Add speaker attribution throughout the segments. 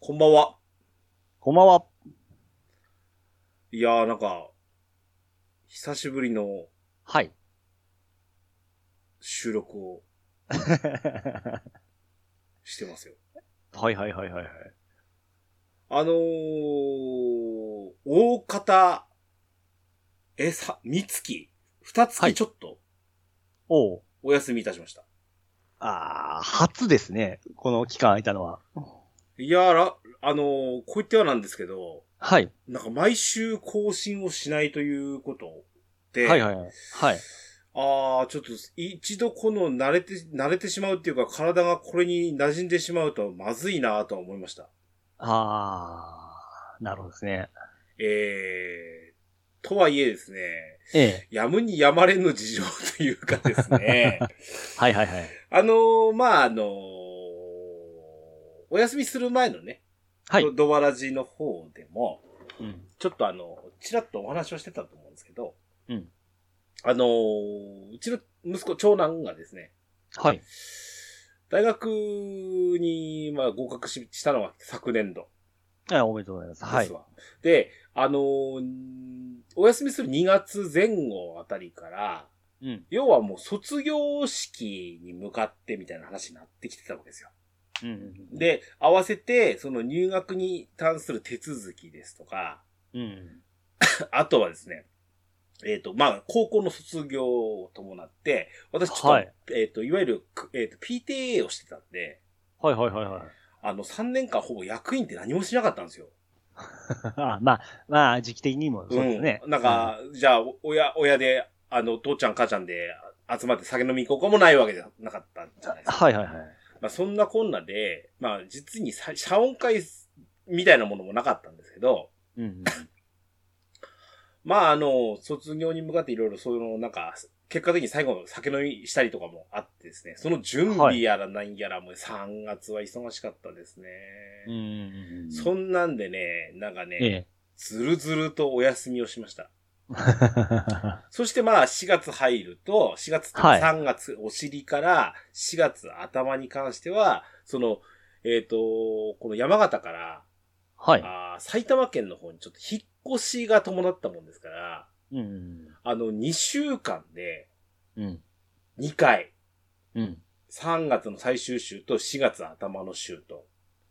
Speaker 1: こんばんは。
Speaker 2: こんばんは。
Speaker 1: いやーなんか、久しぶりの
Speaker 2: はい。
Speaker 1: 収録 をしてますよ。
Speaker 2: はいはいはいはいはい。
Speaker 1: あのー、大方、え、さ、三月二
Speaker 2: は
Speaker 1: 月
Speaker 2: い
Speaker 1: ちょっと
Speaker 2: おう。
Speaker 1: お休みいたしました。
Speaker 2: あー、初ですね。この期間空いたのは。
Speaker 1: い、やーら、あのー、こう言ってはなんですけど、
Speaker 2: はい。
Speaker 1: なんか毎週更新をしないということで、
Speaker 2: はいはいはい。はい。
Speaker 1: ああ、ちょっと、一度この慣れて、慣れてしまうっていうか、体がこれに馴染んでしまうとまずいなとは思いました。
Speaker 2: あー、なるほどですね。
Speaker 1: えー、とはいえですね、
Speaker 2: ええ。
Speaker 1: やむにやまれぬ事情というかです ね、
Speaker 2: はいはいはい。
Speaker 1: あのーまあ、あのーお休みする前のね、
Speaker 2: はい。
Speaker 1: ドワラジの方でも、
Speaker 2: うん。
Speaker 1: ちょっとあの、ちらっとお話をしてたと思うんですけど、
Speaker 2: うん
Speaker 1: あのーうちの息子、長男がですね、
Speaker 2: はい。
Speaker 1: 大学に、まあ、合格ししたのは昨年度
Speaker 2: あおめでとうございます。は
Speaker 1: で
Speaker 2: い
Speaker 1: す。わ。で、あのーんお休みする2月前後あたりから、
Speaker 2: うん。
Speaker 1: 要はもう卒業式に向かってみたいな話になってきてたわけですよ。
Speaker 2: うんうん。
Speaker 1: で、合わせて、その入学に関する手続きですとか、
Speaker 2: うん。
Speaker 1: あとはですね、えっ、と、まあ、高校の卒業を伴って、私ちょっと、
Speaker 2: はい
Speaker 1: えっ、と、いわゆる、えっ、と、PTA をしてたんで、
Speaker 2: はいはいはいはい。
Speaker 1: あの、3年間ほぼ役員って何もしなかったんですよ。
Speaker 2: あまあ、まあ、時期的にもそうですね。
Speaker 1: ん。なんか、じゃあ、お親、親で、あの、父ちゃん、母ちゃんで集まって酒飲み行こうかもないわけじゃなかったんじゃないです
Speaker 2: うん、
Speaker 1: か。
Speaker 2: はいはいはい。
Speaker 1: まあ、そんなこんなで、まあ、実にさ謝恩会みたいなものもなかったんですけど、
Speaker 2: うんうん。
Speaker 1: まあ、あの、卒業に向かっていろいろ、その、なんか、結果的に最後の酒飲みしたりとかもあってですね、その準備やら何やらも3月は忙しかったですね。
Speaker 2: うんうんうん。
Speaker 1: そんなんでね、なんかね、
Speaker 2: え え。
Speaker 1: ずるずるとお休みをしました。そしてまあ4月入ると、4月と
Speaker 2: はい
Speaker 1: 3月お尻から4月頭に関しては、その、えっ、と、この山形から、
Speaker 2: はい。
Speaker 1: あー埼玉県の方にちょっと引っ越しが伴ったもんですから、
Speaker 2: うんうん
Speaker 1: あの2週間で
Speaker 2: うん。うん。
Speaker 1: 2回、
Speaker 2: うん。
Speaker 1: 3月の最終週と4月頭の週と、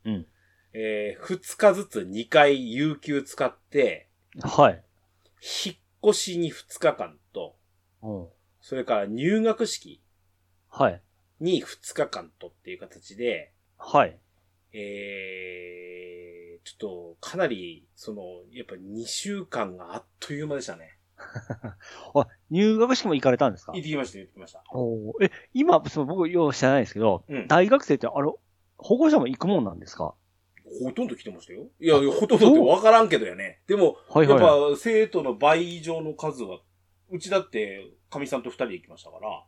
Speaker 2: うん
Speaker 1: え2日ずつ2回有給使って、
Speaker 2: はい。
Speaker 1: 引っ越しに2日間と、
Speaker 2: うん。
Speaker 1: それから入学式、
Speaker 2: はい。
Speaker 1: に2日間とっていう形で、
Speaker 2: はい。
Speaker 1: えー、ちょっとかなり、その、やっぱ2週間があっという間でしたね。
Speaker 2: あ、入学式も行かれたんですか
Speaker 1: 言ってきました、言ってきました。
Speaker 2: おーえ、今、その僕、よう知らないですけど、
Speaker 1: うん。
Speaker 2: 大学生って、あれ、保護者も行くもんなんですか
Speaker 1: ほとんど来てましたよ。いや、いやほとんどってわからんけどやね。でも、
Speaker 2: はい
Speaker 1: や
Speaker 2: は
Speaker 1: っ
Speaker 2: いはい。
Speaker 1: ぱ生徒の倍以上の数は、うちだって、かみさんと2人で行きましたから、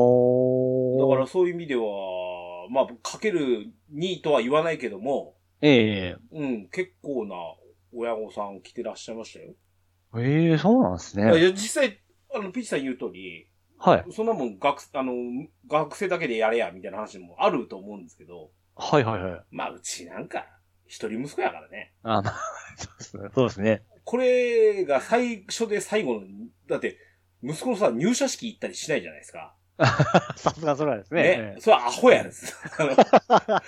Speaker 2: お
Speaker 1: だ
Speaker 2: ー
Speaker 1: からそういう意味では、まあ、かける2とは言わないけども、
Speaker 2: ええ
Speaker 1: うん、結構な親御さん来てらっしゃいましたよ。
Speaker 2: ええそうなんです
Speaker 1: いやい
Speaker 2: ね。
Speaker 1: や実際、あの、ピッチさん言う通り、
Speaker 2: はい。
Speaker 1: そんなもん学、あの、学生だけでやれや、みたいな話もあると思うんですけど、
Speaker 2: はいはいはい。
Speaker 1: まあ、うちなんか、一人息子やからね。
Speaker 2: あ、まあ、 そうですね。そうですね。
Speaker 1: これが最初で最後の、だって、息子のさ、入社式行ったりしないじゃないですか。
Speaker 2: さすがそれはですね。
Speaker 1: ね。
Speaker 2: え
Speaker 1: それはアホやです。あ の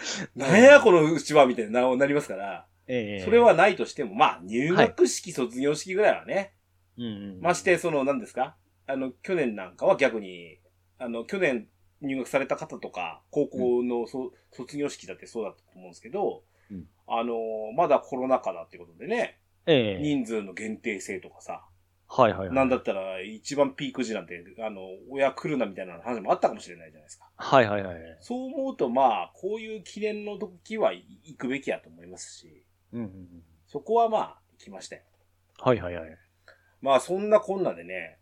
Speaker 1: なんやこのうちは、みたいな、なりますから。
Speaker 2: えええ
Speaker 1: それは、ないとしても、まあ、入学式、卒業式ぐらいはね。
Speaker 2: うんうん
Speaker 1: まし、て、その、何ですかあの、去年なんかは逆に、あの、去年入学された方とか、高校のそ、卒業式だってそうだったと思うんですけど、
Speaker 2: うん
Speaker 1: あの、まだコロナ禍だってことでね、
Speaker 2: ええ
Speaker 1: 人数の限定制とかさ、
Speaker 2: はいはいはい。
Speaker 1: なんだったら一番ピーク時なんて、あの、親来るなみたいな話もあったかもしれないじゃないですか。
Speaker 2: はいはいはい。
Speaker 1: そう思うと、まあ、こういう記念の時は行くべきやと思いますし、
Speaker 2: うんうんうん。
Speaker 1: そこはまあ、行きましたよ。
Speaker 2: はいはいはい。
Speaker 1: まあそんなこんなでね、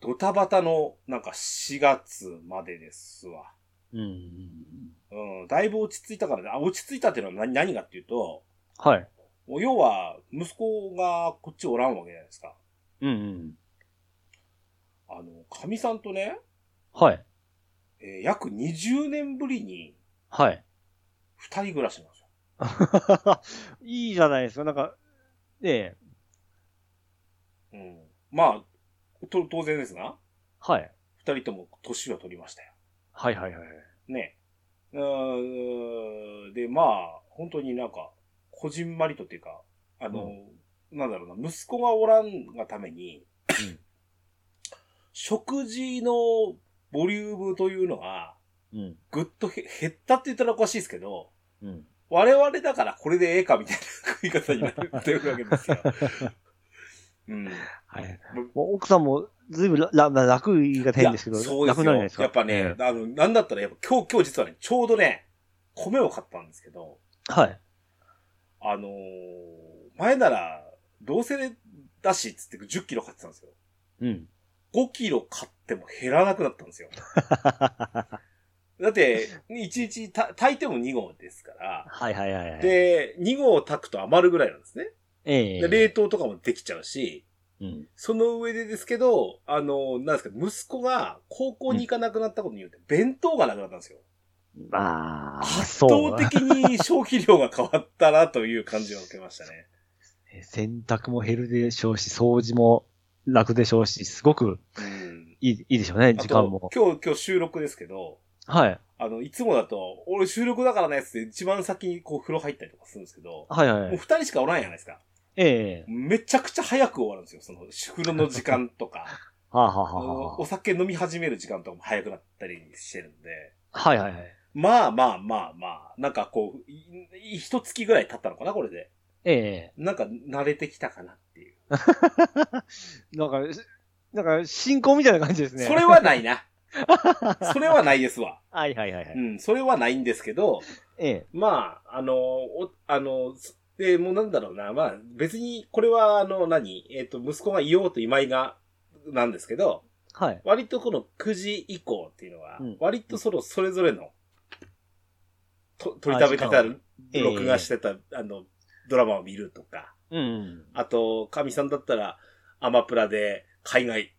Speaker 1: ドタバタのなんか4月までですわ。
Speaker 2: うんうんうん。
Speaker 1: うん、だいぶ落ち着いたからね。あ、落ち着いたっていうのは何何がっていうと、
Speaker 2: はい。
Speaker 1: もう要は息子がこっちおらんわけじゃないですか。
Speaker 2: うんうん。
Speaker 1: あの、かみさんとね、
Speaker 2: はい。
Speaker 1: えー約20年ぶりに
Speaker 2: はい。
Speaker 1: 二人暮らしなんですよ。
Speaker 2: いいじゃないですか。なんか、ねえ、
Speaker 1: うん。まあ、と、当然ですが、
Speaker 2: はい。
Speaker 1: 二人とも年は取りましたよ。
Speaker 2: はいはいはいはい。
Speaker 1: ね。うーんで、まあ、本当になんか、こじんまりとっていうか、あの、なんだろうな、息子がおらんがために、
Speaker 2: うん
Speaker 1: 食事のボリュームというのが、
Speaker 2: うん。
Speaker 1: ぐっとへ減ったって言ったらおかしいですけど、
Speaker 2: うん。
Speaker 1: 我々だからこれでええかみたいな 食い方になってるわけですよ。うん。
Speaker 2: はい。もう奥さんも、ずいぶんらら楽言い方変ですけど、
Speaker 1: いやそうです
Speaker 2: 楽
Speaker 1: よ
Speaker 2: になるじゃないですか。
Speaker 1: やっぱね、あの、なんだったら、やっぱ今日、今日実はね、ちょうどね、米を買ったんですけど、
Speaker 2: はい。
Speaker 1: あのー前なら、どうせだし、つって10キロ買ってたんですよ。
Speaker 2: うん。
Speaker 1: 5キロ買っても減らなくなったんですよ。だって、1日た炊いても2合ですから、
Speaker 2: はいはいはいはい。、
Speaker 1: で、2合炊くと余るぐらいなんですね。
Speaker 2: ええ
Speaker 1: で冷凍とかもできちゃうし、
Speaker 2: うん。
Speaker 1: その上でですけど、あのーなんですか、息子が高校に行かなくなったことによって、弁当がなくなったんですよ。
Speaker 2: まあ、
Speaker 1: 圧
Speaker 2: そう
Speaker 1: 倒。的に消費量が変わったなという感じを受けましたね。
Speaker 2: 洗濯も減るでしょうし、掃除も楽でしょうし、すごく
Speaker 1: うん。
Speaker 2: いいいいでしょうね、
Speaker 1: あ
Speaker 2: 時間
Speaker 1: と
Speaker 2: も、。
Speaker 1: 今日、今日収録ですけど、
Speaker 2: はい。
Speaker 1: あの、いつもだと、俺収録だからねっつって一番先にこう風呂入ったりとかするんですけど、
Speaker 2: はいは
Speaker 1: もう
Speaker 2: い。
Speaker 1: 二人しかおらんじゃないですか。
Speaker 2: ええ
Speaker 1: めちゃくちゃ早く終わるんですよ。その、風呂の時間とか、
Speaker 2: はあ、はあ
Speaker 1: あ
Speaker 2: はあは
Speaker 1: のお酒飲み始める時間とかも早くなったりしてるんで、
Speaker 2: あ、はいはいはい。
Speaker 1: まあまあまあまあ、なんかこう、いい一月ぐらい経ったのかな、これで。
Speaker 2: ええ
Speaker 1: なんか慣れてきたかなっていう。
Speaker 2: なんか、しなんか、進行みたいな感じですね。
Speaker 1: それはないな。それはないですわ。
Speaker 2: はいはいはいは
Speaker 1: う
Speaker 2: い。
Speaker 1: ん、それはないんですけど、
Speaker 2: ええ
Speaker 1: まあ、あの、お、あの、すで、もうなんだろうな、まあ、別に、これは、あの、何えっ、と、息子がいようと今井が、なんですけど、
Speaker 2: はい。
Speaker 1: 割とこの9時以降っていうのは、
Speaker 2: うん
Speaker 1: 割とその、それぞれの、と、取りためてた
Speaker 2: あ時、ええ
Speaker 1: 録画してた、あの、ドラマを見るとか、
Speaker 2: うん。
Speaker 1: あと、神さんだったら、アマプラで、海外、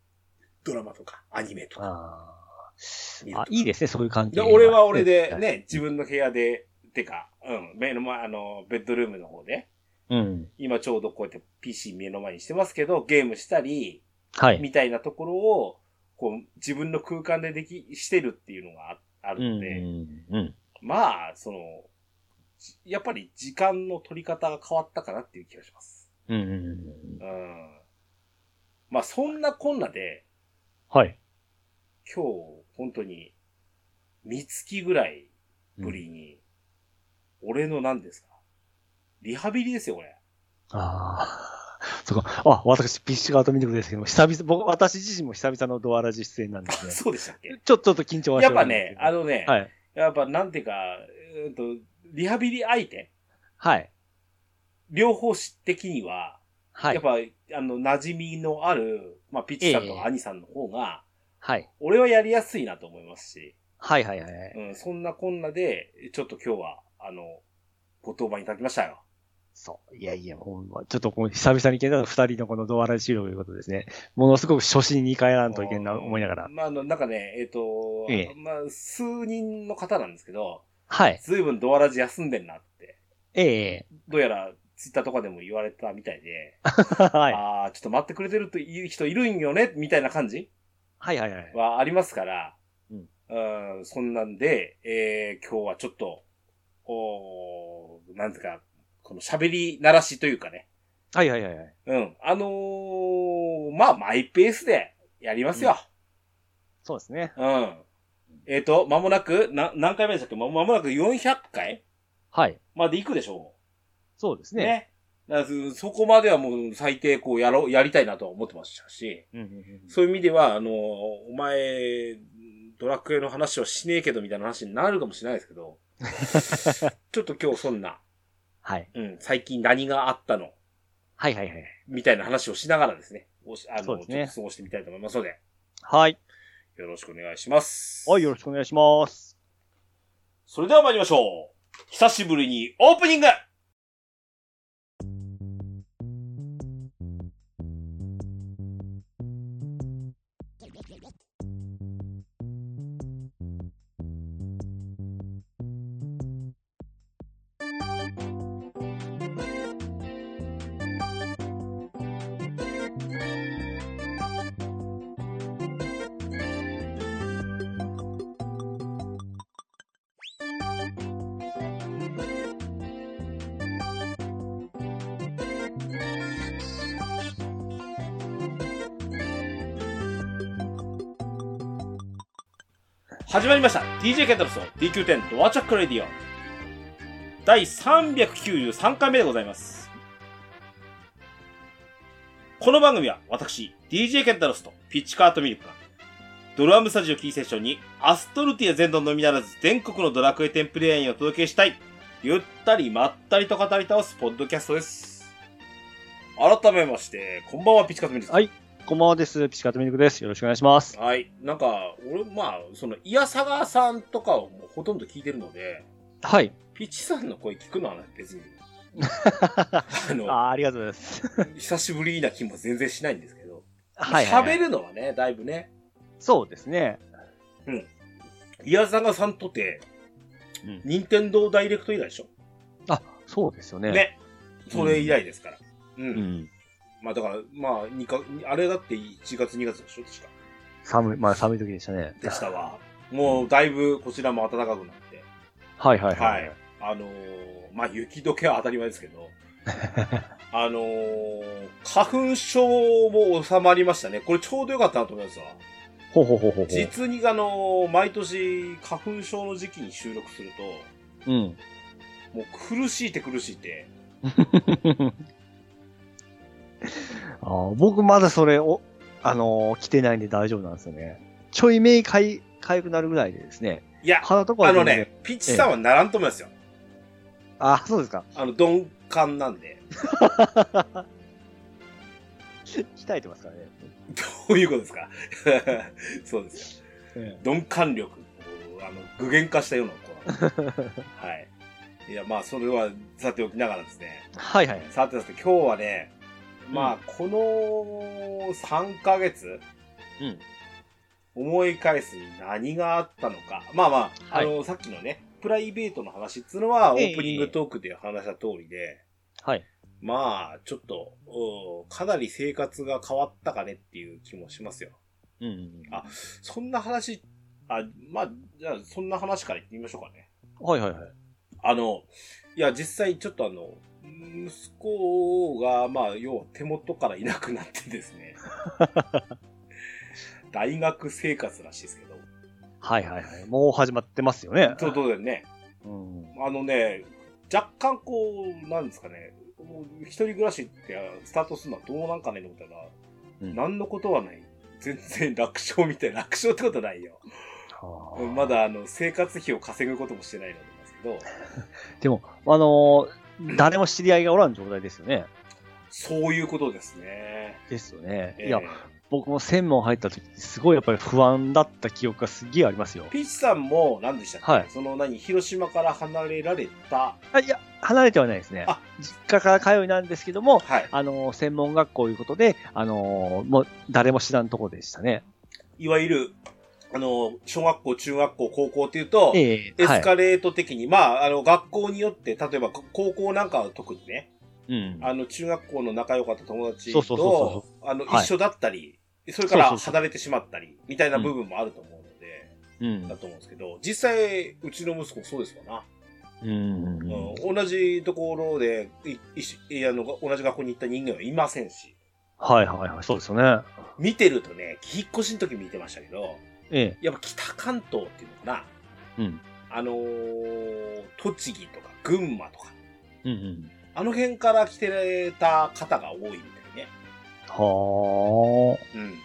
Speaker 1: ドラマとか、アニメとか。
Speaker 2: あーあ、いいですね、そういう関係。
Speaker 1: で、俺は俺で、ね、自分の部屋で、てか、うん、目の前、あの、ベッドルームの方で、
Speaker 2: うん。
Speaker 1: 今ちょうどこうやって PC 目の前にしてますけど、ゲームしたり、
Speaker 2: はい。
Speaker 1: みたいなところを、こう、自分の空間ででき、してるっていうのがああ
Speaker 2: うん
Speaker 1: るので、
Speaker 2: うん。
Speaker 1: まあ、その、じやっぱり時間の取り方が変わったかなっていう気がします。
Speaker 2: うんうん。
Speaker 1: うん。まあ、そんなこんなで、
Speaker 2: はい。
Speaker 1: 今日、本当に、三月ぐらいぶりに、俺の何ですかリハビリですよ、これ。
Speaker 2: ああ。 そうか。あ、私、ピッシュガートミルクですけども、久々、僕、私自身も久々のドアラジ出演なんですね。
Speaker 1: そうで したっけ
Speaker 2: ちょっと、ちょっと緊張はし
Speaker 1: やっ
Speaker 2: てお
Speaker 1: ぱ
Speaker 2: りますけ
Speaker 1: ね、
Speaker 2: ど
Speaker 1: あのね、
Speaker 2: はい。
Speaker 1: やっぱなんていうか、うーんと、リハビリ相手
Speaker 2: はい。
Speaker 1: 両方知的には、
Speaker 2: はい。
Speaker 1: やっぱ、あの、馴染みのある、まあ、ピッチさんと
Speaker 2: ええ
Speaker 1: か兄さんの方が、
Speaker 2: はい。
Speaker 1: 俺はやりやすいなと思いますし、
Speaker 2: はいはいはいはい。
Speaker 1: うん、そんなこんなで、ちょっと今日は、あの、ご登板いただきましたよ。
Speaker 2: そう。いやいや、ほんま、ちょっとこう、久々に聞いた二人のこのドアラジ収録ということですね。ものすごく初心に帰らんといけんな、思いながら。
Speaker 1: まあ、あの、なんかね、えっ、と、
Speaker 2: ええ
Speaker 1: まあ、数人の方なんですけど、
Speaker 2: はい。
Speaker 1: ずいぶんドアラジ休んでんなって、
Speaker 2: ええ。
Speaker 1: どうやらツイッターとかでも言われたみたいで、
Speaker 2: はい。
Speaker 1: あ
Speaker 2: は
Speaker 1: あ、ちょっと待ってくれてるという人いるんよね、みたいな感じ
Speaker 2: いはいはい。
Speaker 1: はありますから、
Speaker 2: うん
Speaker 1: うん、そんなんで、えー、今日はちょっと、おーなんていうか、この喋り慣らしというかね、
Speaker 2: はいはいはいはい。
Speaker 1: うん、あのーまあ、マイペースでやりますよ。
Speaker 2: そうですね。
Speaker 1: うん。えっ、と、まもなく、な、何回目でしたっけままもなく400回
Speaker 2: はい。
Speaker 1: まで行くでしょ
Speaker 2: そうです
Speaker 1: う。ね。
Speaker 2: ね。
Speaker 1: だからそこまではもう最低こうやろう、やりたいなとは思ってましたし、
Speaker 2: うんうんうん
Speaker 1: そういう意味では、あの、お前、ドラクエの話はしねえけどみたいな話になるかもしれないですけ ど、ちょっと今日そんな、
Speaker 2: はい。
Speaker 1: うん、最近何があったの
Speaker 2: はいはいはい。
Speaker 1: みたいな話をしながらですね、おしあ
Speaker 2: そう
Speaker 1: の、
Speaker 2: です
Speaker 1: ちょ
Speaker 2: ね
Speaker 1: っと過ごしてみたいと思いますので、
Speaker 2: はい。
Speaker 1: よろしくお願いします。
Speaker 2: はい、よろしくお願いします。
Speaker 1: それでは参りましょう。久しぶりにオープニング始まりました DJ ケンタロスの DQ10 ドアチャックレディオ第393回目でございますこの番組は私 DJ ケンタロスとピッチカートミルクがドラムスタジオキーセッションにアストルティア全土のみならず全国のドラクエ10プレイヤーにお届けしたいゆったりまったりと語り倒すポッドキャストです改めましてこんばんはピッチカートミルクです
Speaker 2: はいこんばんはです。ピチカートミルクです。よろしくお願いします。
Speaker 1: はい。なんか、俺、まあ、その、イヤサガさんとかをもうほとんど聞いてるので、
Speaker 2: はい。
Speaker 1: ピチさんの声聞くのは別に、あ
Speaker 2: あ
Speaker 1: の、
Speaker 2: ーありがとうございます。
Speaker 1: 久しぶりな気も全然しないんですけど、
Speaker 2: はい、はいはい。
Speaker 1: 喋るのはね、だいぶね、
Speaker 2: そうですね。
Speaker 1: イヤサガさんとて、
Speaker 2: うん
Speaker 1: 任天堂ダイレクト以来でしょ。
Speaker 2: そうですよね。
Speaker 1: ね。それ以来ですから。うん。
Speaker 2: うん。
Speaker 1: まあ、だから、まあ、二か、あれだって1月2月でしょ、確か。
Speaker 2: 寒い、まあ寒い時でしたね。
Speaker 1: でしたわ。もう、だいぶこちらも暖かくなって、
Speaker 2: はいはいはい。
Speaker 1: はいあのーまあ、雪解けは当たり前ですけど、 あのー花粉症も収まりましたね。これちょうどよかったなと思いますわ。
Speaker 2: ほうほうほうほうほう。
Speaker 1: 実にあのー毎年花粉症の時期に収録すると、
Speaker 2: うん。
Speaker 1: もう苦しいて苦しいて。
Speaker 2: あー僕まだそれを、あのー着てないんで大丈夫なんですよね。ちょい目かい、かゆくなるぐらいでですね。
Speaker 1: いや、
Speaker 2: 肌とかは
Speaker 1: あの
Speaker 2: 全然。
Speaker 1: ね、ピッチさんはならんと思いますよ。
Speaker 2: あ、そうですか。
Speaker 1: あの、鈍感なんで。
Speaker 2: 鍛えてますからね。
Speaker 1: どういうことですか そうですよ。鈍感力を、あの、具現化したようなこうはい。いや、まあ、それはさておきながらですね。
Speaker 2: はいはい。
Speaker 1: さてさて、今日はね、まあ、この3ヶ月、
Speaker 2: うん。
Speaker 1: 思い返すに何があったのか。まあまあ、
Speaker 2: はい
Speaker 1: あの、さっきのね、プライベートの話っていうのは、オ
Speaker 2: ええ
Speaker 1: ープニングトークで話した通りで、
Speaker 2: はい。
Speaker 1: まあ、ちょっと、うんかなり生活が変わったかねっていう気もしますよ。
Speaker 2: うん。
Speaker 1: あそんな話、あ、まあ、じゃあ、そんな話から言ってみましょうかね。
Speaker 2: はいはいはい。
Speaker 1: あの、いや、実際ちょっとあの、息子が、まあ、要は手元からいなくなってです ね。大学生活らしいですけど。
Speaker 2: はいはいはい。もう始まってますよね。
Speaker 1: ということでね、
Speaker 2: うん。
Speaker 1: あのね、若干こう、なんですかね、もう一人暮らしってスタートするのはどうなんかねと思ったら、
Speaker 2: うん
Speaker 1: 何のことはない。全然楽勝みたいな、楽勝ってことはないよ。
Speaker 2: はあ
Speaker 1: まだあの、生活費を稼ぐこともしてないのでなんですけど、
Speaker 2: でも、あのー誰も知り合いがおらん状態ですよね。
Speaker 1: そういうことですね。
Speaker 2: ですよね。
Speaker 1: えー
Speaker 2: いや、僕も専門入った時すごいやっぱり不安だった記憶がすげえありますよ。
Speaker 1: ピッチさんも何でしたっけ、
Speaker 2: はい
Speaker 1: その何、広島から離れられた。
Speaker 2: あいや、離れてはないですね
Speaker 1: あ。
Speaker 2: 実家から通いなんですけども、
Speaker 1: はい。
Speaker 2: あのー専門学校いうことで、あのーもう誰も知らんとこでしたね。
Speaker 1: いわゆる、あの、小学校、中学校、高校っていうと、
Speaker 2: ええ
Speaker 1: エ
Speaker 2: は
Speaker 1: ス
Speaker 2: い。
Speaker 1: カレート的に、まあ、あの、学校によって、例えばこ高校なんかは特にね、
Speaker 2: うん。
Speaker 1: あの、中学校の仲良かった友達
Speaker 2: そうそうそう
Speaker 1: と
Speaker 2: そ、
Speaker 1: あの、
Speaker 2: はい
Speaker 1: 一緒だったり、それから
Speaker 2: そうそうそう
Speaker 1: 離れてしまったり、みたいな部分もあると思うので、
Speaker 2: うん
Speaker 1: だと思うんですけど、実際、うちの息子もそうですかな。
Speaker 2: うん。うん
Speaker 1: うん、同じところでいいしいやあの、同じ学校に行った人間はいませんし、
Speaker 2: はいはいはい。そうですよね。
Speaker 1: 見てるとね、引っ越しの時見てましたけど、
Speaker 2: え
Speaker 1: やっぱ北関東っていうのかな、
Speaker 2: え。うん。
Speaker 1: あのー栃木とか群馬とか、
Speaker 2: うんうん。
Speaker 1: あの辺から来てた方が多いみたいね。
Speaker 2: は
Speaker 1: うん。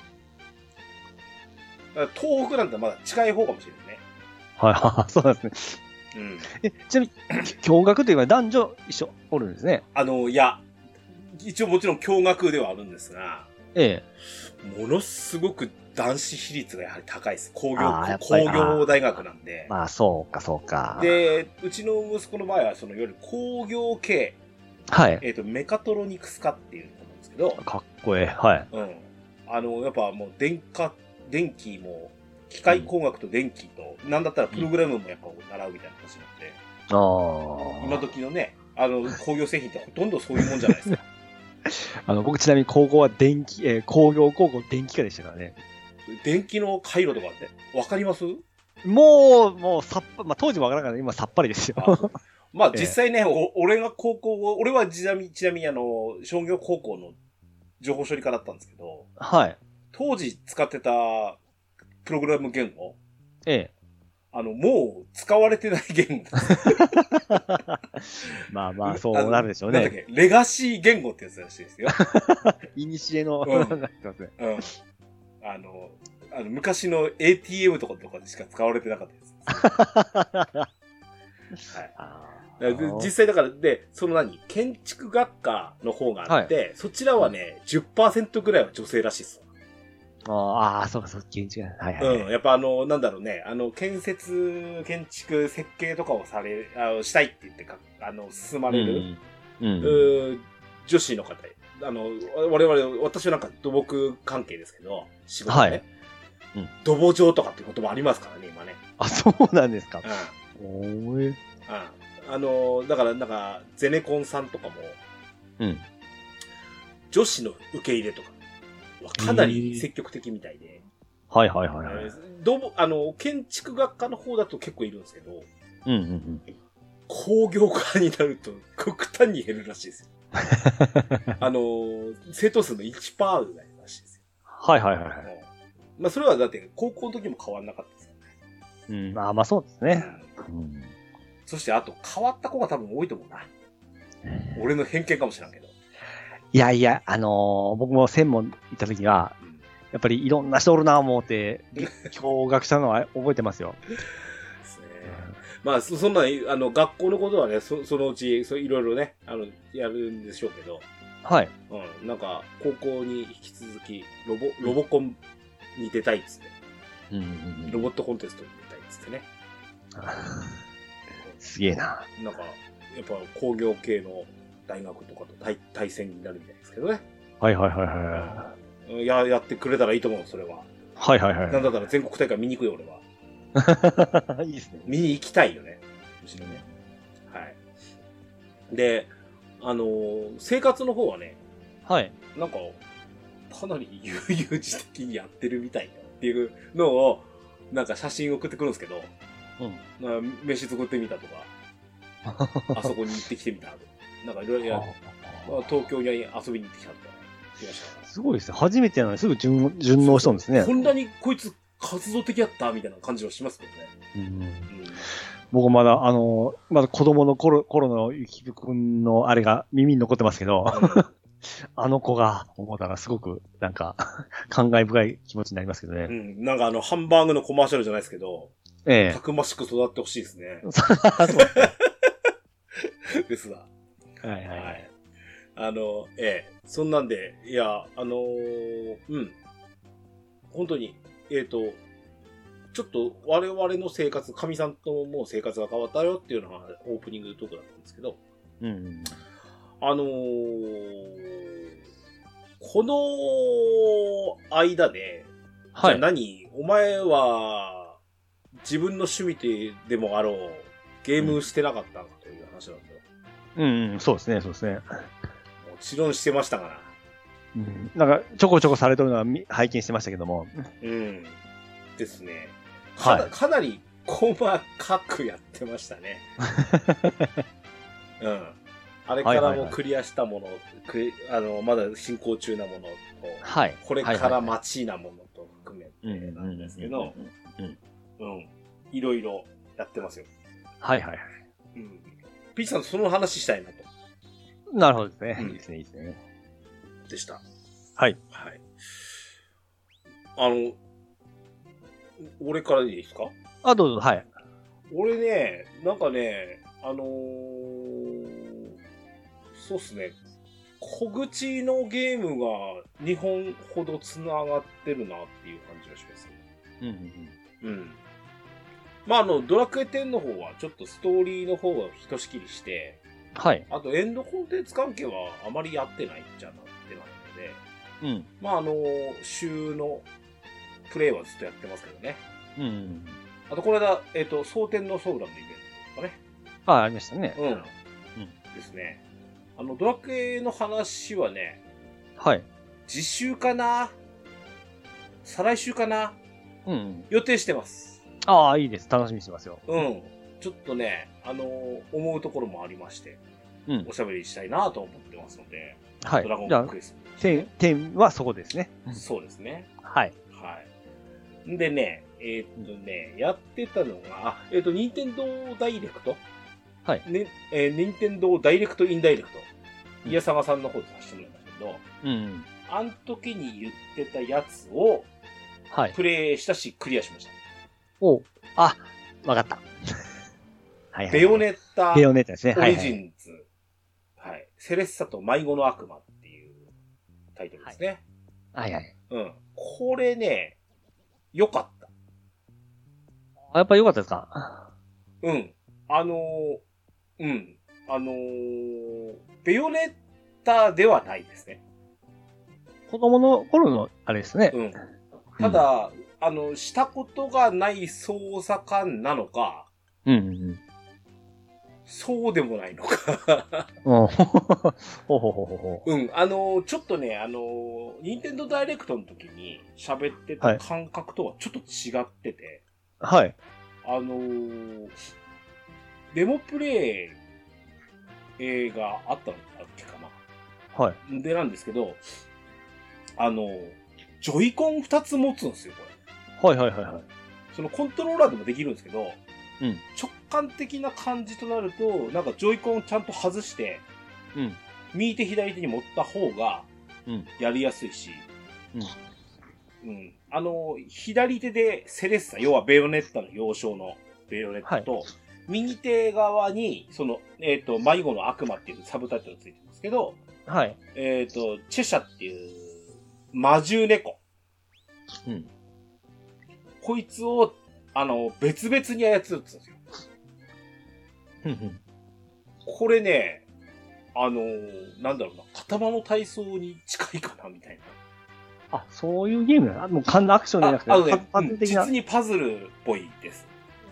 Speaker 1: だから東北なんてまだ近い方かもしれないね。
Speaker 2: あ。はいはい。 そうなんですね。
Speaker 1: うん。
Speaker 2: え、ちなみに、共学というのは男女一緒おるんですね。
Speaker 1: あの、いや、一応もちろん共学ではあるんですが、
Speaker 2: ええ。
Speaker 1: ものすごく男子比率がやはり高いです。工業
Speaker 2: あーやっ、ぱり
Speaker 1: 工業大学なんで。
Speaker 2: まあ、そうか、そうか。、
Speaker 1: で、うちの息子の場合は、その、いわゆる工業系、
Speaker 2: はい。
Speaker 1: えっ、と、メカトロニクス科っていうのなんですけど、
Speaker 2: かっこええ。はい。
Speaker 1: うん。あの、やっぱもう電化、電気も、機械工学と電気と、なんだったらプログラムもやっぱ習うみたいな話なんで、
Speaker 2: あ
Speaker 1: 今
Speaker 2: あ。
Speaker 1: 時のね、あの、工業製品ってほとんどそういうもんじゃないで すか。
Speaker 2: あの、僕ちなみに高校は電気、えー工業高校電気科でしたからね。
Speaker 1: 電気の回路とかって、わかります
Speaker 2: もう、もうさっぱ、まあ当時もわからなかった今さっぱりです
Speaker 1: あ
Speaker 2: よ。
Speaker 1: まあ
Speaker 2: ええ
Speaker 1: 実際ね、お俺が高校を、俺はちなみに、ちなみにあの、商業高校の情報処理科だったんですけど、
Speaker 2: はい。
Speaker 1: 当時使ってたプログラム言語、
Speaker 2: ええ。
Speaker 1: あの、もう使われてない言語。
Speaker 2: まあまあ、そうなるでしょう
Speaker 1: なんだっ
Speaker 2: ね。
Speaker 1: け、レガシー言語ってやつらしいです よ。
Speaker 2: いにしえの、
Speaker 1: うん
Speaker 2: なんか言ってますね
Speaker 1: うん。あの、あの昔の ATM とかとかでしか使われてなかったやつです。はい
Speaker 2: あ
Speaker 1: だからで
Speaker 2: ー
Speaker 1: 実際だから、で、その何建築学科の方があって、そちらはね、10%ぐらいは女性らしいです。
Speaker 2: あー、そうか、そうか、現地が。はいはい。
Speaker 1: うん。やっぱあの、なんだろうね、あの、建設、建築、設計とかをされ、あのしたいって言ってか、あの、進まれる、
Speaker 2: う
Speaker 1: う
Speaker 2: ん。うん。
Speaker 1: ー女子の方、あの、我々、私はなんか土木関係ですけど、仕事ね。
Speaker 2: はいうん
Speaker 1: 土木場とかって言葉ありますからね、今ね。
Speaker 2: あ、そうなんですか
Speaker 1: う。ん。うん。
Speaker 2: おーえ
Speaker 1: あの、だからなんか、ゼネコンさんとかも、
Speaker 2: うん。
Speaker 1: 女子の受け入れとかはかなり積極的みたいで、
Speaker 2: はいはいはいはい。
Speaker 1: どうもあの建築学科の方だと結構いるんですけど、
Speaker 2: うんうんうん。
Speaker 1: 工業科になると極端に減るらしい ですよ。あの、生徒数の1%パーぐらいらしいですよ。
Speaker 2: はいはいはいはい。
Speaker 1: うんまあそれはだって高校の時も変わらなかったですよ
Speaker 2: うん。まあまあ、そうですね。
Speaker 1: ね。
Speaker 2: うん。
Speaker 1: そしてあと変わった子が多分多いと思うな。俺の偏見かもしれんけど。
Speaker 2: いやいや、あのー僕も専門行った時は、
Speaker 1: うん
Speaker 2: やっぱりいろんな人おるな思 って、び驚愕したのは覚えてますよ。
Speaker 1: ですね。まあ、そそんな、あの、学校のことはね、そそのうち、そういろいろね、あの、やるんでしょうけど、
Speaker 2: はい。
Speaker 1: うん、なんか、高校に引き続き、ロボ、ロボコンに出たいっつって、
Speaker 2: うんうんう
Speaker 1: ロ
Speaker 2: ん。
Speaker 1: ボットコンテストに出たいっつってね。
Speaker 2: すげえな。
Speaker 1: なんか、やっぱ工業系の大学とかと対対戦になるみたいですけどね。
Speaker 2: はいはいはいは
Speaker 1: うんや、やってくれたらいいと思う、それは。
Speaker 2: い。はいはい
Speaker 1: なんだったら全国大会見に行くよ、俺は。
Speaker 2: はい。いいですね。
Speaker 1: 見に行きたいよね。むしろね。はい。で、あのー生活の方はね、
Speaker 2: はい。
Speaker 1: なんか、かなり悠 々自適にやってるみたいよっていうのを、なんか写真送ってくるんですけど、
Speaker 2: うん。
Speaker 1: なんか飯作ってみたと か、あそこに行ってきてみたとか、なんかいろいろや、東京に遊びに行ってきたとか、いらっしゃる
Speaker 2: すごいですね。初めてなのにすぐ順順応したんですね
Speaker 1: こ。んなにこいつ活動的やったみたいな感じはしますけどね。
Speaker 2: うん
Speaker 1: うん
Speaker 2: 僕まだ、あのー、まだ子供の頃頃のゆきぶくんのあれが耳に残ってますけど、あの子が思ったらすごく、なんか、感慨深い気持ちになりますけどね。
Speaker 1: うん、なんかあの、ハンバーグのコマーシャルじゃないですけど、
Speaker 2: え
Speaker 1: たくましく育ってほしいですね
Speaker 2: え。。そう
Speaker 1: ですが。
Speaker 2: はいはい
Speaker 1: は
Speaker 2: はい。
Speaker 1: い。あの、ええ、そんなんで、いや、あのーうん。本当に、えっ、と、ちょっと我々の生活、かみさんともう生活が変わったよっていうのがオープニングトークだったんですけど、
Speaker 2: うん。
Speaker 1: あのーこの間で、
Speaker 2: は
Speaker 1: じゃあ
Speaker 2: い。
Speaker 1: 何お前は、自分の趣味でもあろう、ゲームしてなかったのかという話なんですよ。
Speaker 2: うんうん、そうですね、そうですね。
Speaker 1: もちろんしてましたから。
Speaker 2: うんなんか、ちょこちょこされてるのは見拝見してましたけども。
Speaker 1: うん。ですね。
Speaker 2: はい
Speaker 1: かなかなり細かくやってました ね。うん。あれか
Speaker 2: はい
Speaker 1: ら
Speaker 2: はい
Speaker 1: も
Speaker 2: はい
Speaker 1: クリアしたもの、クリあの、まだ進行中なものと、
Speaker 2: はい。
Speaker 1: これから待ちなものと含め
Speaker 2: はいはい
Speaker 1: てなんですけ
Speaker 2: うんうん
Speaker 1: ど、うん。いろいろやってますよ。
Speaker 2: はいはいはい。
Speaker 1: うん。ピーチさんとその話したいなと。
Speaker 2: なるほどですね。
Speaker 1: うん
Speaker 2: いいですね、いいですね。
Speaker 1: でした。
Speaker 2: はい。
Speaker 1: はい。あの、俺からでいいですか
Speaker 2: あ、どうぞ、はい。
Speaker 1: 俺ね、なんかね、あのーそうっすね、小口のゲームが2本ほどつながってるなっていう感じがします、ね。
Speaker 2: うんうん
Speaker 1: うん。まあ、あの、ドラクエ10の方は、ちょっとストーリーの方はひとしきりして、
Speaker 2: はい。
Speaker 1: あとエンドコンテンツ関係はあまりやってないっちゃなってないので、
Speaker 2: うん。
Speaker 1: まあ、あのー週のプレイはずっとやってますけどね。
Speaker 2: うん。
Speaker 1: あと、これだ、えっ、と、蒼天のソウランのイベントとかね。
Speaker 2: はい、ありましたね。
Speaker 1: うん。ですね。あの、ドラクエの話はね、
Speaker 2: はい。
Speaker 1: 次週かな再来週かな
Speaker 2: うんうん。
Speaker 1: 予定してます。
Speaker 2: ああ、いいです。楽しみにしてますよ。
Speaker 1: うん。ちょっとね、あのー思うところもありまして、
Speaker 2: うん
Speaker 1: お。しゃべりしたいなと思ってますので、
Speaker 2: はい
Speaker 1: ドラゴ。
Speaker 2: じゃ
Speaker 1: ン
Speaker 2: あ
Speaker 1: クエス、
Speaker 2: 点、点はそこですね。
Speaker 1: ト。そうですね。
Speaker 2: はい。
Speaker 1: はい。んでね、えーっとね、やってたのが、あ、えーっと、任天堂ダイレクト
Speaker 2: はい
Speaker 1: ね、えー、任天堂ダイレクトインダイレクト。
Speaker 2: うん
Speaker 1: イヤサマさんの方でさせてもらいましたけど、
Speaker 2: うん。
Speaker 1: あの時に言ってたやつを
Speaker 2: はい。
Speaker 1: プレイしたし、クリアしました。
Speaker 2: おあ、わかった。はいはい。
Speaker 1: ベヨネッタ、
Speaker 2: ベヨネッタですね。
Speaker 1: オ
Speaker 2: はい、
Speaker 1: リ
Speaker 2: は
Speaker 1: ジ
Speaker 2: い。
Speaker 1: ンズ、はいセレッサと迷子の悪魔っていうタイトルですね。
Speaker 2: はいはい。
Speaker 1: うん。これね、良かった。
Speaker 2: あやっぱり良かったですか
Speaker 1: うん。あのーうん。あのーベヨネッタではないですね。
Speaker 2: 子供の頃のあれですね。
Speaker 1: うん。ただ、あの、したことがない捜査官なのか、
Speaker 2: うん。うん
Speaker 1: そうでもないのか。
Speaker 2: うん。おほうほうほうほうほう。
Speaker 1: うん。あのーちょっとね、あのー、ニンテンドダイレクトの時に喋ってた感覚とはちょっと違ってて、
Speaker 2: はい。
Speaker 1: あのーデモプレイ、えーがあったのだっけか
Speaker 2: はい。
Speaker 1: な。でなんですけど、あのージョイコン2つ持つんですよ、これ。
Speaker 2: はいはいはいはい。
Speaker 1: そのコントローラーでもできるんですけど、
Speaker 2: うん
Speaker 1: 直感的な感じとなると、なんかジョイコンをちゃんと外して、
Speaker 2: うん。
Speaker 1: 右手左手に持った方が
Speaker 2: うん。
Speaker 1: やりやすいし、うん。あのー左手でセレッサ、要はベヨネッタの幼少のベヨネッタと、
Speaker 2: はい
Speaker 1: 右手側に、その、えっ、と、迷子の悪魔っていうサブタイトルがついてるんですけど、
Speaker 2: はい。
Speaker 1: えっ、と、チェシャっていう魔獣猫。
Speaker 2: うん。
Speaker 1: こいつを、あの、別々に操るって言うんですよ。
Speaker 2: うんうん。
Speaker 1: これね、あのーなんだろうな、刀の体操に近いかな、みたいな。
Speaker 2: あ、そういうゲームなのもう完全アクションじゃなくて、
Speaker 1: あのね
Speaker 2: パパズル的な。
Speaker 1: うん実にパズルっぽいです。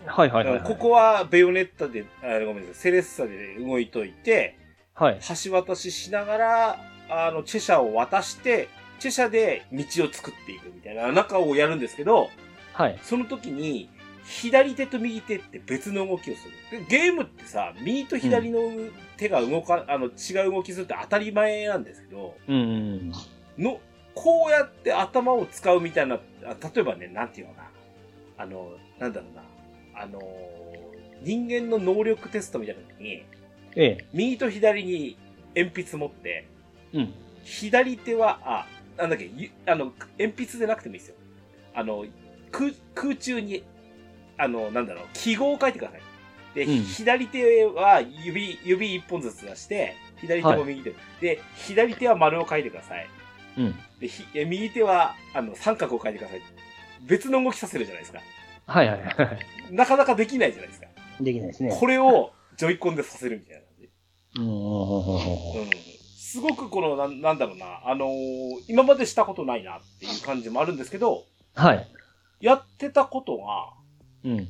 Speaker 2: はいはいはいはい。
Speaker 1: ここはベヨネッタで、あごめんなさい、セレッサで動いといて、
Speaker 2: はい。
Speaker 1: 橋渡ししながら、あの、チェシャを渡して、チェシャで道を作っていくみたいな中をやるんですけど、
Speaker 2: はい。
Speaker 1: その時に、左手と右手って別の動きをする。でゲームってさ、右と左の手が動か、あの、違う動きするって当たり前なんですけど、
Speaker 2: うんうん。
Speaker 1: の、こうやって頭を使うみたいな、あ例えばね、なんていうのかな。あの、なんだろうな。あの、人間の能力テストみたいな時に、
Speaker 2: ええ。
Speaker 1: 右と左に鉛筆持って、
Speaker 2: うん。
Speaker 1: 左手は、あ、なんだっけ、ゆあの、鉛筆でなくてもいいですよ。あの、空、空中に、あの、なんだろう、記号を書いてください。で、
Speaker 2: うん
Speaker 1: 左手は指、指一本ずつ出して、左手も右手、で、左手は丸を書いてください。
Speaker 2: うん。
Speaker 1: で、ひえ右手は、あの、三角を書いてください。別の動きさせるじゃないですか。
Speaker 2: はいはいはい。
Speaker 1: なかなかできないじゃないですか。
Speaker 2: できないですね。
Speaker 1: これをジョイコンでさせるみたいな感じ。
Speaker 2: うんうんうんうんうん
Speaker 1: うんすごくこの、なんなんだろうな、あのー今までしたことないなっていう感じもあるんですけど、
Speaker 2: はい。
Speaker 1: やってたことが、
Speaker 2: うん。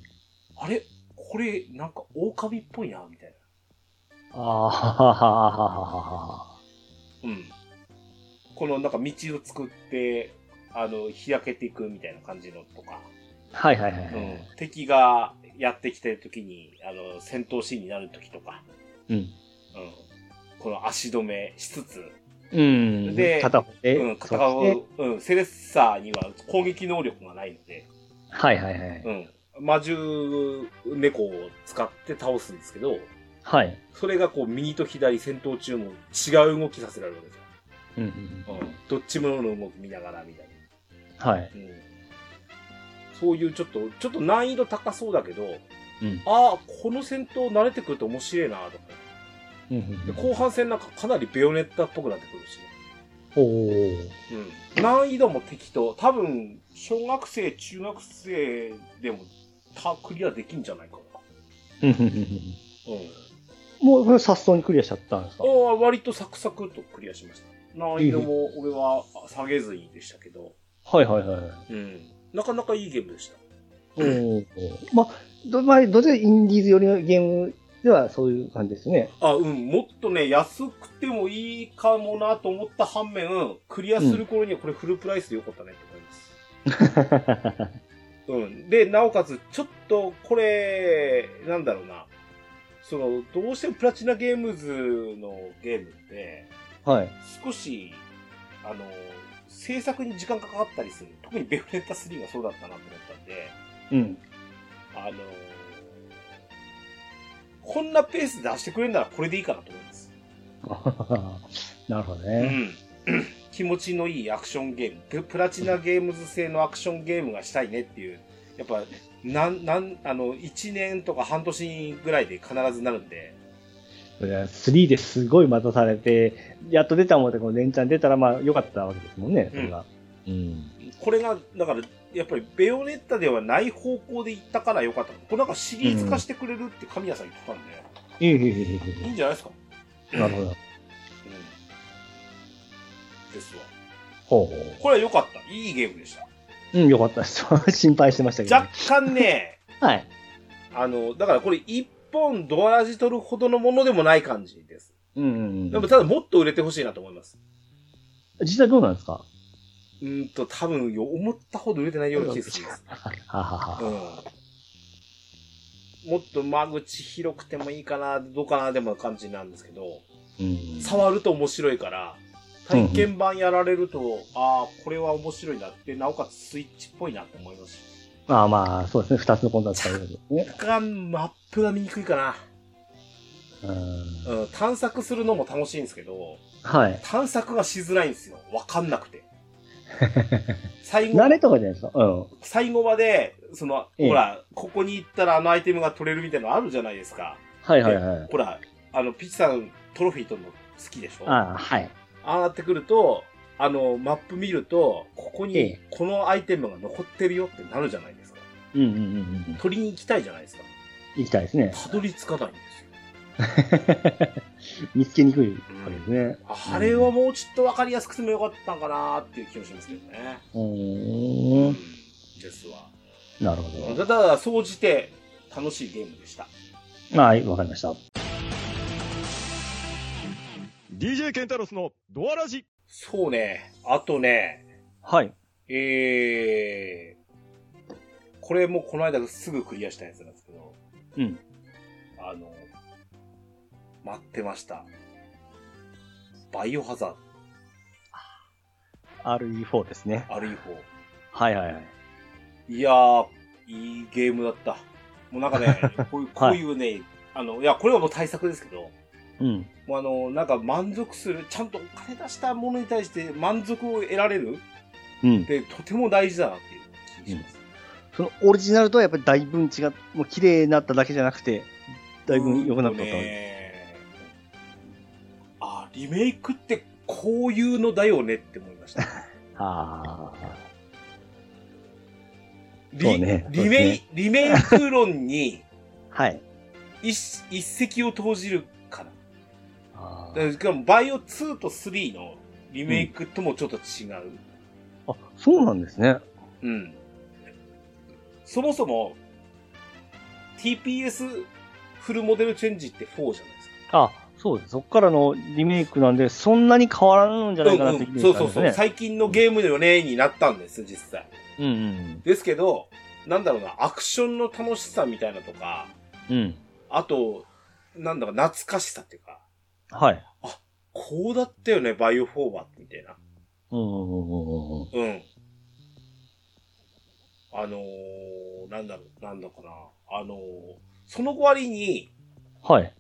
Speaker 1: あれこれ、なんか狼っぽいな、みたい
Speaker 2: あーははははは
Speaker 1: な。うん。このなんか道を作って、あの、開けていくみたいな感じのとか、
Speaker 2: はいはいは
Speaker 1: う
Speaker 2: い
Speaker 1: ん。敵がやってきてる時に、あの、戦闘シーンになる時とか、
Speaker 2: うん。
Speaker 1: うん。この足止めしつつ、
Speaker 2: うん。
Speaker 1: で
Speaker 2: 片方で。
Speaker 1: うん、片方、
Speaker 2: そうですね
Speaker 1: うん、セレッサーには攻撃能力がないので、
Speaker 2: はいはいはい。
Speaker 1: うん。魔獣猫を使って倒すんですけど、
Speaker 2: はい。
Speaker 1: それがこう右と左戦闘中も違う動きさせられるわけです
Speaker 2: うんうんう
Speaker 1: よ。
Speaker 2: ん
Speaker 1: うん。どっちもの動き見ながらみたい
Speaker 2: はい。
Speaker 1: な。うん。そういうちょっと、ちょっと難易度高そうだけど、
Speaker 2: うん
Speaker 1: ああ、この戦闘慣れてくると面白いなとか。
Speaker 2: うん
Speaker 1: で、
Speaker 2: うん
Speaker 1: 後半戦なんかかなりベヨネッタっぽくなってくるし。
Speaker 2: おー
Speaker 1: うん。難易度も適当。多分、小学生、中学生でも、た、クリアできんじゃないかな。
Speaker 2: うんうんうんうん
Speaker 1: うん。
Speaker 2: もう、これ、早速にクリアしちゃったんですか
Speaker 1: ああ、割とサクサクとクリアしました。難易度も俺は下げずにでしたけど、
Speaker 2: はいはいはい。
Speaker 1: うん。なかなかいいゲームでした。
Speaker 2: おーまあ、ど、まあ、どちらかインディーズ寄りのゲームではそういう感じですね。
Speaker 1: あ、うん。もっとね、安くてもいいかもなと思った反面、クリアする頃にはこれフルプライスでよかったねって思います。 うん。で、なおかつ、ちょっと、これ、なんだろうな。その、どうしてもプラチナゲームズのゲームって、
Speaker 2: はい。
Speaker 1: 少し、あの、制作に時間かかったりする。特にベフレンタ3がそうだったなと思ったんで、
Speaker 2: うん。
Speaker 1: あのーこんなペースで出してくれるならこれでいいかなと思います。
Speaker 2: なるほど
Speaker 1: う
Speaker 2: ね。
Speaker 1: ん。気持ちのいいアクションゲームプ。プラチナゲームズ製のアクションゲームがしたいねっていう。やっぱ、なん、なん、あの、1年とか半年ぐらいで必ずなるんで。
Speaker 2: それは3ですごい待たされて、やっと出た思って、この連チャン出たら、まあ、良かったわけですもんね、それが。うん。
Speaker 1: これが、だから、やっぱりベオネッタではない方向で行ったからよかった。これなんかシリーズ化してくれるって神谷さん言ってたんで、
Speaker 2: いいいいいいい
Speaker 1: いいんじゃないですか。
Speaker 2: いなるほど。
Speaker 1: うん。ですわ。
Speaker 2: ほうほ
Speaker 1: これは良かった。いいゲームでした。
Speaker 2: う。うん、よかった です。心配してましたけど、
Speaker 1: 若
Speaker 2: ね。
Speaker 1: 干ね、
Speaker 2: はい。
Speaker 1: あの、だからこれ一本ドアラジ取るほどのものでもない感じです。
Speaker 2: うんうん
Speaker 1: で
Speaker 2: う
Speaker 1: も
Speaker 2: ん。
Speaker 1: ただもっと売れてほしいなと思います。
Speaker 2: 実際どうなんですか
Speaker 1: うーんと、多分よ、思ったほど売れてないような気がするんです。
Speaker 2: ははは
Speaker 1: うん。もっと間口広くてもいいかな、どうかな、でも感じなんですけど、
Speaker 2: うん
Speaker 1: 触ると面白いから、体験版やられると、ああ、これは面白いなって、なおかつスイッチっぽいなと思いますし。
Speaker 2: まあまあ、そうですね。二つのコンタクトがあるけどね。
Speaker 1: 若干マップが見にくいかな。
Speaker 2: うん。
Speaker 1: うん、探索するのも楽しいんですけど、
Speaker 2: はい。
Speaker 1: 探索がしづらいんですよ。わかんな くて。最後
Speaker 2: 慣、れとかじゃないですか。うん。
Speaker 1: 最後まで、その、
Speaker 2: ええ
Speaker 1: ほら、ここに行ったらあのアイテムが取れるみたいなのあるじゃないですか。
Speaker 2: はいはいはい。
Speaker 1: ほら、あの、ピッチさんトロフィー取るの好きでしょあ
Speaker 2: ああ、はい。
Speaker 1: あなってくると、あの、マップ見ると、ここ
Speaker 2: え
Speaker 1: に
Speaker 2: え、
Speaker 1: このアイテムが残ってるよってなるじゃないですか。
Speaker 2: うんうんうんうん。
Speaker 1: 取りに行きたいじゃないですか。
Speaker 2: 行きたい ですね。
Speaker 1: たどり着かないんですよ。
Speaker 2: 見つけにくいわけですね。
Speaker 1: あれはもうちょっとわかりやすくてもよかったんかなーっていう気もしますけどね。
Speaker 2: うーん。
Speaker 1: ですわ。
Speaker 2: なるほ
Speaker 1: た
Speaker 2: ど。
Speaker 1: だ、総じて楽しいゲームでした。
Speaker 2: はい、わかりました。
Speaker 3: DJ ケンタロスのドアラジ
Speaker 1: そうね。あとね、
Speaker 2: はい。
Speaker 1: えー、これもこの間すぐクリアしたやつなんですけど、
Speaker 2: うん。
Speaker 1: あの、待ってました。バイオハザ
Speaker 2: RE4 ですね
Speaker 1: ー。ド、RE4。
Speaker 2: はいはいはい。
Speaker 1: いやー、いいゲームだった。もうなんか ね、こういう、こういうね、あの、いや、これはもう対策ですけど、
Speaker 2: うん。
Speaker 1: もうあの、なんか満足する、ちゃんとお金出したものに対して満足を得られる
Speaker 2: うん。
Speaker 1: で、とても大事だなっていう気がします。
Speaker 2: そのオリジナルとはやっぱりだいぶん違う、もう綺麗になっただけじゃなくて、だいぶ良くなったと。
Speaker 1: うんとねあ、リメイクってこういうのだよねって思い ました。
Speaker 2: ああ。そ
Speaker 1: リ
Speaker 2: うね
Speaker 1: リメイ、リメイク論に
Speaker 2: はい。
Speaker 1: 一一石を投じるかな。
Speaker 2: あ
Speaker 1: だからしかもバイオ2と3のリメイクともちょっと違う。
Speaker 2: あ、そうなんですね。
Speaker 1: うん。そもそも、TPS フルモデルチェンジって4じゃないですか。
Speaker 2: あ、そうです。そこからのリメイクなんで、そんなに変わらんのじゃないかなってイ
Speaker 1: うん
Speaker 2: メ
Speaker 1: うん、
Speaker 2: ー
Speaker 1: そ
Speaker 2: ジ
Speaker 1: う
Speaker 2: があ
Speaker 1: そうん
Speaker 2: るです
Speaker 1: そう。
Speaker 2: ね。
Speaker 1: 最近のゲームの例になったんです、実際。
Speaker 2: うんうん
Speaker 1: ですけど、なんだろうな、アクションの楽しさみたいなとか、
Speaker 2: うん。うん。
Speaker 1: あと、なんだか懐かしさっていうか、
Speaker 2: はい。
Speaker 1: こうだったよね、バイオフォーバーみたいな。
Speaker 2: うんうんうんうんうん。
Speaker 1: うん。あのー、なんだろう、なんだかな。あのー、その割に、
Speaker 2: はい。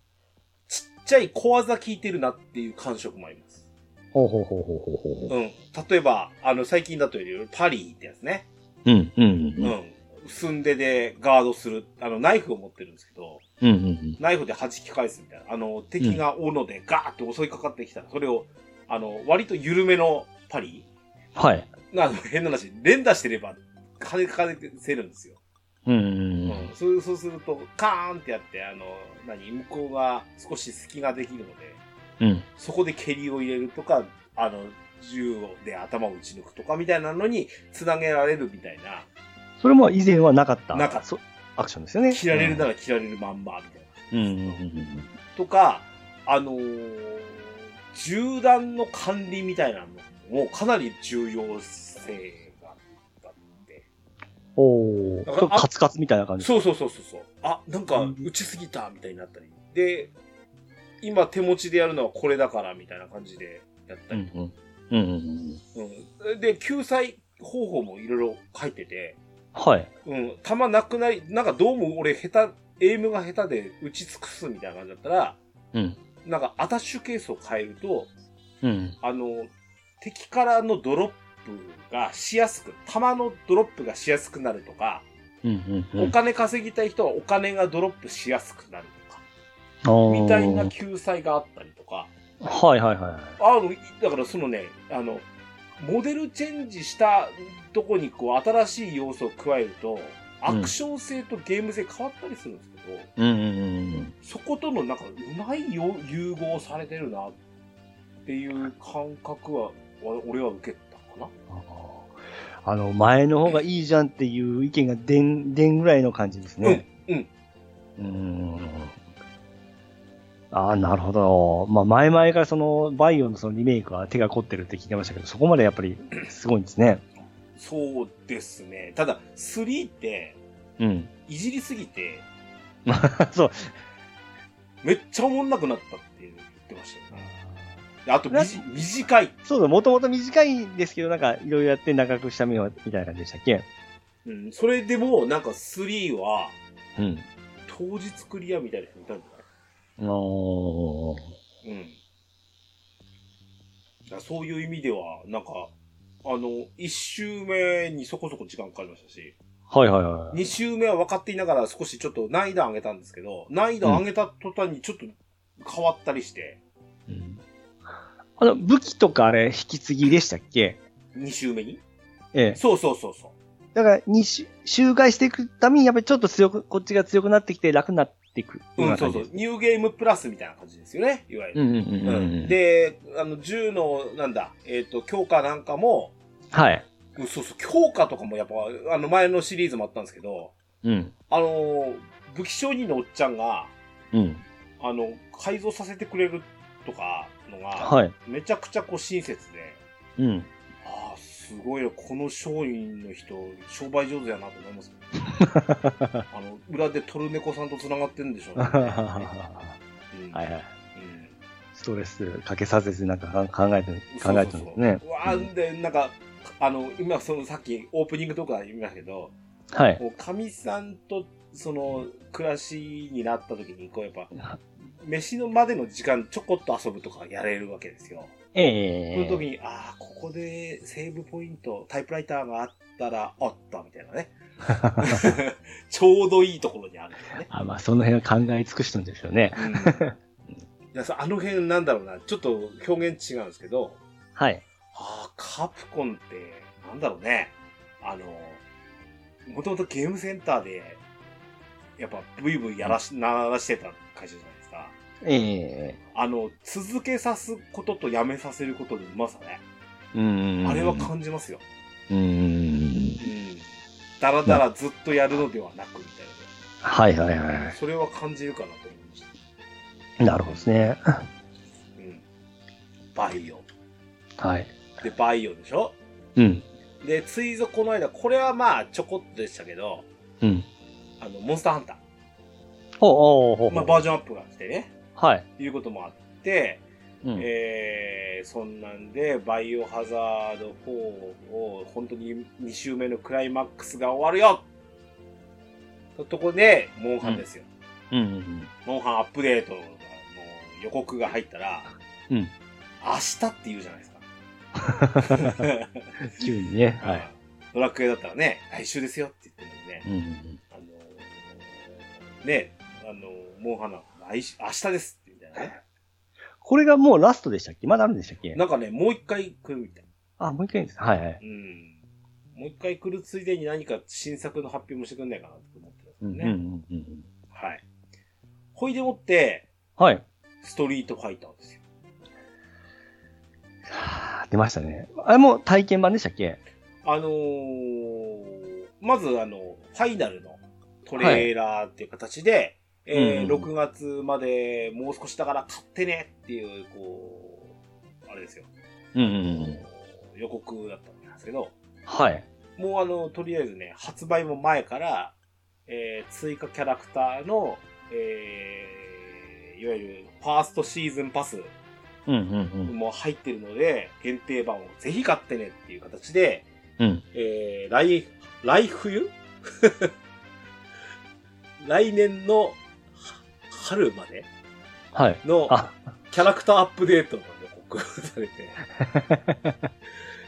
Speaker 1: ちっちゃい小技効いてるなっていう感触もあります。
Speaker 2: ほうほうほうほうほうほうほ
Speaker 1: うん。例えば、あの、最近だとよりパリーってやつね。
Speaker 2: う。うんうんうん
Speaker 1: う
Speaker 2: うん。
Speaker 1: ん。寸ででガードする、あの、ナイフを持ってるんですけど、
Speaker 2: うんうんうん。
Speaker 1: ナイフで弾き返すみたいな。あの、敵が斧でガーって襲いかかってきたら、それを、あの、割と緩めのパリ
Speaker 2: はい。
Speaker 1: な、変な話、連打してれば、金かかせるんですよ。
Speaker 2: うんうん
Speaker 1: う
Speaker 2: うんん。。
Speaker 1: そう、そうすると、カーンってやって、あの、何、向こうが少し隙ができるので、
Speaker 2: うん。
Speaker 1: そこで蹴りを入れるとか、あの、銃で頭を打ち抜くとかみたいなのに繋げられるみたいな、
Speaker 2: それも以前はなかった。
Speaker 1: なかった
Speaker 2: そアクションですよね。
Speaker 1: 切られるなら切られるまんま、みたいな。
Speaker 2: うんうんうんうん
Speaker 1: とか、あのー銃弾の管理みたいなのもかなり重要性があったって。
Speaker 2: おお
Speaker 1: だから
Speaker 2: ー。ちょっとカツカツみたいな感じ。
Speaker 1: そうそうそうそうそう。あ、なんか
Speaker 2: うん
Speaker 1: 撃ちすぎたみたいになったり。で、今手持ちでやるのはこれだからみたいな感じでやった
Speaker 2: う
Speaker 1: り。
Speaker 2: んうん。うんうんうん。
Speaker 1: うん。で、救済方法もいろいろ書いてて、
Speaker 2: はい。
Speaker 1: うん、弾なくなり、なんかどうも俺下手、エイムが下手で打ち尽くすみたいな感じだったら、
Speaker 2: うん。
Speaker 1: なんかアタッシュケースを変えると、
Speaker 2: うん。
Speaker 1: あの、敵からのドロップがしやすく、弾のドロップがしやすくなるとか、
Speaker 2: うんうん。
Speaker 1: お金稼ぎたい人はお金がドロップしやすくなるとか、
Speaker 2: うん
Speaker 1: みたいな救済があったりとか、
Speaker 2: はいはいはい。
Speaker 1: あの、だからそのね、あの、モデルチェンジしたとこにこう新しい要素を加えると、アクション性とゲーム性変わったりするんですけど、
Speaker 2: うんうんうん
Speaker 1: そことのなんかうまいよ融合されてるなっていう感覚はわ俺は受けたかな。
Speaker 2: うん。あの、前の方がいいじゃんっていう意見が出ん、出んぐらいの感じですね。
Speaker 1: うん
Speaker 2: うん。うん。ああ、なるほど。まあ、前々からその、バイオのそのリメイクは手が凝ってるって聞いてましたけど、そこまでやっぱりすごいんですね。
Speaker 1: そうですね。ただ、3って
Speaker 2: うん。
Speaker 1: いじりすぎて
Speaker 2: そう。
Speaker 1: めっちゃおもんなくなったって言ってましたよね。あとみじ、短い。
Speaker 2: そうだ、もともと短いんですけど、なんか、いろいろやって長くしたみようみたいな感じでしたっけ
Speaker 1: うん。それでも、なんか3は
Speaker 2: うん。
Speaker 1: 当日クリアみたいな人いたんじゃない
Speaker 2: おー。
Speaker 1: うん。だからそういう意味では、なんか、あの、1周目にそこそこ時間かかりましたし、
Speaker 2: はいはいはい。
Speaker 1: 2周目は分かっていながら少しちょっと難易度上げたんですけど、難易度上げた途端にちょっと変わったりして、
Speaker 2: うんあの、武器とかあれ、引き継ぎでしたっけ
Speaker 1: 2周目に
Speaker 2: ええ。
Speaker 1: そうそうそうそう。
Speaker 2: だから、にし、周回していくために、やっぱりちょっと強く、こっちが強くなってきて楽になっていく。
Speaker 1: うん、そうそう。。ニューゲームプラスみたいな感じですよね、いわゆ
Speaker 2: う
Speaker 1: る。
Speaker 2: んうんうんう。
Speaker 1: うんん、、で、あの、銃の、なんだ、えっ、と、強化なんかも、
Speaker 2: はい。
Speaker 1: うんそうそう、強化とかもやっぱ、あの、前のシリーズもあったんですけど、
Speaker 2: うん。
Speaker 1: あのー武器商人のおっちゃんが、
Speaker 2: うん。
Speaker 1: あの、改造させてくれるとかのが、
Speaker 2: はい。
Speaker 1: めちゃくちゃこう親切で、
Speaker 2: うん。
Speaker 1: ああ、すごいな、この商人の人、商売上手やなと思いますけ ど、あの、裏でトルネコさんと繋がってるんでしょうね。
Speaker 2: は
Speaker 1: うん
Speaker 2: いはい。
Speaker 1: うん
Speaker 2: ストレスかけさせず、なんか考えて、
Speaker 1: そうそ
Speaker 2: 考
Speaker 1: う
Speaker 2: えて
Speaker 1: そ
Speaker 2: る
Speaker 1: うん
Speaker 2: ですね。
Speaker 1: うわーで、なんか、あの、今、そのさっきオープニングとか言いましたけど、
Speaker 2: はい。
Speaker 1: こう、かみさんと、その、暮らしになった時に、こう、やっぱ、飯のまでの時間ちょこっと遊ぶとかやれるわけですよ。
Speaker 2: え
Speaker 1: その
Speaker 2: え。
Speaker 1: 時に、ああ、ここでセーブポイント、タイプライターがあったら、あった、みたいな ね。ちょうどいいところにあるとかね。
Speaker 2: あ、まあ、その辺は考え尽くしてるんですよね。
Speaker 1: うんいやそうあの辺なんだろうな、ちょっと表現違うんですけど、
Speaker 2: はい。
Speaker 1: ああ、カプコンって、なんだろうね。あの、もともとゲームセンターで、やっぱブイブイやらし、ならしてた会社じゃないですか。
Speaker 2: ええ。
Speaker 1: あの、続けさすこととやめさせることのうまさね。
Speaker 2: うん
Speaker 1: あれは感じますよ。
Speaker 2: うん。
Speaker 1: うん。だらだらずっとやるのではなく、みたい
Speaker 2: はいはい
Speaker 1: なね、
Speaker 2: は
Speaker 1: それは感じるかなと思いました。
Speaker 2: い。なるほどですね。
Speaker 1: うん。バイオ。
Speaker 2: はい。
Speaker 1: で、バイオでしょ
Speaker 2: うん。
Speaker 1: で、ついぞこの間、これはまあ、ちょこっとでしたけど、
Speaker 2: うん。
Speaker 1: あの、モンスターハンター。
Speaker 2: ほうほうほうほ
Speaker 1: まあ、
Speaker 2: う。
Speaker 1: バージョンアップが来てね、
Speaker 2: はい。
Speaker 1: いうこともあって、
Speaker 2: うん
Speaker 1: えー、そんなんで、バイオハザード4を、本当に2周目のクライマックスが終わるよととこで、モンハンですよ。
Speaker 2: うんうん
Speaker 1: モンハンアップデートが、もう予告が入ったら、
Speaker 2: うん
Speaker 1: 明日って言うじゃないですか。
Speaker 2: うん。急にね。 はい。
Speaker 1: ドラクエだったらね、来週ですよって言ってるのにね
Speaker 2: う、んうん
Speaker 1: あのーね、あのーモンハンなんか来週、明日ですってみたいなね。
Speaker 2: これがもうラストでしたっけまだあるんでしたっけ
Speaker 1: なんかね、もう一回来るみたい。
Speaker 2: あ、もう一回です。はいはい。
Speaker 1: うん。もう一回来るついでに何か新作の発表もしてくんないかなと思ってます
Speaker 2: う
Speaker 1: よ
Speaker 2: んうん
Speaker 1: ね。
Speaker 2: うんうん。
Speaker 1: はい。ほいでもって、
Speaker 2: はい。
Speaker 1: ストリートファイターですよ。
Speaker 2: はあ出ましたね。あれも体験版でしたっけ
Speaker 1: あのーまずあの、ファイナルのトレーラーっていう形で、えー
Speaker 2: うんうん
Speaker 1: 6月までもう少しだから買ってねっていう、こう、あれですよ。
Speaker 2: うんう
Speaker 1: 予告だったんですけど、
Speaker 2: はい。
Speaker 1: もうあの、とりあえずね、発売も前から、えー追加キャラクターの、えーいわゆるファーストシーズンパス
Speaker 2: うんうん
Speaker 1: も入ってるので、限定版をぜひ買ってねっていう形で、
Speaker 2: うん
Speaker 1: えー、来、来冬 来年のは春まで
Speaker 2: はい。
Speaker 1: の
Speaker 2: あ
Speaker 1: キャラクターアップデートが予告されて、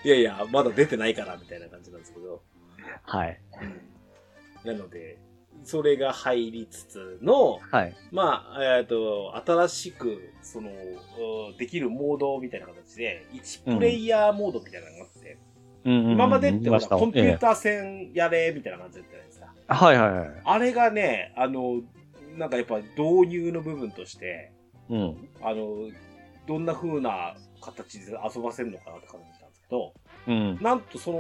Speaker 1: いやいや、まだ出てないからみたいな感じなんですけど、
Speaker 2: はい。
Speaker 1: なので、それが入りつつの、
Speaker 2: はい。
Speaker 1: まあ、えっ、と、新しく、その、うんできるモードみたいな形で、1プレイヤーモードみたいなのがあって、今までってほらコンピュー
Speaker 2: タ
Speaker 1: ター戦やれ、みたいな感じだったじゃないですか。
Speaker 2: ー。はいはいはい。
Speaker 1: あれがね、あの、なんかやっぱ導入の部分として、
Speaker 2: うん。
Speaker 1: あの、どんな風な形で遊ばせるのかなって感じなんですけど、
Speaker 2: うん。
Speaker 1: なんとその、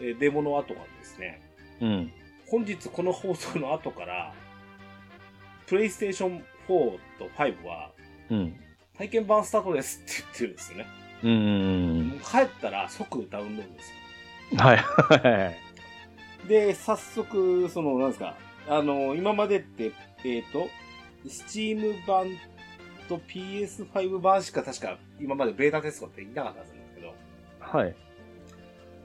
Speaker 1: えデモの後がですね、
Speaker 2: うん。
Speaker 1: 本日この放送の後から、PlayStation 4と5は
Speaker 2: うん。
Speaker 1: 体験版スタートですって言ってるんですよね。
Speaker 2: うん。
Speaker 1: もう帰ったら即ダウンロードですよ。
Speaker 2: はい はいはい。
Speaker 1: で、早速、その、なんですか、あの、今までって、えっ、と、Steam 版と PS5 版しか確か今までベータテストができなかったはずなんですけど、
Speaker 2: はい。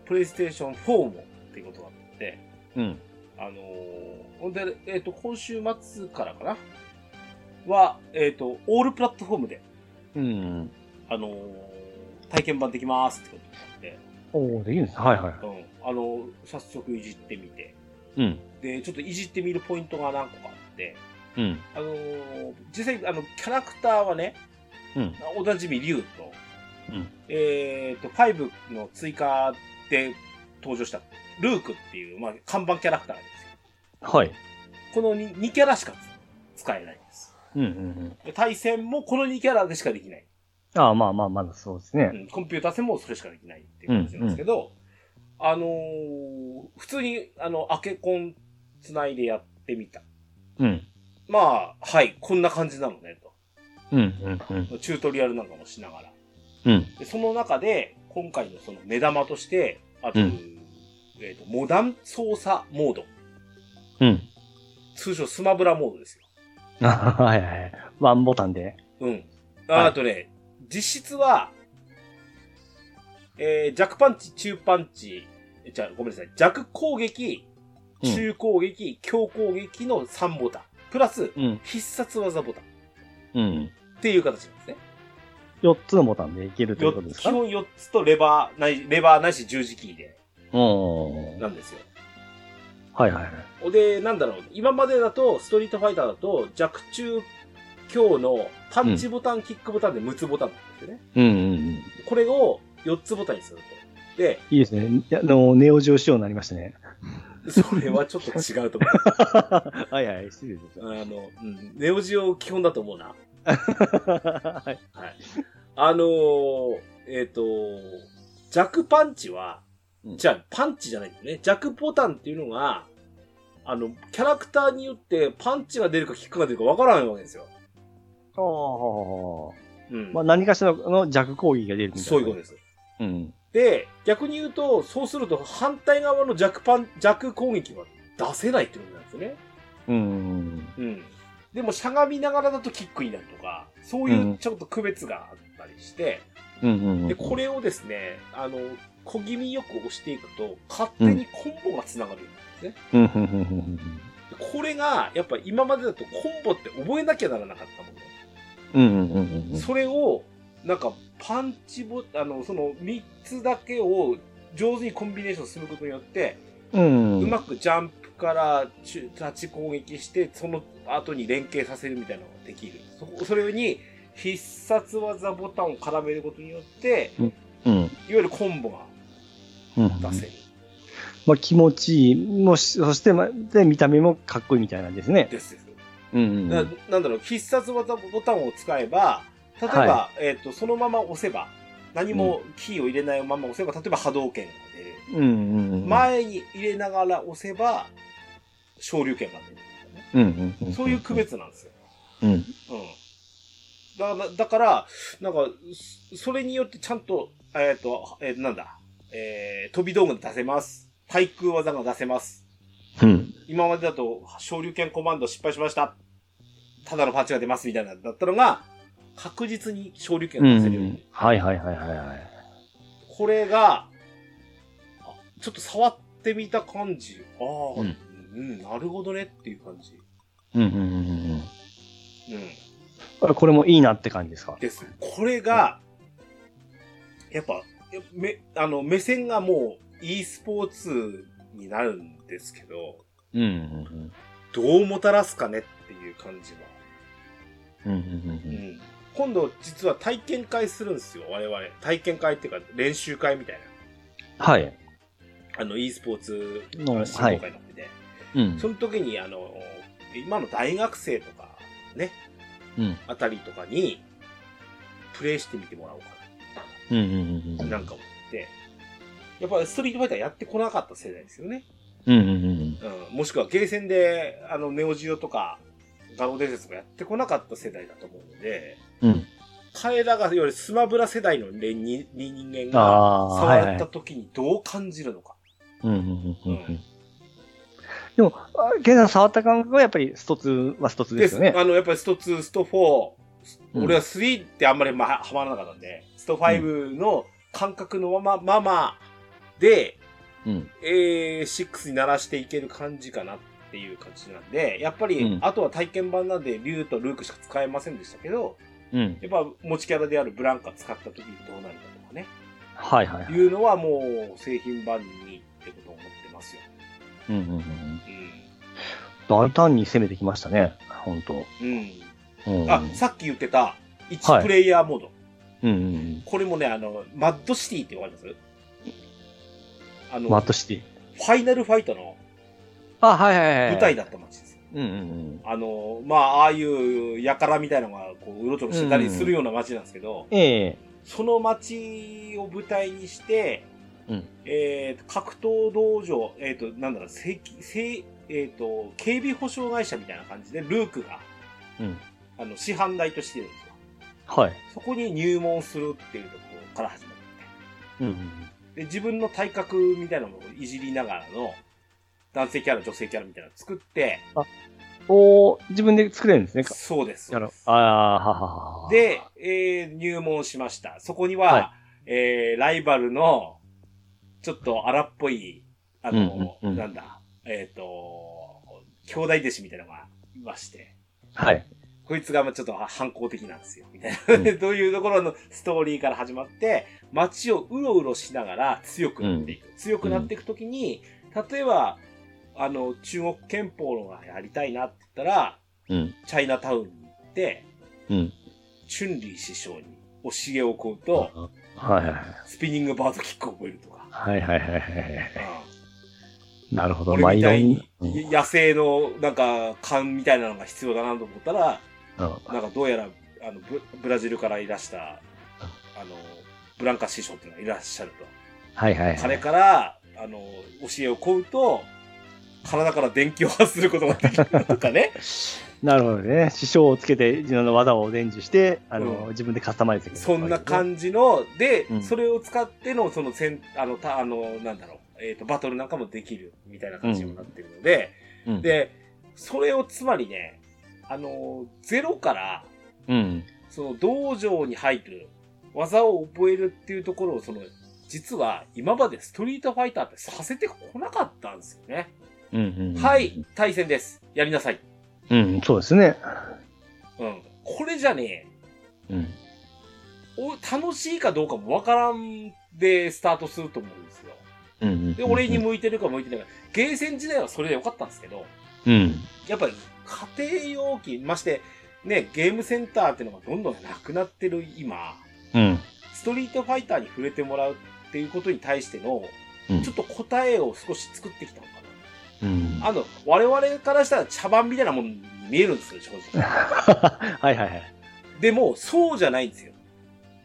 Speaker 1: PlayStation 4もっていうことがあって、
Speaker 2: うん。
Speaker 1: あのーほんで、えっ、と、今週末からかなは、えっ、と、オールプラットフォームで、
Speaker 2: うん。
Speaker 1: あのー体験版できますってことになって、
Speaker 2: おおできるんです。はいはいは
Speaker 1: うん、あのー早速いじってみて、
Speaker 2: い。うん。
Speaker 1: で、ちょっといじってみるポイントが何個かあって、
Speaker 2: うん。
Speaker 1: あのー実際、あの、キャラクターはね、
Speaker 2: うん。
Speaker 1: おなじみ竜と、
Speaker 2: うん
Speaker 1: えっ、と、5の追加で登場した、ルークっていう、まあ、看板キャラクターがいるんですよ。
Speaker 2: はい。
Speaker 1: この 2, キャラしか使えないんです。
Speaker 2: うんうんうん。
Speaker 1: で対戦もこの2キャラでしかできない。
Speaker 2: ああ、まあまあ、まだそうです
Speaker 1: う
Speaker 2: ね。
Speaker 1: んコンピューター戦もそれしかできないっていう感じなんですけど、あのー普通に、あの、アケコン繋いでやってみた。
Speaker 2: うん。
Speaker 1: まあ、はい、こんな感じなのね、
Speaker 2: うんうんうん。
Speaker 1: と。チュートリアルなんかもしながら。
Speaker 2: うん。
Speaker 1: で、その中で、今回のその目玉として、あと、
Speaker 2: うん
Speaker 1: えっ、と、モダン操作モード。
Speaker 2: うん。
Speaker 1: 通称スマブラモードですよ。
Speaker 2: はいはい。ワンボタンで。
Speaker 1: うん。
Speaker 2: はい
Speaker 1: ああとね、実質は、えー、弱パンチ、中パンチ、えじゃあごめんなさい、弱攻撃、
Speaker 2: うん
Speaker 1: 中攻撃、強攻撃の3ボタン、プラス
Speaker 2: うん。
Speaker 1: 必殺技ボタンっ
Speaker 2: うん。
Speaker 1: ていう形なんですね。
Speaker 2: 4つのボタンでいけるということ
Speaker 1: よ
Speaker 2: です
Speaker 1: 基
Speaker 2: か
Speaker 1: 本4つとレバーない、レバーないし十字キーで、
Speaker 2: おー
Speaker 1: なんですよ。
Speaker 2: はいはいはい。
Speaker 1: で、なんだろう、今までだと、ストリートファイターだと、弱中強のパンチボタン、キックボタンで6つボタンなんですよね。
Speaker 2: うんうんうん。
Speaker 1: これを4つボタンにすると。で、
Speaker 2: いいですね。いやあの、ネオジオ仕様になりましたね。
Speaker 1: それはちょっと違うと思
Speaker 2: はいはい、失礼です。
Speaker 1: う。あの、うん、ネオジオ基本だと思うな。
Speaker 2: はい。
Speaker 1: あのーえっ、と、弱パンチは、
Speaker 2: うん
Speaker 1: じゃあパンチじゃないんだよね。弱ボタンっていうのが、あの、キャラクターによってパンチが出るかキックが出るかわからないわけですよ。
Speaker 2: あー
Speaker 1: うん。
Speaker 2: まあ、何かしらの弱攻撃が出るみたいな。
Speaker 1: そういうことです。
Speaker 2: す。うん。
Speaker 1: で、逆に言うと、そうすると反対側の弱パン、弱攻撃は出せないってことなんですよね。
Speaker 2: うん。
Speaker 1: うん。でもしゃがみながらだとキックになるとか、そう
Speaker 2: う
Speaker 1: いうんちょっと区別があったりして、
Speaker 2: うんうん。
Speaker 1: で、これをですね、あの、小気味よく押していくと、勝手にコンボが繋がるんですね。
Speaker 2: うんうんうんうん
Speaker 1: でこれが、やっぱ今までだとコンボって覚えなきゃならなかったもの。
Speaker 2: うん。うんうんうんうん。
Speaker 1: それを、なんか、パンチボ、あの、その3つだけを上手にコンビネーションすることによって、
Speaker 2: うん。
Speaker 1: うまくジャンプから中立ち攻撃して、その後に連携させるみたいなのができる。そこそれに必殺技ボタンを絡めることによって、
Speaker 2: うん。
Speaker 1: いわゆるコンボが
Speaker 2: うん。
Speaker 1: 出せる。
Speaker 2: まあ、気持ちいい。もし、そして、まあ、で、見た目もかっこいいみたいなんですね。
Speaker 1: ですです。
Speaker 2: うん
Speaker 1: ななんだろう、必殺技ボタンを使えば、例えば、
Speaker 2: は
Speaker 1: えっ、と、そのまま押せば、何もキーを入れないまま押せば、例えば波動拳が出る。
Speaker 2: うんうんうん。
Speaker 1: 前に入れながら押せば、昇竜拳が出る、
Speaker 2: うんうんうんん。
Speaker 1: そういう区別なんですよ。
Speaker 2: うん。
Speaker 1: うん。だから、だからなんか、そそれによってちゃんと、えっ、と、えーなんだ、えー飛び道具が出せます。対空技が出せます。
Speaker 2: うん。
Speaker 1: 今までだと、昇竜拳コマンド失敗しました。ただのパンチが出ますみたいなのだったのが、確実に昇竜拳
Speaker 2: う
Speaker 1: を出せるように。
Speaker 2: ん。はいはいはいはいはい。
Speaker 1: これが、あちょっと触ってみた感じ。ああ、う
Speaker 2: うんん、
Speaker 1: なるほどねっていう感じ。
Speaker 2: うんうんうん
Speaker 1: うん。
Speaker 2: うん。これもいいなって感じですか
Speaker 1: です。これが、やっぱ、やめ、あの、目線がもう e スポーツになるんですけど、
Speaker 2: うんうん
Speaker 1: どうもたらすかねっていう感じは。
Speaker 2: うん。うんうん
Speaker 1: う
Speaker 2: うん
Speaker 1: ん。今度、実は体験会するんですよ、我々。体験会っていうか、練習会みたいな。
Speaker 2: はい。
Speaker 1: あの、e スポーツ
Speaker 2: の
Speaker 1: の振興会の方で。
Speaker 2: うん
Speaker 1: その時に、あの、今の大学生とか、ね、
Speaker 2: うん
Speaker 1: あたりとかに、プレイしてみてもらおうか
Speaker 2: うんうんうんう
Speaker 1: な、
Speaker 2: ん。
Speaker 1: なんか思って。やっぱりストリートファイターやってこなかった世代ですよね。
Speaker 2: うんうんうん
Speaker 1: うん。もしくはゲーセンで、あの、ネオジオとか、ガロ伝説とかやってこなかった世代だと思うので、
Speaker 2: うん。うん。
Speaker 1: 彼らが、いわゆるスマブラ世代の連にに人間
Speaker 2: あ
Speaker 1: が、
Speaker 2: あ、はいは
Speaker 1: 触っ
Speaker 2: い
Speaker 1: た。時にどう感じるのか。
Speaker 2: うんうんうんうん
Speaker 1: う
Speaker 2: うんん。でも、あ現在触った感覚はやっぱりスト2はスト2ですよね。
Speaker 1: あの、やっぱりスト2、スト4、
Speaker 2: うん
Speaker 1: 俺は3ってあんまりまはまらなかったんで、スト5の感覚のまま、ままで、
Speaker 2: うん。
Speaker 1: えー、6に鳴らしていける感じかなっていう感じなんで、やっぱり、
Speaker 2: うん
Speaker 1: あとは体験版なんで、竜とルークしか使えませんでしたけど、
Speaker 2: うん。
Speaker 1: やっぱ持ちキャラであるブランカ使った時にどうなるかとかね、
Speaker 2: はいはいはい。
Speaker 1: いうのはもう製品版にってことを思ってますよ。
Speaker 2: うんうんうん。
Speaker 1: う
Speaker 2: 大胆に攻めてきましたね。本当。
Speaker 1: ん。うん。
Speaker 2: うん。
Speaker 1: あ、さっき言ってた、
Speaker 2: は
Speaker 1: 1
Speaker 2: い
Speaker 1: プレイヤーモード。
Speaker 2: うんうん
Speaker 1: これもね、あの、マッドシティってわかりますあ
Speaker 2: う
Speaker 1: の、
Speaker 2: ん。マットシティ。
Speaker 1: ファイナルファイトの
Speaker 2: あ、はいはいはい。
Speaker 1: 舞台。だった街ですよ。
Speaker 2: うんうん
Speaker 1: あの、まあ、ああいう、やからみたいなのが、こう、うろちょろしてたりするような街なんですけど、
Speaker 2: うん。ええ。
Speaker 1: その街を舞台にして、
Speaker 2: うん
Speaker 1: えー、格闘道場、えっ、と、なんだろう、正規、正、えっ、と、警備保障会社みたいな感じで、ルークが、
Speaker 2: うん。
Speaker 1: あの、師範代としてるんですよ。
Speaker 2: はい。
Speaker 1: そこに入門するっていうところから始まって。
Speaker 2: うんうん。
Speaker 1: で、自分の体格みたいなのをいじりながらの、男性キャラ、女性キャラみたいなのを作って、
Speaker 2: おー自分で作れるんですね。
Speaker 1: そうです。
Speaker 2: なる
Speaker 1: そうです
Speaker 2: ああ、はははは。
Speaker 1: で、えー入門しました。そこには、
Speaker 2: は
Speaker 1: えーライバルの、ちょっと荒っぽい、あの、
Speaker 2: うんうんうん
Speaker 1: なんだ、えっ、と、兄弟弟子みたいなのがいまして、
Speaker 2: はい。
Speaker 1: こいつがまあちょっと反抗的なんですよ、みたいな。
Speaker 2: う ん
Speaker 1: というところのストーリーから始まって、街をうろうろしながら強くなっていく。強くなっていくときに、例えば、あの、中国憲法のがやりたいなって言ったら、
Speaker 2: うん。
Speaker 1: チャイナタウンに行って、
Speaker 2: うん。
Speaker 1: チュンリー師匠に教えを請うと、
Speaker 2: はいはい
Speaker 1: スピニングバードキックを覚えるとか、
Speaker 2: はい。はいはいはいはい。
Speaker 1: う
Speaker 2: なるほ
Speaker 1: ん、
Speaker 2: ど。
Speaker 1: 俺みたいに
Speaker 2: うんうん
Speaker 1: 野生のなんか勘みたいなのが必要だなと思ったら、なんかどうやらあのブブラジルからいらした、あの、ブランカ師匠っていうのがいらっしゃると。
Speaker 2: はいはいは
Speaker 1: 彼
Speaker 2: い。
Speaker 1: から、あの、教えを請うと、体から電気を発することができるとかね。
Speaker 2: なるほどね。師匠をつけて、自分の技を伝授して、あの、
Speaker 1: うん
Speaker 2: 自分でカスタマイズできる
Speaker 1: そんな感じの、で、
Speaker 2: うん
Speaker 1: それを使っての、その、せん、あの、た、あの、なんだろう、えっ、と、バトルなんかもできる、みたいな感じにもなってるので、
Speaker 2: うん、
Speaker 1: で、それをつまりね、あの、ゼロから、
Speaker 2: うん。
Speaker 1: その、道場に入る、技を覚えるっていうところを、その、実は、今までストリートファイターってさせてこなかったんですよね。
Speaker 2: うんうんうん。
Speaker 1: はい、対戦です。やりなさい。
Speaker 2: うん、そうですね。
Speaker 1: うん。これじゃね、
Speaker 2: うん。
Speaker 1: お楽しいかどうかもわからんで、スタートすると思うんですよ。
Speaker 2: うんうん。
Speaker 1: で、俺に向いてるか向いてないか。ゲーセン時代はそれで良かったんですけど、
Speaker 2: うん。
Speaker 1: やっぱり家庭用機、まして、ね、ゲームセンターっていうのがどんどんなくなってる今、
Speaker 2: うん。
Speaker 1: ストリートファイターに触れてもらうっていうことに対しての
Speaker 2: うん、
Speaker 1: ちょっと答えを少し作ってきたのか
Speaker 2: うん。
Speaker 1: な。あの、我々からしたら茶番みたいなもんに見えるんですよ、正直。
Speaker 2: はいはいはい。
Speaker 1: でも、そうじゃないんですよ。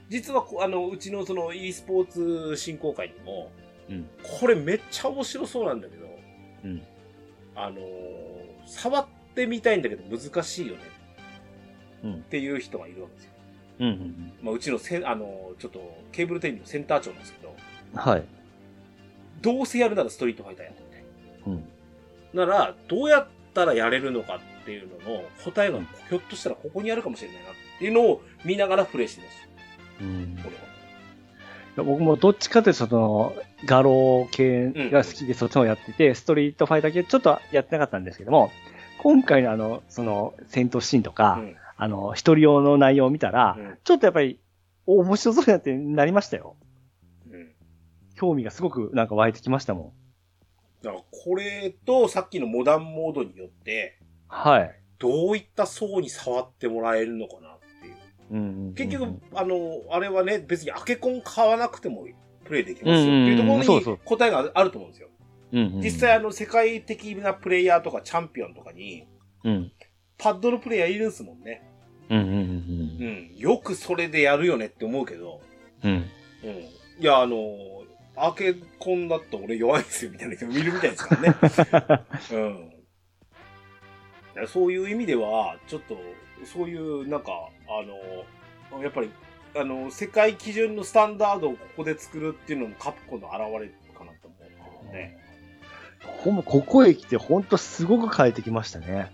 Speaker 1: 実はこ、あの、うちのその e スポーツ振興会にも、
Speaker 2: うん
Speaker 1: これめっちゃ面白そうなんだけど、
Speaker 2: うん。
Speaker 1: あのー触ってみたいんだけど難しいよね。
Speaker 2: うん
Speaker 1: っていう人がいるわけですよ。
Speaker 2: うんうん
Speaker 1: まあ、うちのせん、あのーちょっと、ケーブルテレビのセンター長なんですけど、
Speaker 2: うん。はい。
Speaker 1: どうせやるならストリートファイターやってみたい。
Speaker 2: うん。
Speaker 1: なら、どうやったらやれるのかっていうのの答えが、ひょっとしたらここにあるかもしれないなっっていうのを見ながらプレイしてます。
Speaker 2: うん
Speaker 1: 俺は。
Speaker 2: 僕もどっちかってその、画廊系が好きでそっちもやってて、ストリートファイター系ちょっとやってなかったんですけども、今回のあの、その、戦闘シーンとか、
Speaker 1: うん
Speaker 2: あの、一人用の内容を見たら、
Speaker 1: うん
Speaker 2: ちょっとやっぱり、お面白そうやってなりましたよ。
Speaker 1: うん
Speaker 2: 興味がすごくなんか湧いてきましたもん。
Speaker 1: だからこれとさっきのモダンモードによって、
Speaker 2: はい。
Speaker 1: どういった層に触ってもらえるのかなっていう。
Speaker 2: うん
Speaker 1: 結局、
Speaker 2: うん
Speaker 1: あの、あれはね、別にアケコン買わなくてもプレイできますよっ
Speaker 2: う
Speaker 1: て
Speaker 2: んうんうん
Speaker 1: いうとこ
Speaker 2: そうそ
Speaker 1: ろ
Speaker 2: う
Speaker 1: に答えがあると思うんですよ。
Speaker 2: うんうん、
Speaker 1: 実際、あの、世界的なプレイヤーとかチャンピオンとかに、
Speaker 2: うん、
Speaker 1: パッドのプレイヤーいるんすもんね。
Speaker 2: うん、うん、うん
Speaker 1: うん。よくそれでやるよねって思うけど、
Speaker 2: うん、う
Speaker 1: う
Speaker 2: ん。
Speaker 1: ん。いや、あの、アケコンだと俺弱いんですよみたいな人もいるみたいです からね。うん。だからそういう意味では、ちょっと、そういう、なんか、あの、やっぱり、あの、世界基準のスタンダードをここで作るっていうのもカプコンの表れかなと思うんだよね。
Speaker 2: ほんま、ここへ来て、ほんとすごく変えてきましたね。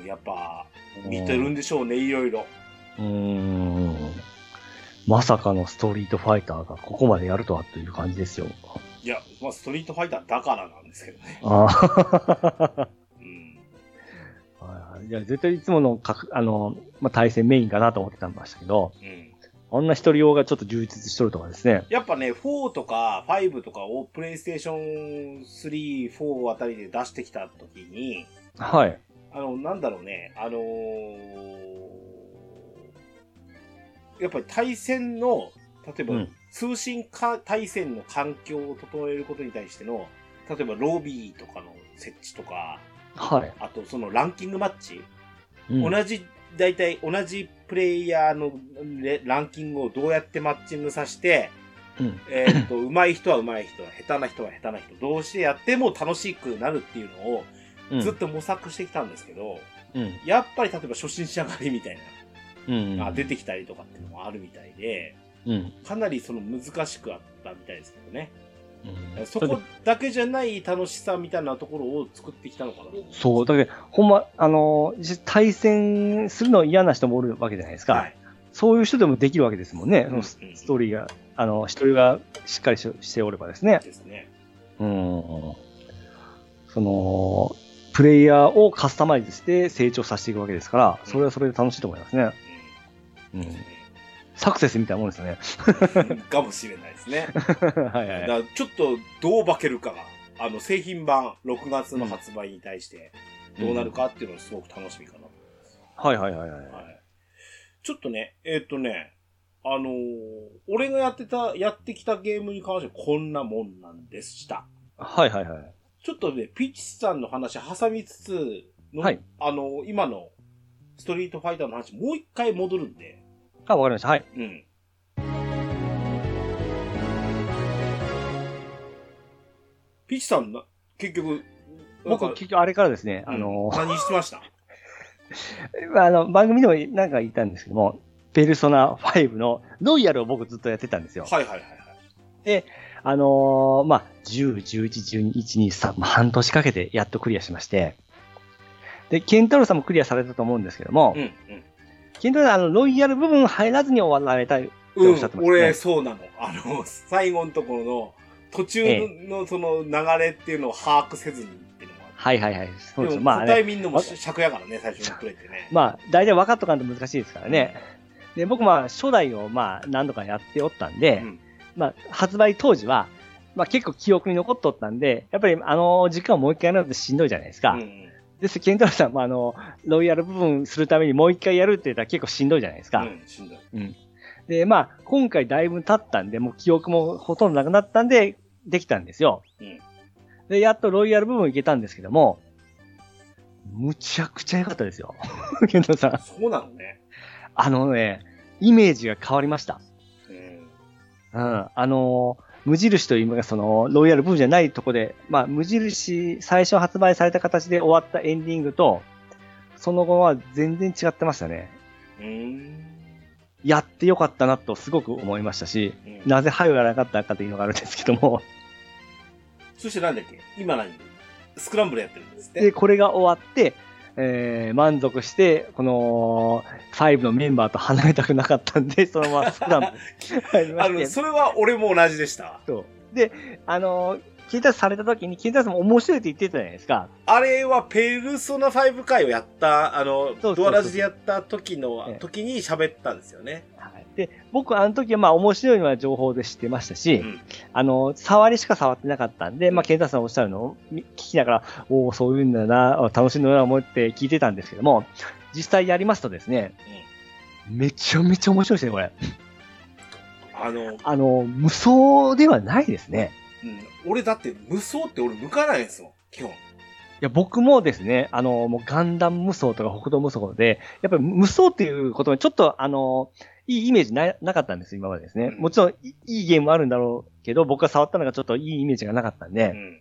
Speaker 1: うん、やっぱ、見てるんでしょうね、いろいろ。
Speaker 2: うん。まさかのストリートファイターがここまでやるとはという感じですよ。
Speaker 1: いや、まあ、ストリートファイターだからなんですけどね。
Speaker 2: あ あ。
Speaker 1: うん。
Speaker 2: はいや、絶対いつものかく、あの、まあ、対戦メインかなと思ってたんましたけど、
Speaker 1: うん。
Speaker 2: あんな一人用がちょっと充実しとるとかですね。
Speaker 1: やっぱね、4とか5とかをプレイステーション3、4あたりで出してきた時に、
Speaker 2: はい。
Speaker 1: あの、なんだろうね、あのーやっぱり対戦の、例えば、
Speaker 2: うん
Speaker 1: 通信か対戦の環境を整えることに対しての、例えばロビーとかの設置とか、
Speaker 2: はい。
Speaker 1: あとそのランキングマッチ、
Speaker 2: うん
Speaker 1: 同じ、大体同じプレイヤーのレランキングをどうやってマッチングさせて、
Speaker 2: うん
Speaker 1: えーっと、 上手い人は上手い人、下手な人は下手な人、どうしてやっても楽しくなるっていうのを
Speaker 2: うん
Speaker 1: ずっと模索してきたんですけど、
Speaker 2: うん。
Speaker 1: やっぱり例えば初心者狩りみたい
Speaker 2: う
Speaker 1: な
Speaker 2: ん。
Speaker 1: のが出てきたりとかっていうのもあるみたいで、
Speaker 2: うん。
Speaker 1: かなりその難しくあったみたいですけどね。
Speaker 2: うん
Speaker 1: そこだけじゃない楽しさみたいなところを作ってきたのかな。
Speaker 2: そう、だけど、ほんま、あの、実対戦するの嫌な人もおるわけじゃないですか。
Speaker 1: はい。
Speaker 2: そういう人でもできるわけですもんね。
Speaker 1: ん
Speaker 2: そのスストーリーが、あの、一人がしっかりししておればですね。
Speaker 1: ですね。
Speaker 2: うん。その、プレイヤーをカスタマイズして成長させていくわけですから、それはそれで楽しいと思いますね。
Speaker 1: う
Speaker 2: う
Speaker 1: ん
Speaker 2: ん。サクセスみたいなもんですよ ね。
Speaker 1: うん。 かもしれないですね。
Speaker 2: はい
Speaker 1: だ
Speaker 2: は
Speaker 1: か
Speaker 2: いは
Speaker 1: ら
Speaker 2: い。
Speaker 1: ちょっとどう化けるかが、あの、製品版6月の発売に対してどうなるかっていうのがすごく楽しみかな。
Speaker 2: はいはいはいはい。
Speaker 1: はい。ちょっとね、えーっ、とね、あのー俺がやってた、やってきたゲームに関してはこんなもんなんでした。
Speaker 2: はいはいはい。
Speaker 1: ちょっとね、ピチさんの話挟みつつの、
Speaker 2: はい
Speaker 1: あのー今のストリートファイターの話、もう一回戻るんで、
Speaker 2: あ、わかりました。はい。
Speaker 1: うん。ピチさんな、結局、
Speaker 2: 僕、
Speaker 1: なんか
Speaker 2: 結局あれからですね、あ
Speaker 1: う
Speaker 2: の
Speaker 1: ん、何してました
Speaker 2: あの、番組でもなんか言ったんですけども、ペルソナ5のロイヤルを僕ずっとやってたんですよ。
Speaker 1: はいはいはいはい。
Speaker 2: あのーまあ、10、11、12、1、2、3、まあ半年かけてやっとクリアしまして、で、ケンタロウさんもクリアされたと思うんですけども、
Speaker 1: うん、うん。
Speaker 2: ケンタロウさん、あの、ロイヤル部分入らずに終わられたい。
Speaker 1: う
Speaker 2: お
Speaker 1: ん
Speaker 2: っしゃってましたね
Speaker 1: 俺、そうなの。あの、最後のところの、途中の,、
Speaker 2: え
Speaker 1: その流れっていうのを把握せずにっていうのもあ
Speaker 2: はいはいはい。そ
Speaker 1: る
Speaker 2: うです
Speaker 1: で
Speaker 2: よ。
Speaker 1: も
Speaker 2: まあ
Speaker 1: 答え
Speaker 2: ね、
Speaker 1: 見んのも尺やからね、最初にくれてね。
Speaker 2: まあ、大体分かっとかんと難しいですからね。で、僕、まあ、初代をまあ、何度かやっておったんで、
Speaker 1: うん
Speaker 2: まあ、発売当時は、まあ、結構記憶に残っとったんで、やっぱり、あの、時間をもう一回やるのってしんどいじゃないですか。
Speaker 1: うん
Speaker 2: です、ケンタロウさんも、あの、ロイヤル部分するためにもう一回やるって言ったら結構しんどいじゃないです
Speaker 1: う
Speaker 2: か。
Speaker 1: ん、しんどい。
Speaker 2: で、まあ、今回だいぶ経ったんで、もう記憶もほとんどなくなったんで、できたんですよ。
Speaker 1: うん
Speaker 2: で、やっとロイヤル部分いけたんですけども、むちゃくちゃ良かったですよ。 ケンタロウさん。
Speaker 1: そうなのね。
Speaker 2: あのね、イメージが変わりました。
Speaker 1: うん。
Speaker 2: うん。あのー無印というのが、その、ロイヤル部分じゃないとこで、まあ、無印、最初発売された形で終わったエンディングと、その後は全然違ってましたね。
Speaker 1: うん。
Speaker 2: やってよかったなとすごく思いましたし、
Speaker 1: うん
Speaker 2: なぜ早くやらなかったかというのがあるんですけど も、
Speaker 1: そしてなんだっけ今何スクランブルやってるんですっ
Speaker 2: で、
Speaker 1: て。
Speaker 2: これが終わって、えー満足して、この、5のメンバーと離れたくなかった んで、そのままスクランブルに入りま
Speaker 1: あ
Speaker 2: して
Speaker 1: の、それは俺も同じでした。
Speaker 2: そう。で、あのー、キータスされた時に、キータスも面白いって言ってたじゃないですか。
Speaker 1: あれは、ペルソナ5回をやった、あの、
Speaker 2: そうそうそう
Speaker 1: ドアラジでやった時の
Speaker 2: ええ、
Speaker 1: 時に喋ったんですよね。
Speaker 2: はい、で、僕、あの時はまあ面白いのは情報で知ってましたし、
Speaker 1: うん
Speaker 2: あの、触りしか触ってなかったんで、まあ、ケンタさんおっしゃるのをみ聞きながら、おお、そういうんだな、あ楽しいんだな、思って聞いてたんですけども、実際やりますとですね、めちゃめちゃ面白いですね、これ。
Speaker 1: あの、
Speaker 2: あの、無双ではないですね。
Speaker 1: うん、俺だって無双って俺向かないんですもん、基本。
Speaker 2: いや、僕もですね、あの、もうガンダム無双とか北斗無双で、やっぱり無双っていうことにちょっと、あの、いいイメージななかったんです、今までですね。もちろんい、いいゲームあるんだろうけど、僕が触ったのがちょっといいイメージがなかったんで、
Speaker 1: うん。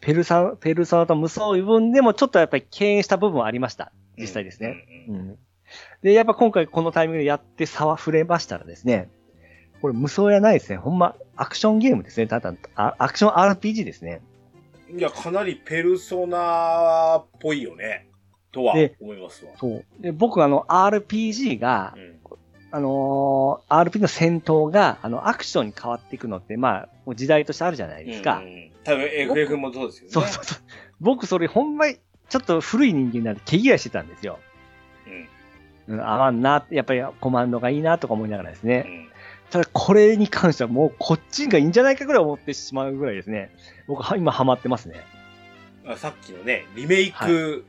Speaker 2: ペルサ、ペルサと無双いう分でもちょっとやっぱり敬遠した部分はありました。実際ですね。
Speaker 1: うん。うん
Speaker 2: で、やっぱ今回このタイミングでやって差は触れましたらですね、これ無双やないですね。ほんま、アクションゲームですね。ただ、あアクション RPG ですね。
Speaker 1: いや、かなりペルソナっぽいよね。とは
Speaker 2: で
Speaker 1: 思いますわ。
Speaker 2: そう。で、僕あの、RPG が
Speaker 1: う、ん。
Speaker 2: あのー RPG の戦闘が、あの、アクションに変わっていくのって、まあ、もう時代としてあるじゃないですか。
Speaker 1: うん。多分 FF もそうですよね。
Speaker 2: そうそうそう。僕それほんまに、ちょっと古い人間なんで手嫌いしてたんですよ。
Speaker 1: うん。
Speaker 2: うん、合わんなって、やっぱりコマンドがいいなとか思いながらですね
Speaker 1: う。ん。
Speaker 2: ただこれに関してはもうこっちがいいんじゃないかぐらい思ってしまうぐらいですね。僕は今ハマってますね。
Speaker 1: あさっきのね、リメイク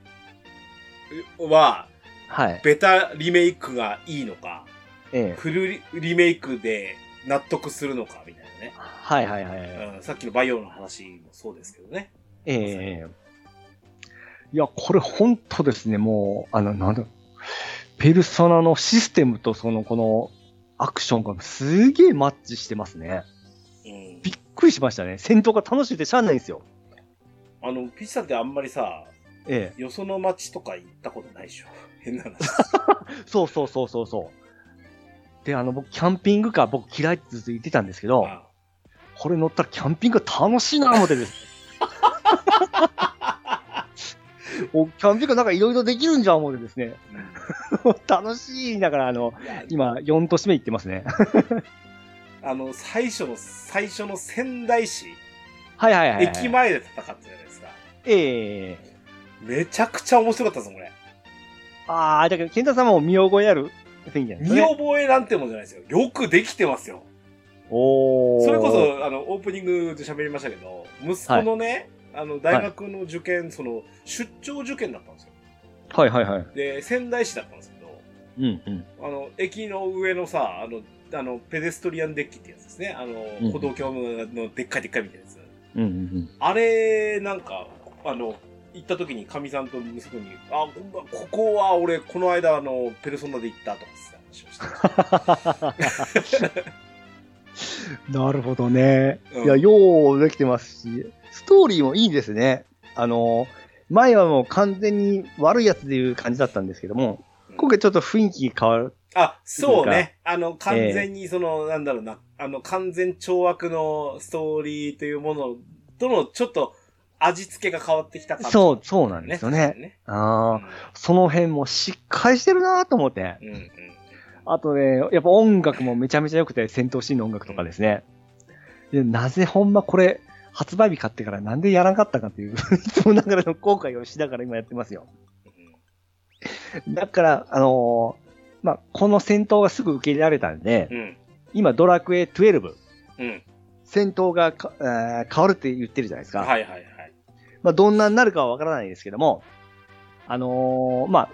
Speaker 1: は、
Speaker 2: はい。
Speaker 1: ベタリメイクがいいのか、
Speaker 2: ええ。
Speaker 1: フルリリメイクで納得するのか、みたいなね。
Speaker 2: はいはいはいはい。
Speaker 1: うん、さっきのバイオの話もそうですけどね。
Speaker 2: ええいや、これ本当ですね、もう、あの、なんだ、ペルソナのシステムとその、この、アクションがすげえマッチしてますね。
Speaker 1: うん
Speaker 2: びっくりしましたね。戦闘が楽しくてしゃあないんですよ。
Speaker 1: あの、ピッチさんってあんまりさ、
Speaker 2: え
Speaker 1: よその町とか行ったことないでしょ。 変な話。
Speaker 2: え。そうそうそうそうそう。で、あの、僕、キャンピングカー、僕嫌いってずっと言ってたんですけど、
Speaker 1: あ
Speaker 2: これ乗ったらキャンピングカー楽しいな思ってです。おキャンピングカーなんかいろいろできるんじゃん思ってですね。 楽しいだから、あの、
Speaker 1: うんいや
Speaker 2: 今、4年目行ってますね。
Speaker 1: あの、最初の、最初の仙台市、
Speaker 2: はいはいはい。
Speaker 1: 駅。前で戦ったじゃないですか。
Speaker 2: ええ
Speaker 1: めちゃくちゃ面白かったぞ、これ。
Speaker 2: ああ、だけど、健太さんも見覚えある雰囲気なんです
Speaker 1: 見
Speaker 2: ね。
Speaker 1: 覚えなんてもんじゃないですよ。よくできてますよ。
Speaker 2: おー
Speaker 1: それこ、そ、あの、オープニングで喋りましたけど、息子のね、あの、大学の受験、その、出張受験だったんですよ。
Speaker 2: はいはいはい。
Speaker 1: で、仙台市だったんですけど、
Speaker 2: うんうん。
Speaker 1: あの、駅の上のさ、あの、あの、ペデストリアンデッキってやつですね。あ
Speaker 2: うん
Speaker 1: の、歩道橋のでっかいでっかいみたいなやつ。
Speaker 2: うんうん
Speaker 1: あれ、なんか、あの、行った時にかみさんと息子に、あ、こここは俺、この間、あの、ペルソナで行ったとかさ、話をしてま した。
Speaker 2: うん。なるほどね。
Speaker 1: うん
Speaker 2: いや、ようできてますし、ストーリーもいいですね。あの、前はもう完全に悪いやつでいう感じだったんですけども、
Speaker 1: うん
Speaker 2: 今回ちょっと雰囲気変わる。
Speaker 1: あ、そうね。あの、完全にその、なんだろうな、あの、完全懲悪のストーリーというものとの、ちょっと、味付けが変わってきた感じ
Speaker 2: そう、そうなんですよ
Speaker 1: 確か
Speaker 2: ね。
Speaker 1: にね。う
Speaker 2: ああ、
Speaker 1: ん
Speaker 2: その辺もしっかりしてるなと思って。
Speaker 1: うんうん。
Speaker 2: あとね、やっぱ音楽もめちゃめちゃ良くて、戦闘シーンの音楽とかですね。で、なぜほんまこれ、発売日買ってからなんでやらなかったかっていう、いつもながらの後悔をしながら今やってますよ。
Speaker 1: うん
Speaker 2: だから、あのーまあ、この戦闘がすぐ受け入れられたんで、
Speaker 1: うん。
Speaker 2: 今ドラクエ12、
Speaker 1: うん。
Speaker 2: 戦闘がか、えー変わるって言ってるじゃないですか。
Speaker 1: はいはいはい。
Speaker 2: まあ、どんなになるかはわからないですけども、あのーまあ、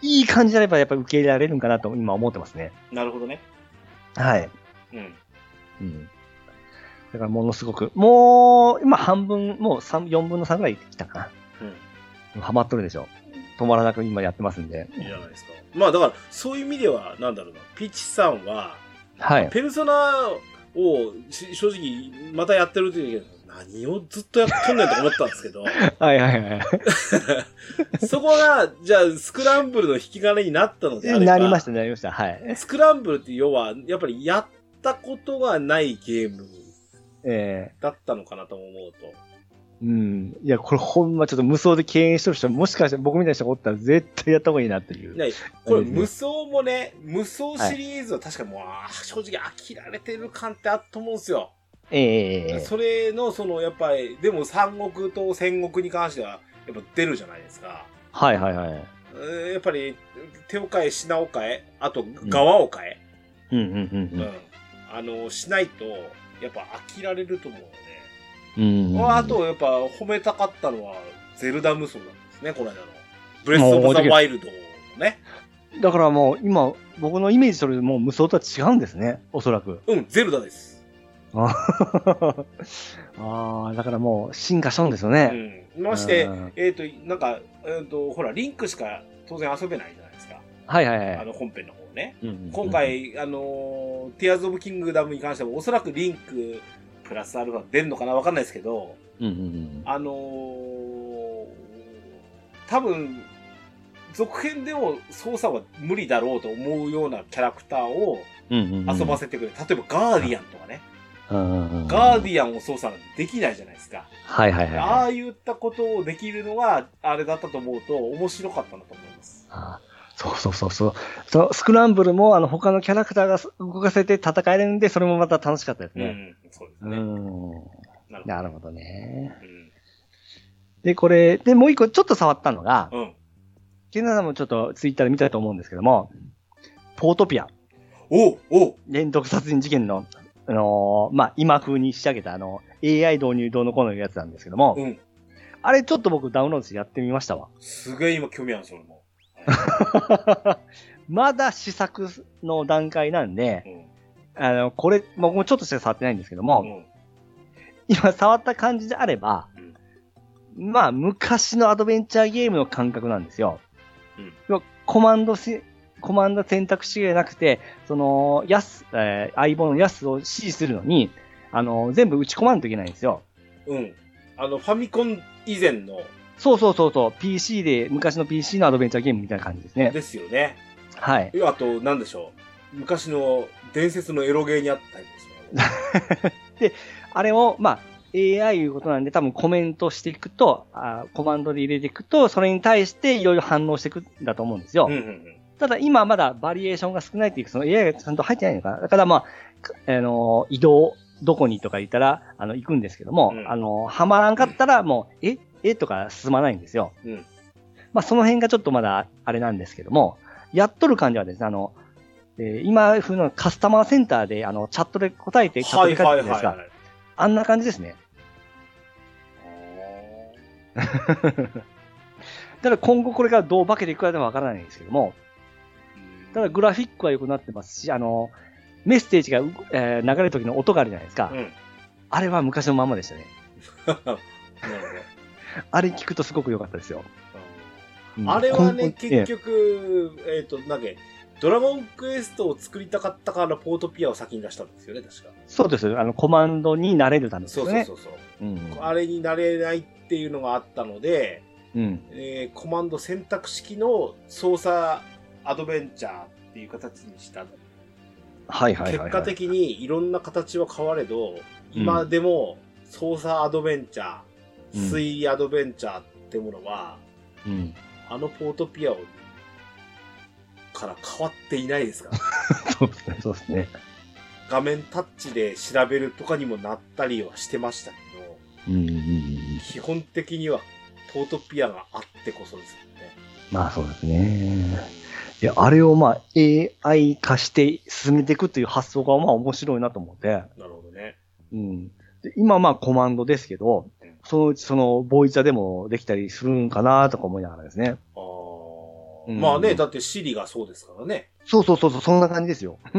Speaker 2: いい感じであればやっぱり受け入れられるんかなと今思ってますね。
Speaker 1: なるほどね。
Speaker 2: はい。
Speaker 1: うん。
Speaker 2: うん。だからものすごく、もう、今半分、もう三4分の3ぐらい来たかな。ハマっとるでしょ。止まらなく今やってますんで。
Speaker 1: うん。いいじゃないですか。まあだから、そういう意味では、なんだろうな、ピッチさんは、
Speaker 2: はい。
Speaker 1: ペルソナをし正直またやってるって言うけど、何をずっとやっとんねんと思ったんですけど、
Speaker 2: はいはいはい。
Speaker 1: そこが、じゃあスクランブルの引き金になったのであれば、
Speaker 2: なりました、なりました。はい。
Speaker 1: スクランブルって要は、やっぱりやったことがないゲーム
Speaker 2: え
Speaker 1: だったのかなとも思うと。
Speaker 2: ーうん。いや、これほんまちょっと無双で敬遠してる人、もしかして僕みたいな人がおったら絶対やった方がいいなっていう。
Speaker 1: ねこれ
Speaker 2: うん
Speaker 1: 無双もね、無双シリーズは確かもう、あー正直飽きられてる感ってあったと思うんですよ。
Speaker 2: ええ
Speaker 1: それの、その、やっぱり、でも三国と戦国に関しては、やっぱ出るじゃないですか。
Speaker 2: はいはいはい。
Speaker 1: えーやっぱり、手を変え、品を変え、あと、側を変え、
Speaker 2: うんうんうん
Speaker 1: うん。あの、しないと、やっぱ飽きられると思うので、
Speaker 2: うん。うん。
Speaker 1: あと、やっぱ褒めたかったのは、ゼルダ無双なんですね、この間の。ブレスオブザワイルドのね。
Speaker 2: だからもう今、僕のイメージそれもう無双とは違うんですね。おそらく。
Speaker 1: うん、ゼルダです。
Speaker 2: あ あ、だからもう進化したんですよね。
Speaker 1: うん、まして
Speaker 2: うん、
Speaker 1: えっ、と、なんか、えっ、と、ほら、リンクしか当然遊べないじゃないですか。
Speaker 2: はいはいは
Speaker 1: あ
Speaker 2: い。
Speaker 1: の、本編の方ね。
Speaker 2: うんうんうん
Speaker 1: 今、回、あのー、ティアーズ・オブ・キングダムに関しても、おそらくリンクプラスアルファ出るのかなわかんないですけど、
Speaker 2: うんうんうん
Speaker 1: あのー、多分、続編でも操作は無理だろうと思うようなキャラクターを
Speaker 2: うんうんうん
Speaker 1: 遊ばせてくれる。例えば、ガーディアンとかね。
Speaker 2: うんうんうん
Speaker 1: ガーディアンを操作できないじゃないですか。
Speaker 2: はいはいはい。
Speaker 1: ああいったことをできるのが、あれだったと思うと、面白かったなと思います。
Speaker 2: あーそうそうそうそう。そうスクランブルもあの他のキャラクターが動かせて戦えるんで、それもまた楽しかったです
Speaker 1: う
Speaker 2: ね。
Speaker 1: ん、そうです
Speaker 2: う
Speaker 1: ね。
Speaker 2: ん。
Speaker 1: なるほど。
Speaker 2: なるほどね。
Speaker 1: うん
Speaker 2: で、これ、で、もう一個ちょっと触ったのが、
Speaker 1: うん。
Speaker 2: ケンナさんもちょっとツイッターで見たと思うんですけども、ポートピア、
Speaker 1: おうおう
Speaker 2: 連続殺人事件の、あのーまあ、今風に仕上げた、あの、AI 導入どうのこうのいうやつなんですけども、
Speaker 1: うん。
Speaker 2: あれちょっと僕ダウンロードしてやってみましたわ。
Speaker 1: すげえ今興味あるんですよ、俺も。
Speaker 2: まだ試作の段階なんで、
Speaker 1: うん。
Speaker 2: あの、これ、僕もちょっとしか触ってないんですけども、
Speaker 1: うん。
Speaker 2: 今触った感じであれば
Speaker 1: うん、
Speaker 2: まあ、昔のアドベンチャーゲームの感覚なんですよ。
Speaker 1: うん
Speaker 2: 要はコマンドせ、コマンド選択肢がなくて、その、やす、えー相棒のやすを指示するのに、あの全部打ち込まんといけないんですよ。
Speaker 1: うん。あの、ファミコン以前の、
Speaker 2: そうそうそうそう、PC で、昔の PC のアドベンチャーゲームみたいな感じですね。
Speaker 1: ですよね。
Speaker 2: はい。
Speaker 1: いやあと、なんでしょう。昔の伝説のエロゲーにあったタイプですよね。
Speaker 2: あれを、まあ、AI いうことなんで、多分コメントしていくと、あコマンドで入れていくと、それに対していろいろ反応していくんだと思うんですよ。
Speaker 1: うんうん
Speaker 2: ただ今まだバリエーションが少ないっていう、その AI がちゃんと入ってないのかな。だからまあ、かあのー移動、どこにとか言ったら、あの、行くんですけども、
Speaker 1: うん
Speaker 2: あのーはまらんかったらもう、ええとか進まないんですよ。
Speaker 1: うん
Speaker 2: まあ、その辺がちょっとまだあれなんですけども、やっとる感じはですね、あの、えー今風のカスタマーセンターで、あの、チャットで答え
Speaker 1: う
Speaker 2: て、
Speaker 1: ん。
Speaker 2: チャット
Speaker 1: は
Speaker 2: で
Speaker 1: い
Speaker 2: 返す
Speaker 1: は
Speaker 2: じ
Speaker 1: い
Speaker 2: ゃないです
Speaker 1: はい
Speaker 2: か。
Speaker 1: はい。
Speaker 2: あんな感じですね。ただ今後これからどう化けていくかでもわからないんですけども、ただグラフィックは良くなってますし、あの、メッセージが、うえー流れる時の音があるじゃないですか。
Speaker 1: うん。
Speaker 2: あれは昔のまんまでしたね。
Speaker 1: なるほど。
Speaker 2: あれ聞くとすごく良かったですよ。
Speaker 1: うん
Speaker 2: うん
Speaker 1: あれはね、
Speaker 2: 今後ええ
Speaker 1: 結局、えっ、と、なんだっけ、ドラゴンクエストを作りたかったからポートピアを先に出したんですよね、確か。
Speaker 2: そうですよ。あの、コマンドに慣れるためです
Speaker 1: そ
Speaker 2: よ
Speaker 1: うそう
Speaker 2: ね。
Speaker 1: そうそう、
Speaker 2: ううん
Speaker 1: あれになれないっていうのがあったので、
Speaker 2: うん。
Speaker 1: えーコマンド選択式の操作アドベンチャーっていう形にした。
Speaker 2: はいはいはい、は
Speaker 1: 結
Speaker 2: い。
Speaker 1: 果的にいろんな形は変われど、今でも操作アドベンチャー、
Speaker 2: うん
Speaker 1: 推理アドベンチャーってものは、
Speaker 2: うん。
Speaker 1: あのポートピアをから変わっていないです から。
Speaker 2: そうですね、そうですね。
Speaker 1: 画面タッチで調べるとかにもなったりはしてましたけど、
Speaker 2: うんうんうんうん。
Speaker 1: 基本的にはポートピアがあってこそですよ
Speaker 2: まあそうですね。いや、あれをまあ AI 化して進めていくという発想がまあ面白いなと思って。
Speaker 1: ね。なるほどね。
Speaker 2: うん。で今まあコマンドですけど
Speaker 1: うん、
Speaker 2: そのうちそのボイチャでもできたりするんかなとか思いながらですね。
Speaker 1: あー
Speaker 2: うん
Speaker 1: まあね、だってシリがそうですからね。
Speaker 2: そうそうそうそう、そんな感じですよ。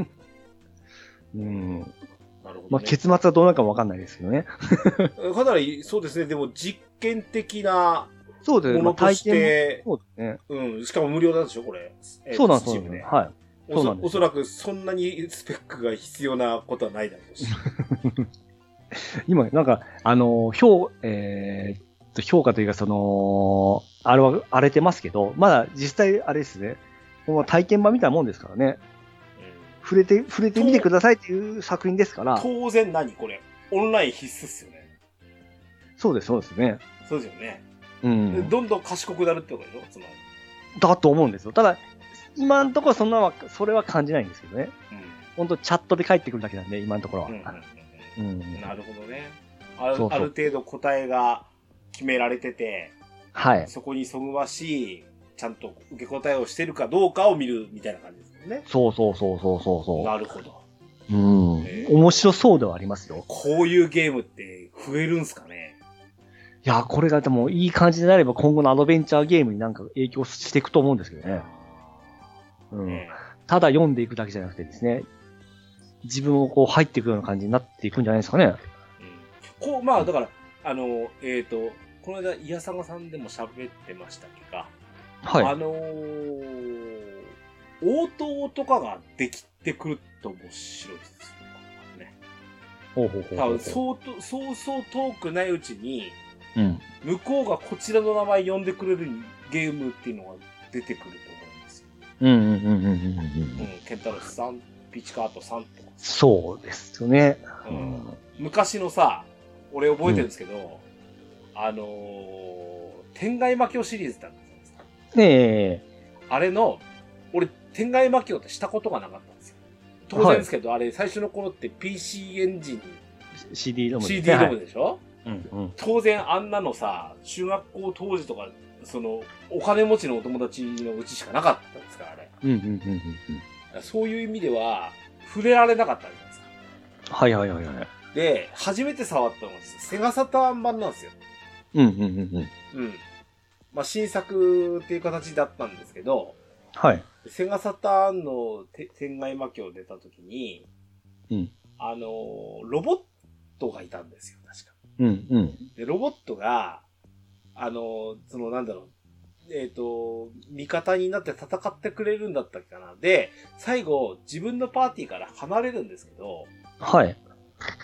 Speaker 2: うん。
Speaker 1: なるほ
Speaker 2: ま
Speaker 1: ど、
Speaker 2: あ
Speaker 1: ね
Speaker 2: 結末はどうなるかもわかんないですけどね。
Speaker 1: かなりそうですね、でも実験的な
Speaker 2: そうですね。
Speaker 1: も
Speaker 2: まあ
Speaker 1: のと
Speaker 2: 体
Speaker 1: し
Speaker 2: 験
Speaker 1: て、
Speaker 2: も。そうですね。
Speaker 1: うん、しかも無料なんでしょ、これ。えー
Speaker 2: そうなんです
Speaker 1: スチー
Speaker 2: そ
Speaker 1: ム
Speaker 2: うなんです
Speaker 1: で
Speaker 2: はい。
Speaker 1: お
Speaker 2: そうな
Speaker 1: そ
Speaker 2: んです
Speaker 1: おそらくそんなにスペックが必要なことはないだろうし。
Speaker 2: 今、なんか、あの、評、えーっと、評価というか、その、あれは荒れてますけど、まだ実際あれですね、もう体験版みたいなもんですからね、
Speaker 1: うん
Speaker 2: 触れて、触れてみてくださいっていう作品ですから、
Speaker 1: 当然何これオンライン必須っすよね。
Speaker 2: そうです、そうですね。
Speaker 1: そうですよね。
Speaker 2: うん。
Speaker 1: どんどん賢くなるってことでしょつまり。
Speaker 2: だと思うんですよ。ただ、今のところそんなは、それは感じないんですけどね。本当チャットで返ってくるだけなんで、今のところは。
Speaker 1: うんうんうん
Speaker 2: うん。
Speaker 1: うんなるほどね。ある
Speaker 2: そうそう
Speaker 1: ある程度答えが決められてて、
Speaker 2: はい。
Speaker 1: そこにそぐわしい、ちゃんと受け答えをしてるかどうかを見るみたいな感じですもんね。
Speaker 2: そうそうそうそうそうそ
Speaker 1: なるほど。
Speaker 2: う。うん
Speaker 1: え。ー
Speaker 2: 面白そうではありますよ。
Speaker 1: こういうゲームって増えるんすかね
Speaker 2: いや、これがでもいい感じでなれば今後のアドベンチャーゲームになんか影響していくと思うんですけどね。うん。
Speaker 1: ね
Speaker 2: ただ読んでいくだけじゃなくてですね、自分をこう入っていくような感じになっていくんじゃないですかね。
Speaker 1: うんこう、まあ、だから、あの、えっ、と、この間、イヤサガさんでも喋ってましたっけか。
Speaker 2: は
Speaker 1: あのー、応答とかができてくると面白いですよね。
Speaker 2: い。ほうほうほう
Speaker 1: 多
Speaker 2: ほ
Speaker 1: 分
Speaker 2: う。
Speaker 1: そうと、そうそう遠くないうちに、
Speaker 2: うん。
Speaker 1: 向こうがこちらの名前呼んでくれるゲームっていうのが出てくると思うんですよ。
Speaker 2: うんうんうんうんうんう
Speaker 1: う
Speaker 2: んうんん。、
Speaker 1: ケンタロスさん、ピチカートさんとかさ
Speaker 2: そうですよね。
Speaker 1: う
Speaker 2: うんん。
Speaker 1: 昔のさ、俺覚えてるんですけど、あのー、天外魔境シリーズだったんですか
Speaker 2: ねえ。
Speaker 1: あれの、俺、天外魔境ってしたことがなかったんですよ。当然ですけど、あれ、最初の頃って PC エンジン、
Speaker 2: CD ロム
Speaker 1: CD ロム
Speaker 2: で。
Speaker 1: でしょ、
Speaker 2: うんうん。
Speaker 1: 当然あんなのさ、中学校当時とか、その、お金持ちのお友達のうちしかなかったんですから、あれ。
Speaker 2: うんうんうんうんうん。
Speaker 1: そういう意味では、触れられなかったじゃないですか。
Speaker 2: はいはいはいはい。
Speaker 1: で、初めて触ったのが、セガサターン版なんですよ。
Speaker 2: うんうんうんうん。
Speaker 1: うん。まあ、新作っていう形だったんですけど、
Speaker 2: はい。
Speaker 1: セガサターンのて天外魔境出た時に、
Speaker 2: うん
Speaker 1: あのー、ロボットがいたんですよ、確か。
Speaker 2: うんうん。
Speaker 1: で、ロボットが、あのー、そのなんだろう、えっ、と、味方になって戦ってくれるんだったっけかな。で、最後、自分のパーティーから離れるんですけど、
Speaker 2: はい。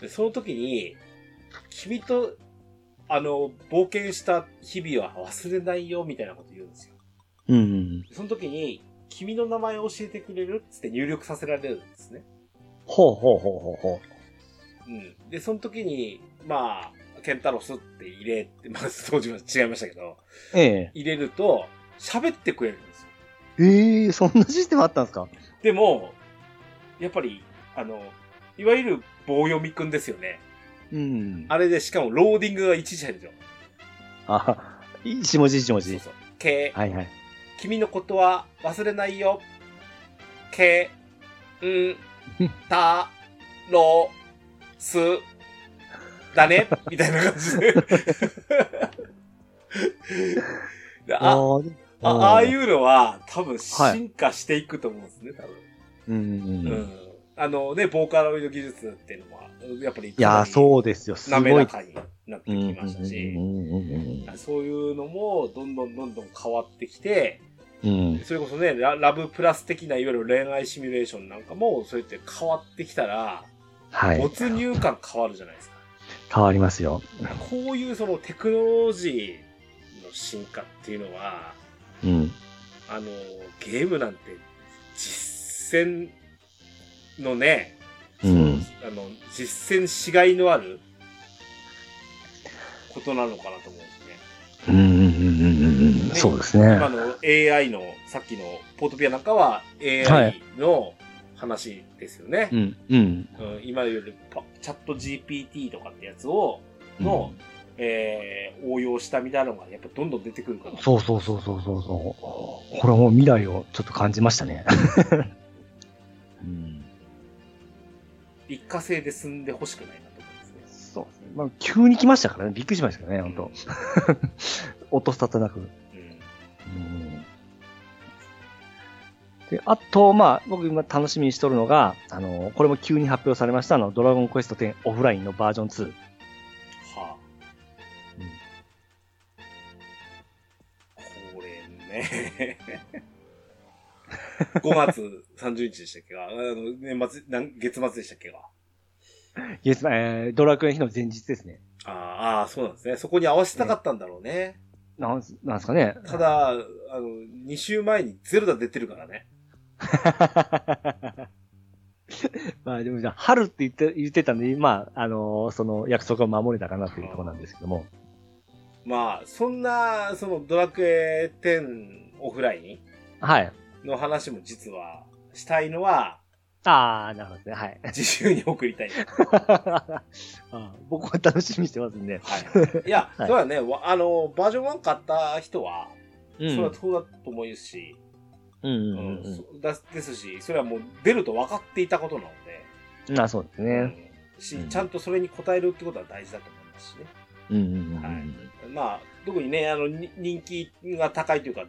Speaker 1: でその時に、君と、あの、冒険した日々は忘れないよ、みたいなこと言うんですよ。
Speaker 2: うんうん。
Speaker 1: その時に、君の名前を教えてくれるっつって入力させられるんですね。
Speaker 2: ほうほうほうほうほ
Speaker 1: うん。で、その時に、まあ、ケンタロスって入れて、まあ、当時は違いましたけど、
Speaker 2: う。え
Speaker 1: 入れると、喋ってくれるんですよ。
Speaker 2: え。ええ、そんなシステムあったんですか
Speaker 1: でも、やっぱり、あの、いわゆる棒読みくんですよね。
Speaker 2: うん。
Speaker 1: あれで、しかもローディングが1時入るでしょ。
Speaker 2: あ、一文字一文
Speaker 1: そう
Speaker 2: 字。
Speaker 1: そう。K、
Speaker 2: はいはい。
Speaker 1: 君のことは忘れないよ。け、ん、た、ろ、す、だねみたいな感 じで。であ
Speaker 2: あー
Speaker 1: あああいうのは多分進化していくと思うんですね、多分。
Speaker 2: うんうん
Speaker 1: う
Speaker 2: うん。
Speaker 1: ん。あのね、ボーカロイド技術っていうのは、やっぱり、
Speaker 2: いやー、そうですよ。す
Speaker 1: 滑
Speaker 2: ご
Speaker 1: ら
Speaker 2: い。
Speaker 1: かになって
Speaker 2: うんうん
Speaker 1: き
Speaker 2: う
Speaker 1: ましたし、
Speaker 2: んうん
Speaker 1: そういうのもどんどんどんどん変わってきて、
Speaker 2: うんうん。
Speaker 1: それこそねラ、ラブプラス的ないわゆる恋愛シミュレーションなんかも、そうやって変わってきたら、
Speaker 2: はい。
Speaker 1: 没入感変わるじゃないですか。
Speaker 2: 変わりますよ。
Speaker 1: こういうそのテクノロジーの進化っていうのは、
Speaker 2: うん。
Speaker 1: あの、ゲームなんて実践のね、
Speaker 2: うん
Speaker 1: そのあの実践しがいのあることなのかなと思うんですね。
Speaker 2: うんうんうんうんうんうん。そうですね
Speaker 1: 今。の AI の、さっきのポートピアなんかは
Speaker 2: は
Speaker 1: AI
Speaker 2: い
Speaker 1: の話ですよね。
Speaker 2: うんう
Speaker 1: う
Speaker 2: ん。
Speaker 1: ん、今よりパチャット GPT とかってやつを、の、えー応用したみたいなのが、やっぱどんどん出てくるから。
Speaker 2: そうそうそうそうそうそう。これはもう未来をちょっと感じまし たね。 うん、
Speaker 1: 一過性で済んでほしくないなと思うんですね。
Speaker 2: そうですね。まあ、急に来ましたからね。びっくりしましたよね、本当。音沙汰なく。
Speaker 1: うん。
Speaker 2: うん、であと、まあ、僕今楽しみにしとるのが、あの、これも急に発表されました、あの、ドラゴンクエスト10オフラインのバージョン2。
Speaker 1: はあ。これ ね。5月30日でしたっけかあの、年末、なん月末でしたっけか
Speaker 2: イエス、えー、ドラクエの日の前日ですね。
Speaker 1: あーあー、そうなんですね。そこに合わせたかったんだろうね。
Speaker 2: なんす、なんすかね。
Speaker 1: ただ、あの、2週前にゼルダ出てるからね。
Speaker 2: まあでもじゃあ、春って言って、言ってたんで、まあ、あのーその約束を守れたかなというところなんですけども。
Speaker 1: まあ、そんな、そのドラクエ10オフライ
Speaker 2: はい。
Speaker 1: ンの話も実はしたいの は、
Speaker 2: あー、なるほどね。はい。
Speaker 1: 自由に送りたい。
Speaker 2: あー僕は楽しみにしてますん
Speaker 1: は
Speaker 2: で。
Speaker 1: い。いや、
Speaker 2: はい
Speaker 1: そうだね、わあの、バージョン1買った人は、
Speaker 2: う
Speaker 1: そ
Speaker 2: ん
Speaker 1: れはそうだと思うし、
Speaker 2: うん
Speaker 1: う
Speaker 2: うん
Speaker 1: んそだですし、それはもう出ると分かっていたことなので、
Speaker 2: うん。あ、そうですね。
Speaker 1: うんし、
Speaker 2: うん
Speaker 1: ちゃんとそれに応えるってことは大事だと思いますしね。
Speaker 2: うんうんうんう
Speaker 1: はい
Speaker 2: ん。
Speaker 1: まあ、特にね、あの、に人気が高いというか、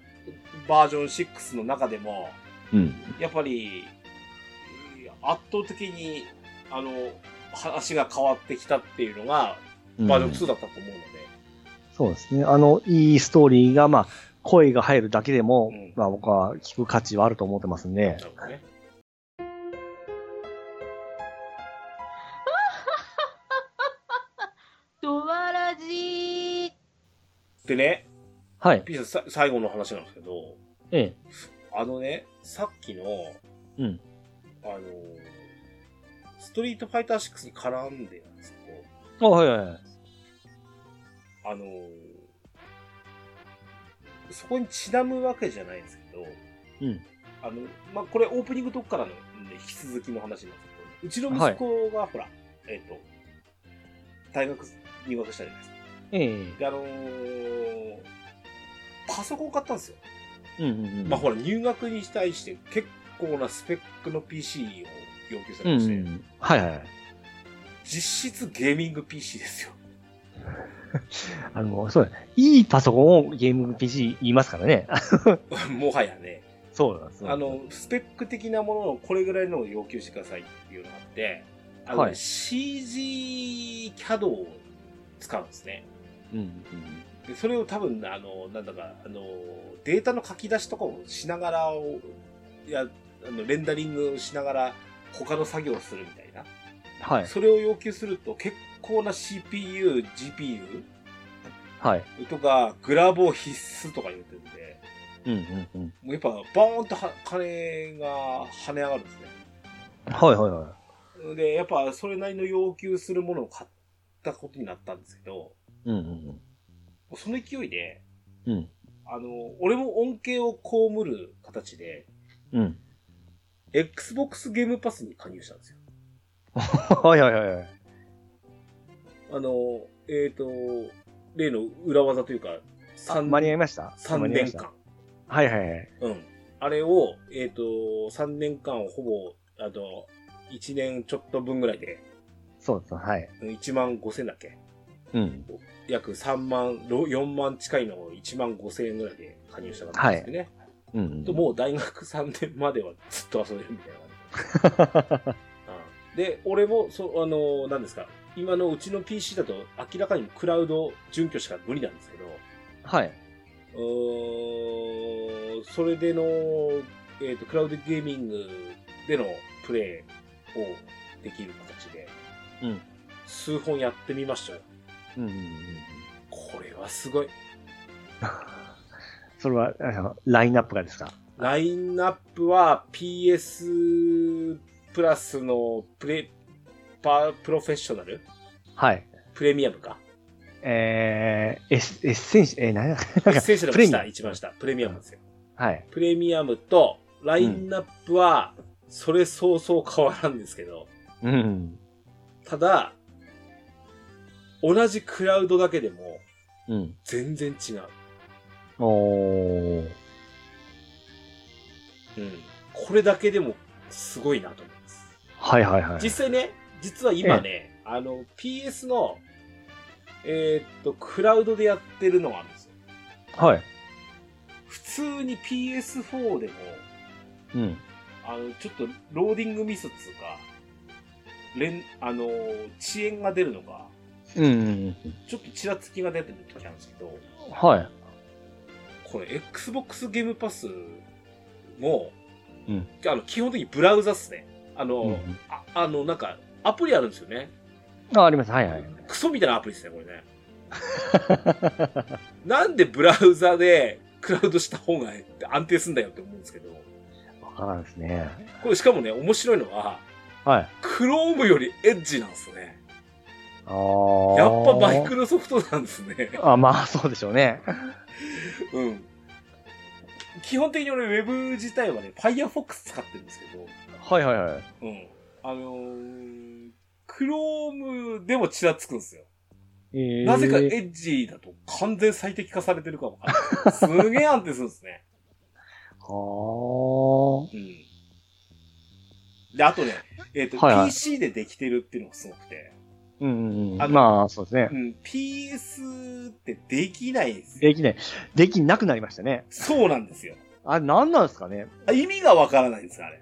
Speaker 1: バージョン6の中でも、
Speaker 2: うん。
Speaker 1: やっぱり、圧倒的に、あの、話が変わってきたっていうのが、
Speaker 2: うん
Speaker 1: バージョン2だったと思うので、
Speaker 2: そうですね。あの、いいストーリーが、まあ、声が入るだけでも、
Speaker 1: うん
Speaker 2: まあ僕は聞く価値はあると思ってますんで
Speaker 1: な。るほどね。
Speaker 4: ドワラジー
Speaker 1: でね、
Speaker 2: はい。
Speaker 1: ピーさん、さ最後の話なんですけど、
Speaker 2: ええ。
Speaker 1: あのね、さっきの、
Speaker 2: うん
Speaker 1: あの、ストリートファイター6に絡んでなんですけど、
Speaker 2: あ、はいはいはい。
Speaker 1: あのーそこにちなむわけじゃないんですけど、
Speaker 2: うん
Speaker 1: あの、まあ、これオープニングとこからの、ね、引き続きの話なんですけど、うちの息子が、ほら、えっ、と、大学入学したじゃないですか。
Speaker 2: ええ。
Speaker 1: で、あのーパソコン買ったんですよ。
Speaker 2: うんうんうん。
Speaker 1: まあ、ほら、入学に対して結構なスペックの PC を要求さ
Speaker 2: う
Speaker 1: れ
Speaker 2: ん
Speaker 1: ま
Speaker 2: う
Speaker 1: して、
Speaker 2: ん。はいはいはい。
Speaker 1: 実質ゲーミング PC ですよ。
Speaker 2: あの、そうだね。いいパソコンをゲーム PC 言いますからね。
Speaker 1: もはやね。
Speaker 2: そうなんですよ
Speaker 1: あの、スペック的なもののこれぐらいのを要求してくださいっていうのがあって、あのね、
Speaker 2: はい
Speaker 1: CG CAD を使うんですね。
Speaker 2: うんうん。
Speaker 1: でそれを多分、あの、なんだか、あの、データの書き出しとかをしながらを、いや、あのレンダリングをしながら他の作業をするみたいな。
Speaker 2: はい。
Speaker 1: それを要求すると結構な CPU、GPU
Speaker 2: はい。と
Speaker 1: とか、グラボ必須とか言ってるんで、
Speaker 2: うんうんうん。
Speaker 1: もうやっぱボーンとは金が跳ね上がるんですね。
Speaker 2: はいはいは
Speaker 1: で、やっぱそれなりの要求するものを買ったことになったんですけど、
Speaker 2: い。うんうん
Speaker 1: その勢いで、
Speaker 2: うん。うん。
Speaker 1: あの、俺も恩恵を被る形で、
Speaker 2: うん。
Speaker 1: Xbox ゲームパスに加入したんですよ。
Speaker 2: はいはいはいはい。
Speaker 1: あの、えっ、と、例の裏技というか、
Speaker 2: あ間に合いました
Speaker 1: 3
Speaker 2: 間に合いま
Speaker 1: 年
Speaker 2: した
Speaker 1: 間。
Speaker 2: はいはいはい。
Speaker 1: うん。あれを、えっ、と、3年間をほぼ、あの、1年ちょっと分ぐらいで、
Speaker 2: そうです。はい。
Speaker 1: 1万5千だっけ
Speaker 2: うん。
Speaker 1: 約3万、ろ4万近いのを1万5千円ぐらいで加入したかったんですよね。
Speaker 2: うんうん。
Speaker 1: ともう大学3年まではずっと遊べるみたいな感 じ。うんで、俺も、そあの、何ですか、今のうちの PC だと明らかにクラウド準拠しか無理なんですけど、
Speaker 2: はい。
Speaker 1: うーんそれでの、えっ、と、クラウドゲーミングでのプレイをできる形で、
Speaker 2: うん
Speaker 1: 数本やってみましたよ。
Speaker 2: うんうん うん。
Speaker 1: これはすごい。
Speaker 2: それは、あのラインナップがですか
Speaker 1: ラインナップは PS プラスのプレ、パプロフェッショナル
Speaker 2: はい。
Speaker 1: プレミアムか。
Speaker 2: えー、エッエッセンシ、えー、何だ
Speaker 1: エ
Speaker 2: なん
Speaker 1: ッ
Speaker 2: か
Speaker 1: センシャル
Speaker 2: プ
Speaker 1: の
Speaker 2: レミア
Speaker 1: 下、
Speaker 2: ム
Speaker 1: 一番下。プレミアムですよ。
Speaker 2: はい。
Speaker 1: プレミアムと、ラインナップは、それそうそう変わらんですけど、
Speaker 2: うん。
Speaker 1: ただ、同じクラウドだけでも、
Speaker 2: うん。
Speaker 1: 全然違う。
Speaker 2: おー。
Speaker 1: うん。これだけでも、すごいなと思います。
Speaker 2: はいはいはい。
Speaker 1: 実際ね、実は今ね、あの、PS の、えーっと、クラウドでやってるのがあるんですよ。
Speaker 2: はい。
Speaker 1: 普通に PS4 でも、
Speaker 2: うん。
Speaker 1: あの、ちょっとローディングミスっつうか、連、あの、遅延が出るのが、
Speaker 2: うんうん
Speaker 1: ちょっとちらつきが出てる時あるんですけど、
Speaker 2: うん。はい。
Speaker 1: これ Xbox ゲームパスも、
Speaker 2: うん
Speaker 1: あの、基本的にブラウザっすね。あの、
Speaker 2: うんうん
Speaker 1: ああの、なんか、アプリあるんですよね。
Speaker 2: あ、あります。はいはい。
Speaker 1: クソみたいなアプリですね、これね。 なんでブラウザでクラウドした方が安定すんだよって思うんですけど、
Speaker 2: わからんですね。
Speaker 1: これしかもね、面白いのは、
Speaker 2: はい。
Speaker 1: Chrome よりエッジなんですね。
Speaker 2: あー
Speaker 1: やっぱマイクロソフトなんですね。
Speaker 2: あ、まあ、そうでしょうね。
Speaker 1: うん。基本的に俺、ウェブ自体はね、Firefox 使ってるんですけど、
Speaker 2: はいはいはい。
Speaker 1: うん。あのー、Chrome でもちらつくんですよ。
Speaker 2: えー
Speaker 1: なぜかエッジだと完全最適化されてるかもわかんない。すげえ安定するんですね。
Speaker 2: あ
Speaker 1: う
Speaker 2: ー
Speaker 1: ん。で、あとね、えっ、と、
Speaker 2: はいはい
Speaker 1: PC でできてるっていうのがすごくて、
Speaker 2: うんうんうん。
Speaker 1: あの
Speaker 2: まあ、そうですね
Speaker 1: う。ん、PS ってできないんですよ。
Speaker 2: できね、できなくなりましたね。
Speaker 1: そうなんですよ。
Speaker 2: あれ、なんなんですかね。
Speaker 1: あ意味がわからないんですよ、あれ。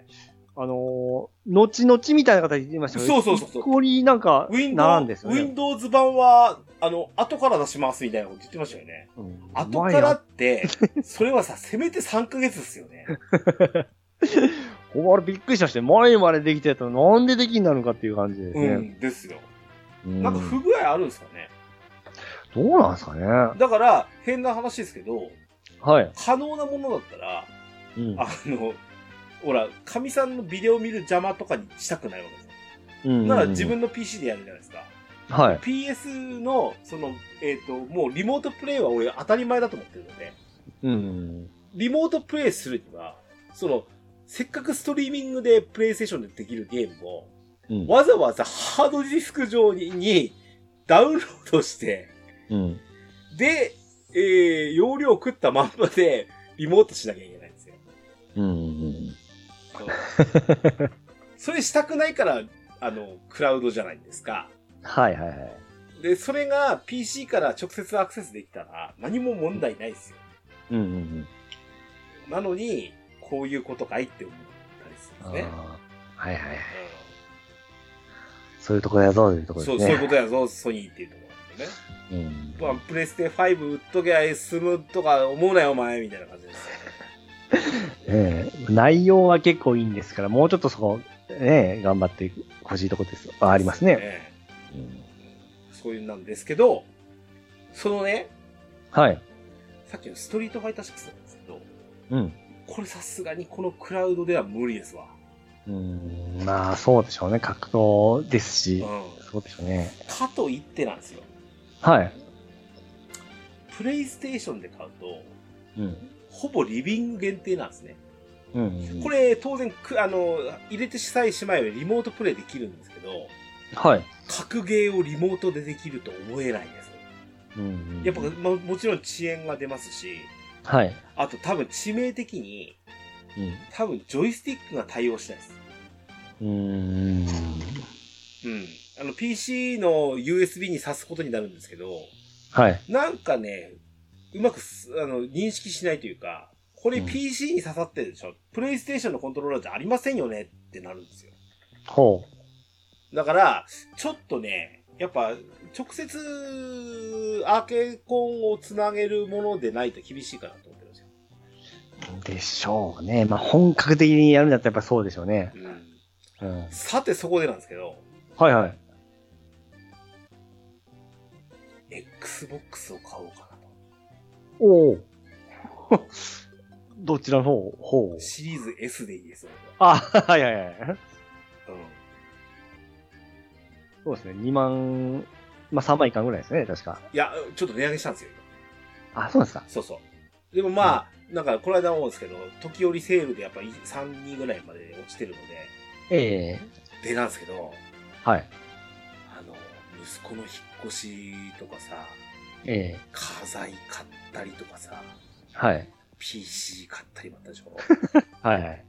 Speaker 2: あのー、後々みたいな形で言いましたけど、
Speaker 1: そうそうそうそう
Speaker 2: ここになんか、並んです
Speaker 1: Windows, Windows
Speaker 2: よね。
Speaker 1: 版は、あの、後から出しますみたいなこと言ってましたよね。
Speaker 2: うん
Speaker 1: 後からって、それはさ、せめて3ヶ月ですよね。
Speaker 2: お前あれびっくりしましたよ。前までできてたのなんでできんなのかっていう感じです
Speaker 1: う
Speaker 2: ね。
Speaker 1: ん、ですよ。
Speaker 2: うん
Speaker 1: なんか不具合あるんですかね。
Speaker 2: どうなんですかね。は
Speaker 1: だから、変な話ですけど、
Speaker 2: い。
Speaker 1: 可能なものだったら、
Speaker 2: うん。
Speaker 1: あの、ほら、かみさんのビデオ見る邪魔とかにしたくないわけですよ。
Speaker 2: うん
Speaker 1: なら自。分の PC でやるじゃないですか。
Speaker 2: はい。
Speaker 1: PS の、その、えっ、と、もうリモートプレイは俺当たり前だと思ってるので、
Speaker 2: うん。
Speaker 1: リモートプレイするには、その、せっかくストリーミングでプレイステーションでできるゲームを、
Speaker 2: うん
Speaker 1: わざわざハードディスク上ににダウンロードして、
Speaker 2: うん。
Speaker 1: で、えー、容量を食ったまんまでリモートしなきゃいけないんですよ。
Speaker 2: うん。
Speaker 1: それしたくないから、あの、クラウドじゃないですか。
Speaker 2: はいはいはい。
Speaker 1: で、それが PC から直接アクセスできたら何も問題ないですよ。
Speaker 2: うんうんうん。
Speaker 1: なのに、こういうことかいって思ったりするんですね。
Speaker 2: あーはいはいはい。
Speaker 1: うん
Speaker 2: そういうとこやぞというところ
Speaker 1: そ
Speaker 2: で
Speaker 1: う、そう
Speaker 2: すね。
Speaker 1: いうことやぞ、ソニーっていうところなんでね。
Speaker 2: うん
Speaker 1: まあ、プレステ5売っときゃ済むとか思うなよ、お前、みたいな感じです
Speaker 2: ええ内容は結構いいんですから、もうちょっとそこ、ねえ、頑張ってほしいところです。あありますね。
Speaker 1: ね。
Speaker 2: うん
Speaker 1: そういうなんですけど、そのね、
Speaker 2: はい。
Speaker 1: さっきのストリートファイター6なんですけど、
Speaker 2: うん。
Speaker 1: これさすがにこのクラウドでは無理ですわ。
Speaker 2: うん、まあ、そうでしょうね。格闘です
Speaker 1: うん
Speaker 2: し。。そうでしょうね。
Speaker 1: かといってなんですよ。
Speaker 2: はい。
Speaker 1: プレイステーションで買うと、
Speaker 2: うん。
Speaker 1: ほぼリビング限定なんですね。
Speaker 2: うん。
Speaker 1: これ、当然く、あの、入れてさえしまえばリモートプレイできるんですけど、
Speaker 2: はい。
Speaker 1: 格ゲーをリモートでできると思えないんです。
Speaker 2: うん
Speaker 1: やっぱ、ももちろん遅延が出ますし、
Speaker 2: はい。
Speaker 1: あと多分致命的に、多分ジョイスティックが対応しないです。
Speaker 2: うん。う
Speaker 1: う
Speaker 2: ん。
Speaker 1: ん。あの、PC の USB に挿すことになるんですけど、
Speaker 2: はい。
Speaker 1: なんかね、うまくす、あの、認識しないというか、これ
Speaker 2: うん
Speaker 1: PC に刺さってるでしょ、プレイステーションのコントローラーじゃありませんよねってなるんですよ。
Speaker 2: ほ
Speaker 1: だから、ちょっとね、やっぱ、直接、アーケコンをつなげるものでないと厳しいかなと思ってるんですよ。
Speaker 2: う。でしょうね。まあ、本格的にやるんだったらやっぱそうでしょうね。
Speaker 1: うん。
Speaker 2: うん。
Speaker 1: さて、そこでなんですけど、
Speaker 2: はいはい。
Speaker 1: Xbox を買おうかなと。
Speaker 2: おお。 どちらの方ほう。
Speaker 1: シリーズ S でいいです、俺は
Speaker 2: あ、 はいはいはい。
Speaker 1: うん。
Speaker 2: そうですね。2万、まあ3万いかんぐらいですね、確か。
Speaker 1: いや、ちょっと値上げしたんですよ、今
Speaker 2: あ、そうなんですか。
Speaker 1: そうそう。でもまあ、なんか、この間思うんですけど、時折セールでやっぱり3、2ぐらいまで落ちてるので、
Speaker 2: ええ
Speaker 1: でなんですけど、
Speaker 2: はい。
Speaker 1: あの、息子の引っ越しとかさ、
Speaker 2: ええ
Speaker 1: 家財買ったりとかさ、
Speaker 2: はい。
Speaker 1: PC 買ったりもあったでし ょ
Speaker 2: はいはい。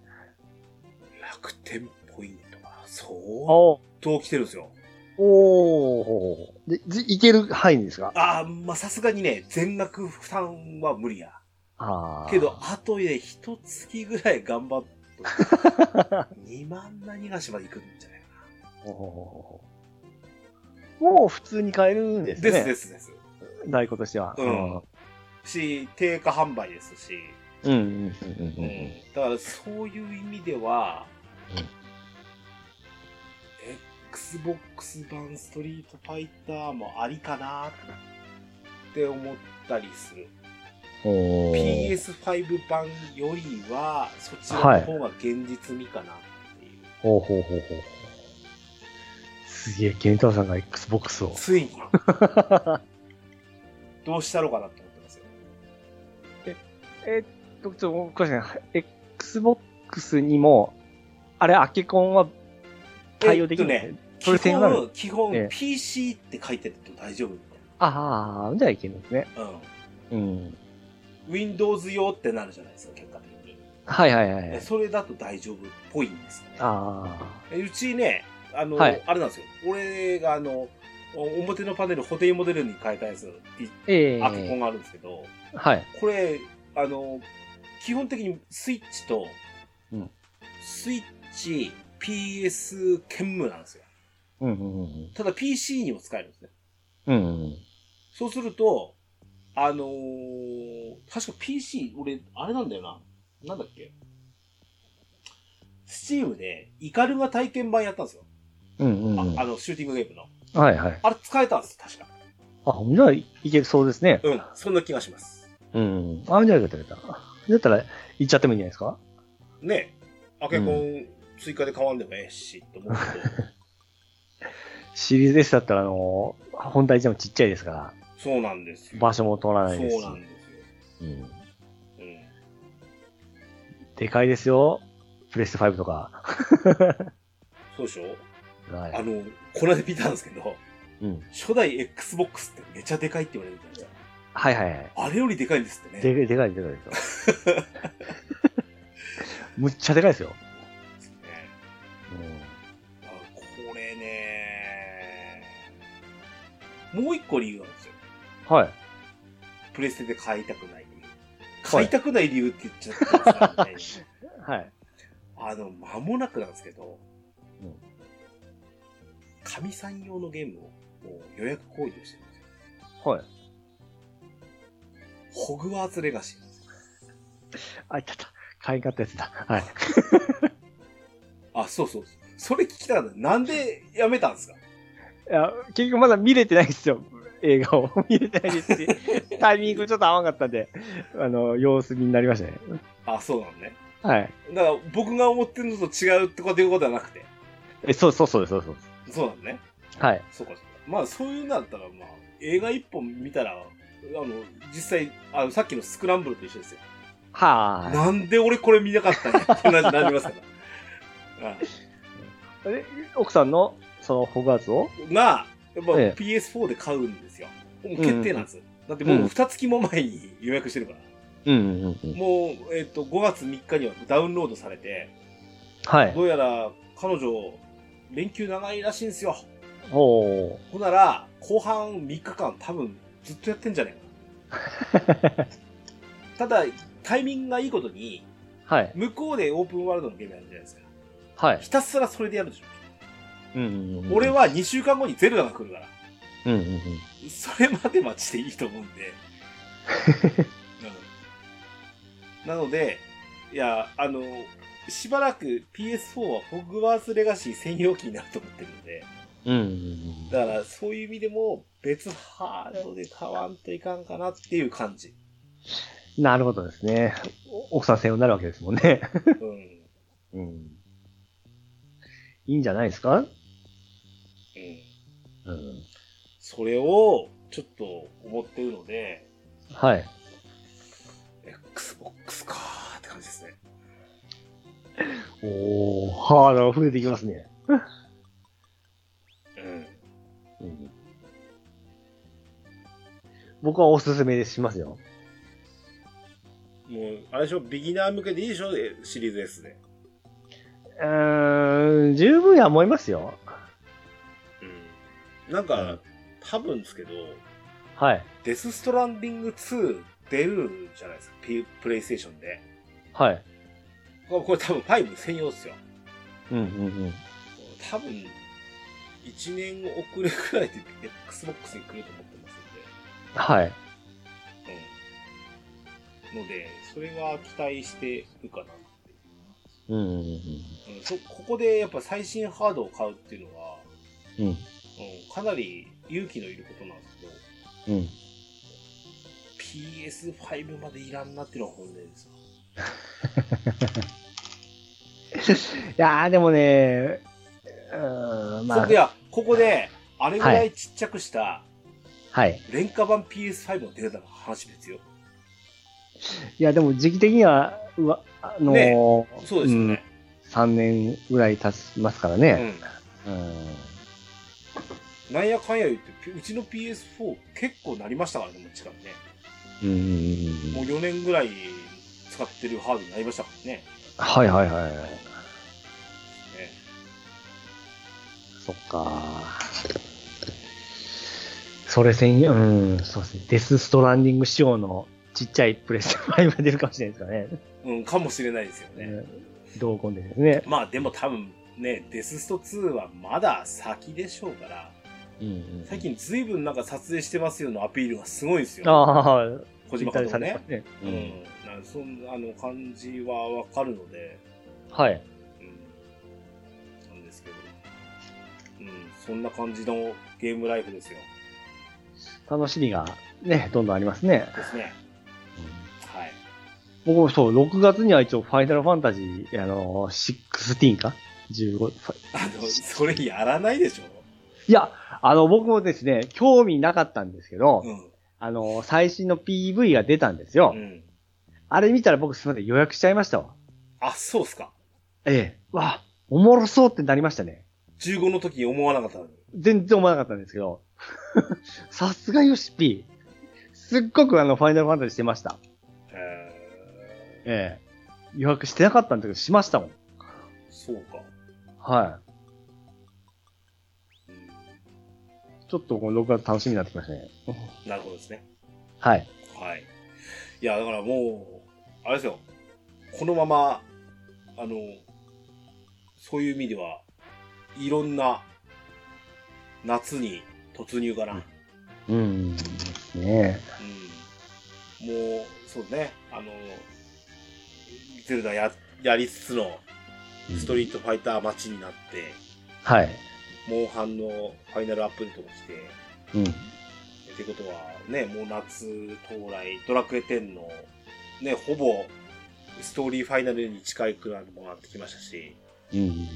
Speaker 1: 楽天ポイントが相
Speaker 2: お
Speaker 1: 当来てるんですよ。
Speaker 2: おおで、じいける範囲ですか
Speaker 1: ああ、まあ、さすがにね、全額負担は無理や。
Speaker 2: ああ。
Speaker 1: けど、あとで一月ぐらい頑張っと、2万 何がしまで行くんじゃないか
Speaker 2: おーもう普通に買えるんです
Speaker 1: な。
Speaker 2: ね。
Speaker 1: ですですです。
Speaker 2: 在庫としては。
Speaker 1: うんし、定価販売ですし、
Speaker 2: うん。うん。うん。うん。うん。
Speaker 1: だからそういう意味では、
Speaker 2: うん
Speaker 1: Xbox 版ストリートファイターもありかなって思ったりする。
Speaker 2: おー
Speaker 1: PS5 版よりは、そちらの方が現実味かなっていう。
Speaker 2: ほうほうほうほう。すすげえ、ケンタロウさんが Xbox を。
Speaker 1: つい に。どうしたろうかなって思ってますよ。
Speaker 2: えっと、ちょっともう詳しくない。Xbox にも、あれ、アケコンは対応できない、
Speaker 1: えっと
Speaker 2: それ
Speaker 1: 基
Speaker 2: 専用なの
Speaker 1: 本、基本
Speaker 2: ええ
Speaker 1: PC って書いてると大丈夫み
Speaker 2: ああ、じゃあいけるんですね。
Speaker 1: たいな。うん。
Speaker 2: うん。
Speaker 1: Windows 用ってなるじゃないですか、結果的に。
Speaker 2: はいはいはいはい。
Speaker 1: それだと大丈夫っぽいんですよね。
Speaker 2: あ
Speaker 1: えうちね、あの、
Speaker 2: はい
Speaker 1: あれなんですよ。俺があの、お表のパネル、補填モデルに変えたやつ、い
Speaker 2: ーええ
Speaker 1: アケコンがあるんですけど、
Speaker 2: はい。
Speaker 1: これ、あの、基本的にスイッチと、
Speaker 2: うん
Speaker 1: スイッチ、PS 兼務なんですよ。
Speaker 2: うんうんうん
Speaker 1: ただ PC にも使えるんですね。
Speaker 2: うん。うんうんうん。
Speaker 1: そうすると、あのー確か PC、俺、あれなんだよな。なんだっけ。Steam で、イカルが体験版やったんですよ。
Speaker 2: うんうんうん。
Speaker 1: ああの、シューティングゲームの。
Speaker 2: はいはい。
Speaker 1: あれ使えたんです、確か。
Speaker 2: あ、じゃあいけそうですね。
Speaker 1: うん、そんな気がします。
Speaker 2: うん。あ、じゃあいけたいけた。だったら、行っちゃってもいいんじゃないですか
Speaker 1: ねえ。アケコン、追加で買わんでもええし、と思うけ ど。
Speaker 2: シリーズ S だったら、あのー、本体自体もちっちゃいですから、
Speaker 1: そうなんですよ。
Speaker 2: 場所も取らないで
Speaker 1: そ
Speaker 2: す
Speaker 1: う
Speaker 2: し。
Speaker 1: なんですよ。
Speaker 2: うん
Speaker 1: うん。
Speaker 2: でかいですよ。プレステ5とか。
Speaker 1: そうでしょ
Speaker 2: は
Speaker 1: あ
Speaker 2: い。
Speaker 1: の、この間見たんですけど、
Speaker 2: うん。
Speaker 1: 初代 Xbox ってめちゃでかいって言われるじゃないです
Speaker 2: はいはいはい。
Speaker 1: か。あれよりでかいんですってね。
Speaker 2: でかい、でかい、でかいです よ。むっちゃでかいですよ。
Speaker 1: ね
Speaker 2: うん
Speaker 1: あこれねもう一個理由なんですよ。
Speaker 2: はい。
Speaker 1: プレステで買いたくない理由。買いたくない理由って言っちゃったんです
Speaker 2: はい。
Speaker 1: からね。あの、間もなくなんですけど
Speaker 2: うん、
Speaker 1: 神、さん用のゲームをもう予約購入してるんですよ。
Speaker 2: はい。
Speaker 1: ホグワーツレガシーなんですよ。
Speaker 2: あ、いたった。買いんかったやつだ。はい。
Speaker 1: あ、そうそうそう。それ聞きたかった。なんでやめたんですか
Speaker 2: いや、結局まだ見れてないんですよ。映画を。 見れてないですし、 タイミングちょっと合わなかったんで、あの、様子見になりましたね。
Speaker 1: あ、そうなのね。
Speaker 2: はい。
Speaker 1: だから僕が思ってるのと違うとかっていうことはなくて。
Speaker 2: え、そうそうそうです、そうそうで
Speaker 1: そうなのね。
Speaker 2: す。はい。
Speaker 1: そうかそうか。まあそういうのだったら、まあ映画一本見たら、あの、実際、あの、さっきのスクランブルと一緒ですよ。
Speaker 2: は
Speaker 1: なんで俺これ見なかったんやって ななりますから。
Speaker 2: い。え、奥さんの、その、ホグワーツを
Speaker 1: うんが、やっぱ
Speaker 2: え
Speaker 1: PS4 で買うんですよ。もう決定なんです。だっても
Speaker 2: う
Speaker 1: うん2月も前に予約してるから。
Speaker 2: うんうんうん。
Speaker 1: もう、えっ、と、5月3日にはダウンロードされて、
Speaker 2: はい。
Speaker 1: どうやら彼女、連休長いらしいんですよ。
Speaker 2: おー。
Speaker 1: ほんなら、後半3日間多分ずっとやってんじゃね えかな。ただ、タイミングがいいことに、
Speaker 2: はい。
Speaker 1: 向こうでオープンワールドのゲームやるじゃないですか。
Speaker 2: はい。
Speaker 1: ひたすらそれでやるでしょ。
Speaker 2: うんうんうん
Speaker 1: 俺、は2週間後にゼルダが来るから、
Speaker 2: うんうんうん。
Speaker 1: それまで待ちでいいと思うん で。うんなので、いや、あの、しばらく PS4 はホグワーツレガシー専用機になると思ってるので、
Speaker 2: うんうんうん。
Speaker 1: だからそういう意味でも別ハードで買わんといかんかなっていう感 じ。
Speaker 2: なるほどですね。お奥さん専用になるわけですもんね。
Speaker 1: うん。
Speaker 2: うん。いいんじゃないですか
Speaker 1: うん。
Speaker 2: うん。
Speaker 1: それをちょっと思ってるので、
Speaker 2: はい。
Speaker 1: Xbox かーって感じですね。
Speaker 2: おー、ハードが増えてきますね。
Speaker 1: うん。
Speaker 2: うん。僕はおすすめしますよ。
Speaker 1: もう、あれでしょ、ビギナー向けでいいでしょ、えシリーズ S で。
Speaker 2: うーん、十分や思いますよ。
Speaker 1: うん。なんか、
Speaker 2: うん
Speaker 1: 多分ですけど、
Speaker 2: はい。
Speaker 1: デスストランディング2出るじゃないですか、P、プレイステーションで。
Speaker 2: はい。
Speaker 1: これ多分5専用っすよ。
Speaker 2: うんうん
Speaker 1: 多分、1年遅れくらいで Xbox に来ると思ってますんで。
Speaker 2: うん。はい。
Speaker 1: うん。ので、それは期待してるかな。
Speaker 2: うんうんうん
Speaker 1: うん、そここでやっぱ最新ハードを買うっていうのは、
Speaker 2: うん。うん。
Speaker 1: うん、かなり勇気のいることなんで
Speaker 2: うん。
Speaker 1: すけど、PS5 までいらんなっていうのが本音ですわ。
Speaker 2: いやー、でもね、うーん、ま
Speaker 1: そ
Speaker 2: あ
Speaker 1: うい、や、ここで、あれぐらいちっちゃくした、
Speaker 2: はい。
Speaker 1: 廉価版 PS5 のデータの話別よ。
Speaker 2: いや、でも時期的には、うわ、あのー
Speaker 1: ねそうですよね。
Speaker 2: うん3年ぐらい経ちますからね。
Speaker 1: う
Speaker 2: うん
Speaker 1: ん。なんやかんや言って、ピうちの PS4 結構なりましたからね、もちろんね。
Speaker 2: うんうんう
Speaker 1: もうん4年ぐらい使ってるハードになりましたからね。
Speaker 2: はいはいはい。
Speaker 1: ね
Speaker 2: そっか。それ専用、うん、そうですね。デスストランディング仕様のちっちゃいプレステ5が出るかもしれないですからね。
Speaker 1: うん、かもしれないですよね。
Speaker 2: 同梱でですね。
Speaker 1: まあでも多分ね、デススト2はまだ先でしょうから、
Speaker 2: うん
Speaker 1: 最近随分なんか撮影してますよのアピールがすごいですよ。
Speaker 2: ああ、
Speaker 1: 小島監督ね。
Speaker 2: ね。
Speaker 1: うん。なんかそんなあの感じはわかるので、
Speaker 2: はい。
Speaker 1: うん。なんですけど。うん、そんな感じのゲームライフですよ。
Speaker 2: 楽しみがね、どんどんありますね。
Speaker 1: ですね。はい。
Speaker 2: 僕もそう、6月には一応ファイナルファンタジー、あの、16か ?15。
Speaker 1: あの、それやらないでしょ
Speaker 2: いや、あの、僕もですね、興味なかったんですけど、
Speaker 1: うん。
Speaker 2: あの、最新の PV が出たんですよ。
Speaker 1: うん。
Speaker 2: あれ見たら僕すみません、予約しちゃいましたわ。
Speaker 1: あ、そうっすか。
Speaker 2: ええ。わ、おもろそうってなりましたね。
Speaker 1: 15の時に思わなかったのに。
Speaker 2: 全然思わなかったんですけど。 さすがヨシピー。すっごくあの、ファイナルファンタジーしてました。
Speaker 1: へ
Speaker 2: ええ。予約してなかったんだけど、しましたもん。
Speaker 1: ーそうか。
Speaker 2: は
Speaker 1: うん
Speaker 2: い。ちょっとこの6月楽しみになってきましたね。
Speaker 1: なるほどですね。
Speaker 2: はい。
Speaker 1: はい。いや、だからもう、あれですよ。このまま、あの、そういう意味では、いろんな、夏に突入かな。うん。
Speaker 2: うん。ね
Speaker 1: もう、そうね、あの、ゼルダや、やりつつの、
Speaker 2: え。
Speaker 1: ストリートファイター待ちになって、
Speaker 2: はい。
Speaker 1: モンハンのファイナルアップデートが来て、
Speaker 2: うん。
Speaker 1: ってことはね、もう夏到来、ドラクエ10の、ね、ほぼストーリーファイナルに近いくらいもなってきましたし、
Speaker 2: うん。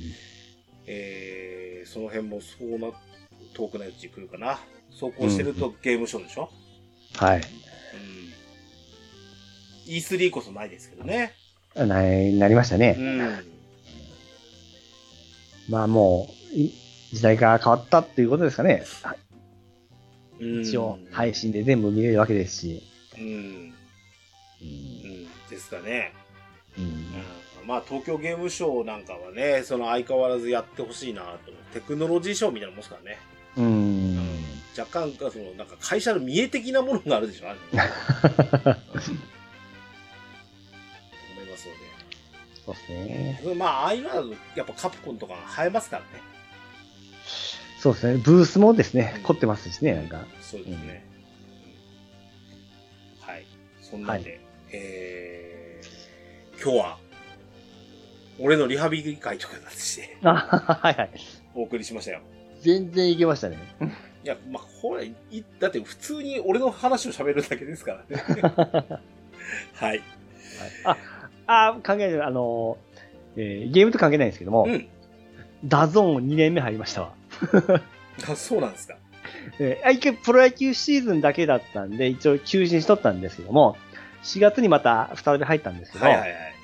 Speaker 1: えー、その辺もそうな、遠くないうちに来るかな。そうこうしてるとゲームショーでしょ
Speaker 2: はい。
Speaker 1: うん。E3 こそないですけどね。
Speaker 2: ない、なりましたね。
Speaker 1: うん。
Speaker 2: まあもう、い時代が変わったっていうことですかね。
Speaker 1: うん
Speaker 2: 一応、配。信で全部見れるわけですし。
Speaker 1: うん。うん。ですかね。
Speaker 2: うん
Speaker 1: うんまあ東京ゲームショウなんかはね、その相変わらずやってほしいなと思う。テクノロジーショーみたいなもんですからね。
Speaker 2: うん。
Speaker 1: 若干か、その、なんか会社の見栄的なものがあるでしょ、あれ。 思いますの
Speaker 2: そうですね。
Speaker 1: で。まあ、ああいうのは、やっぱカプコンとかが映えますからね。
Speaker 2: そうですね。ブースもですね、凝ってますしね、なんか。
Speaker 1: そうですね。うんはい。そんなんで、えー、今日は、俺のリハビリ会とかなんてして、
Speaker 2: あ、はいはい。
Speaker 1: お送りしましたよ。
Speaker 2: 全然いけましたね。
Speaker 1: いや、まあ、これ、いだって普通に俺の話を喋るだけですからね。 はい。
Speaker 2: あ、あ、関係ない。あの、えーゲームと関係ないんですけども、
Speaker 1: うん。
Speaker 2: ダゾーン2年目入りましたわ。
Speaker 1: あ、そうなんですか。
Speaker 2: えーあ一回プロ野球シーズンだけだったんで、一応休止しとったんですけども、4月にまた再び入ったんですけど、
Speaker 1: はいはいはい。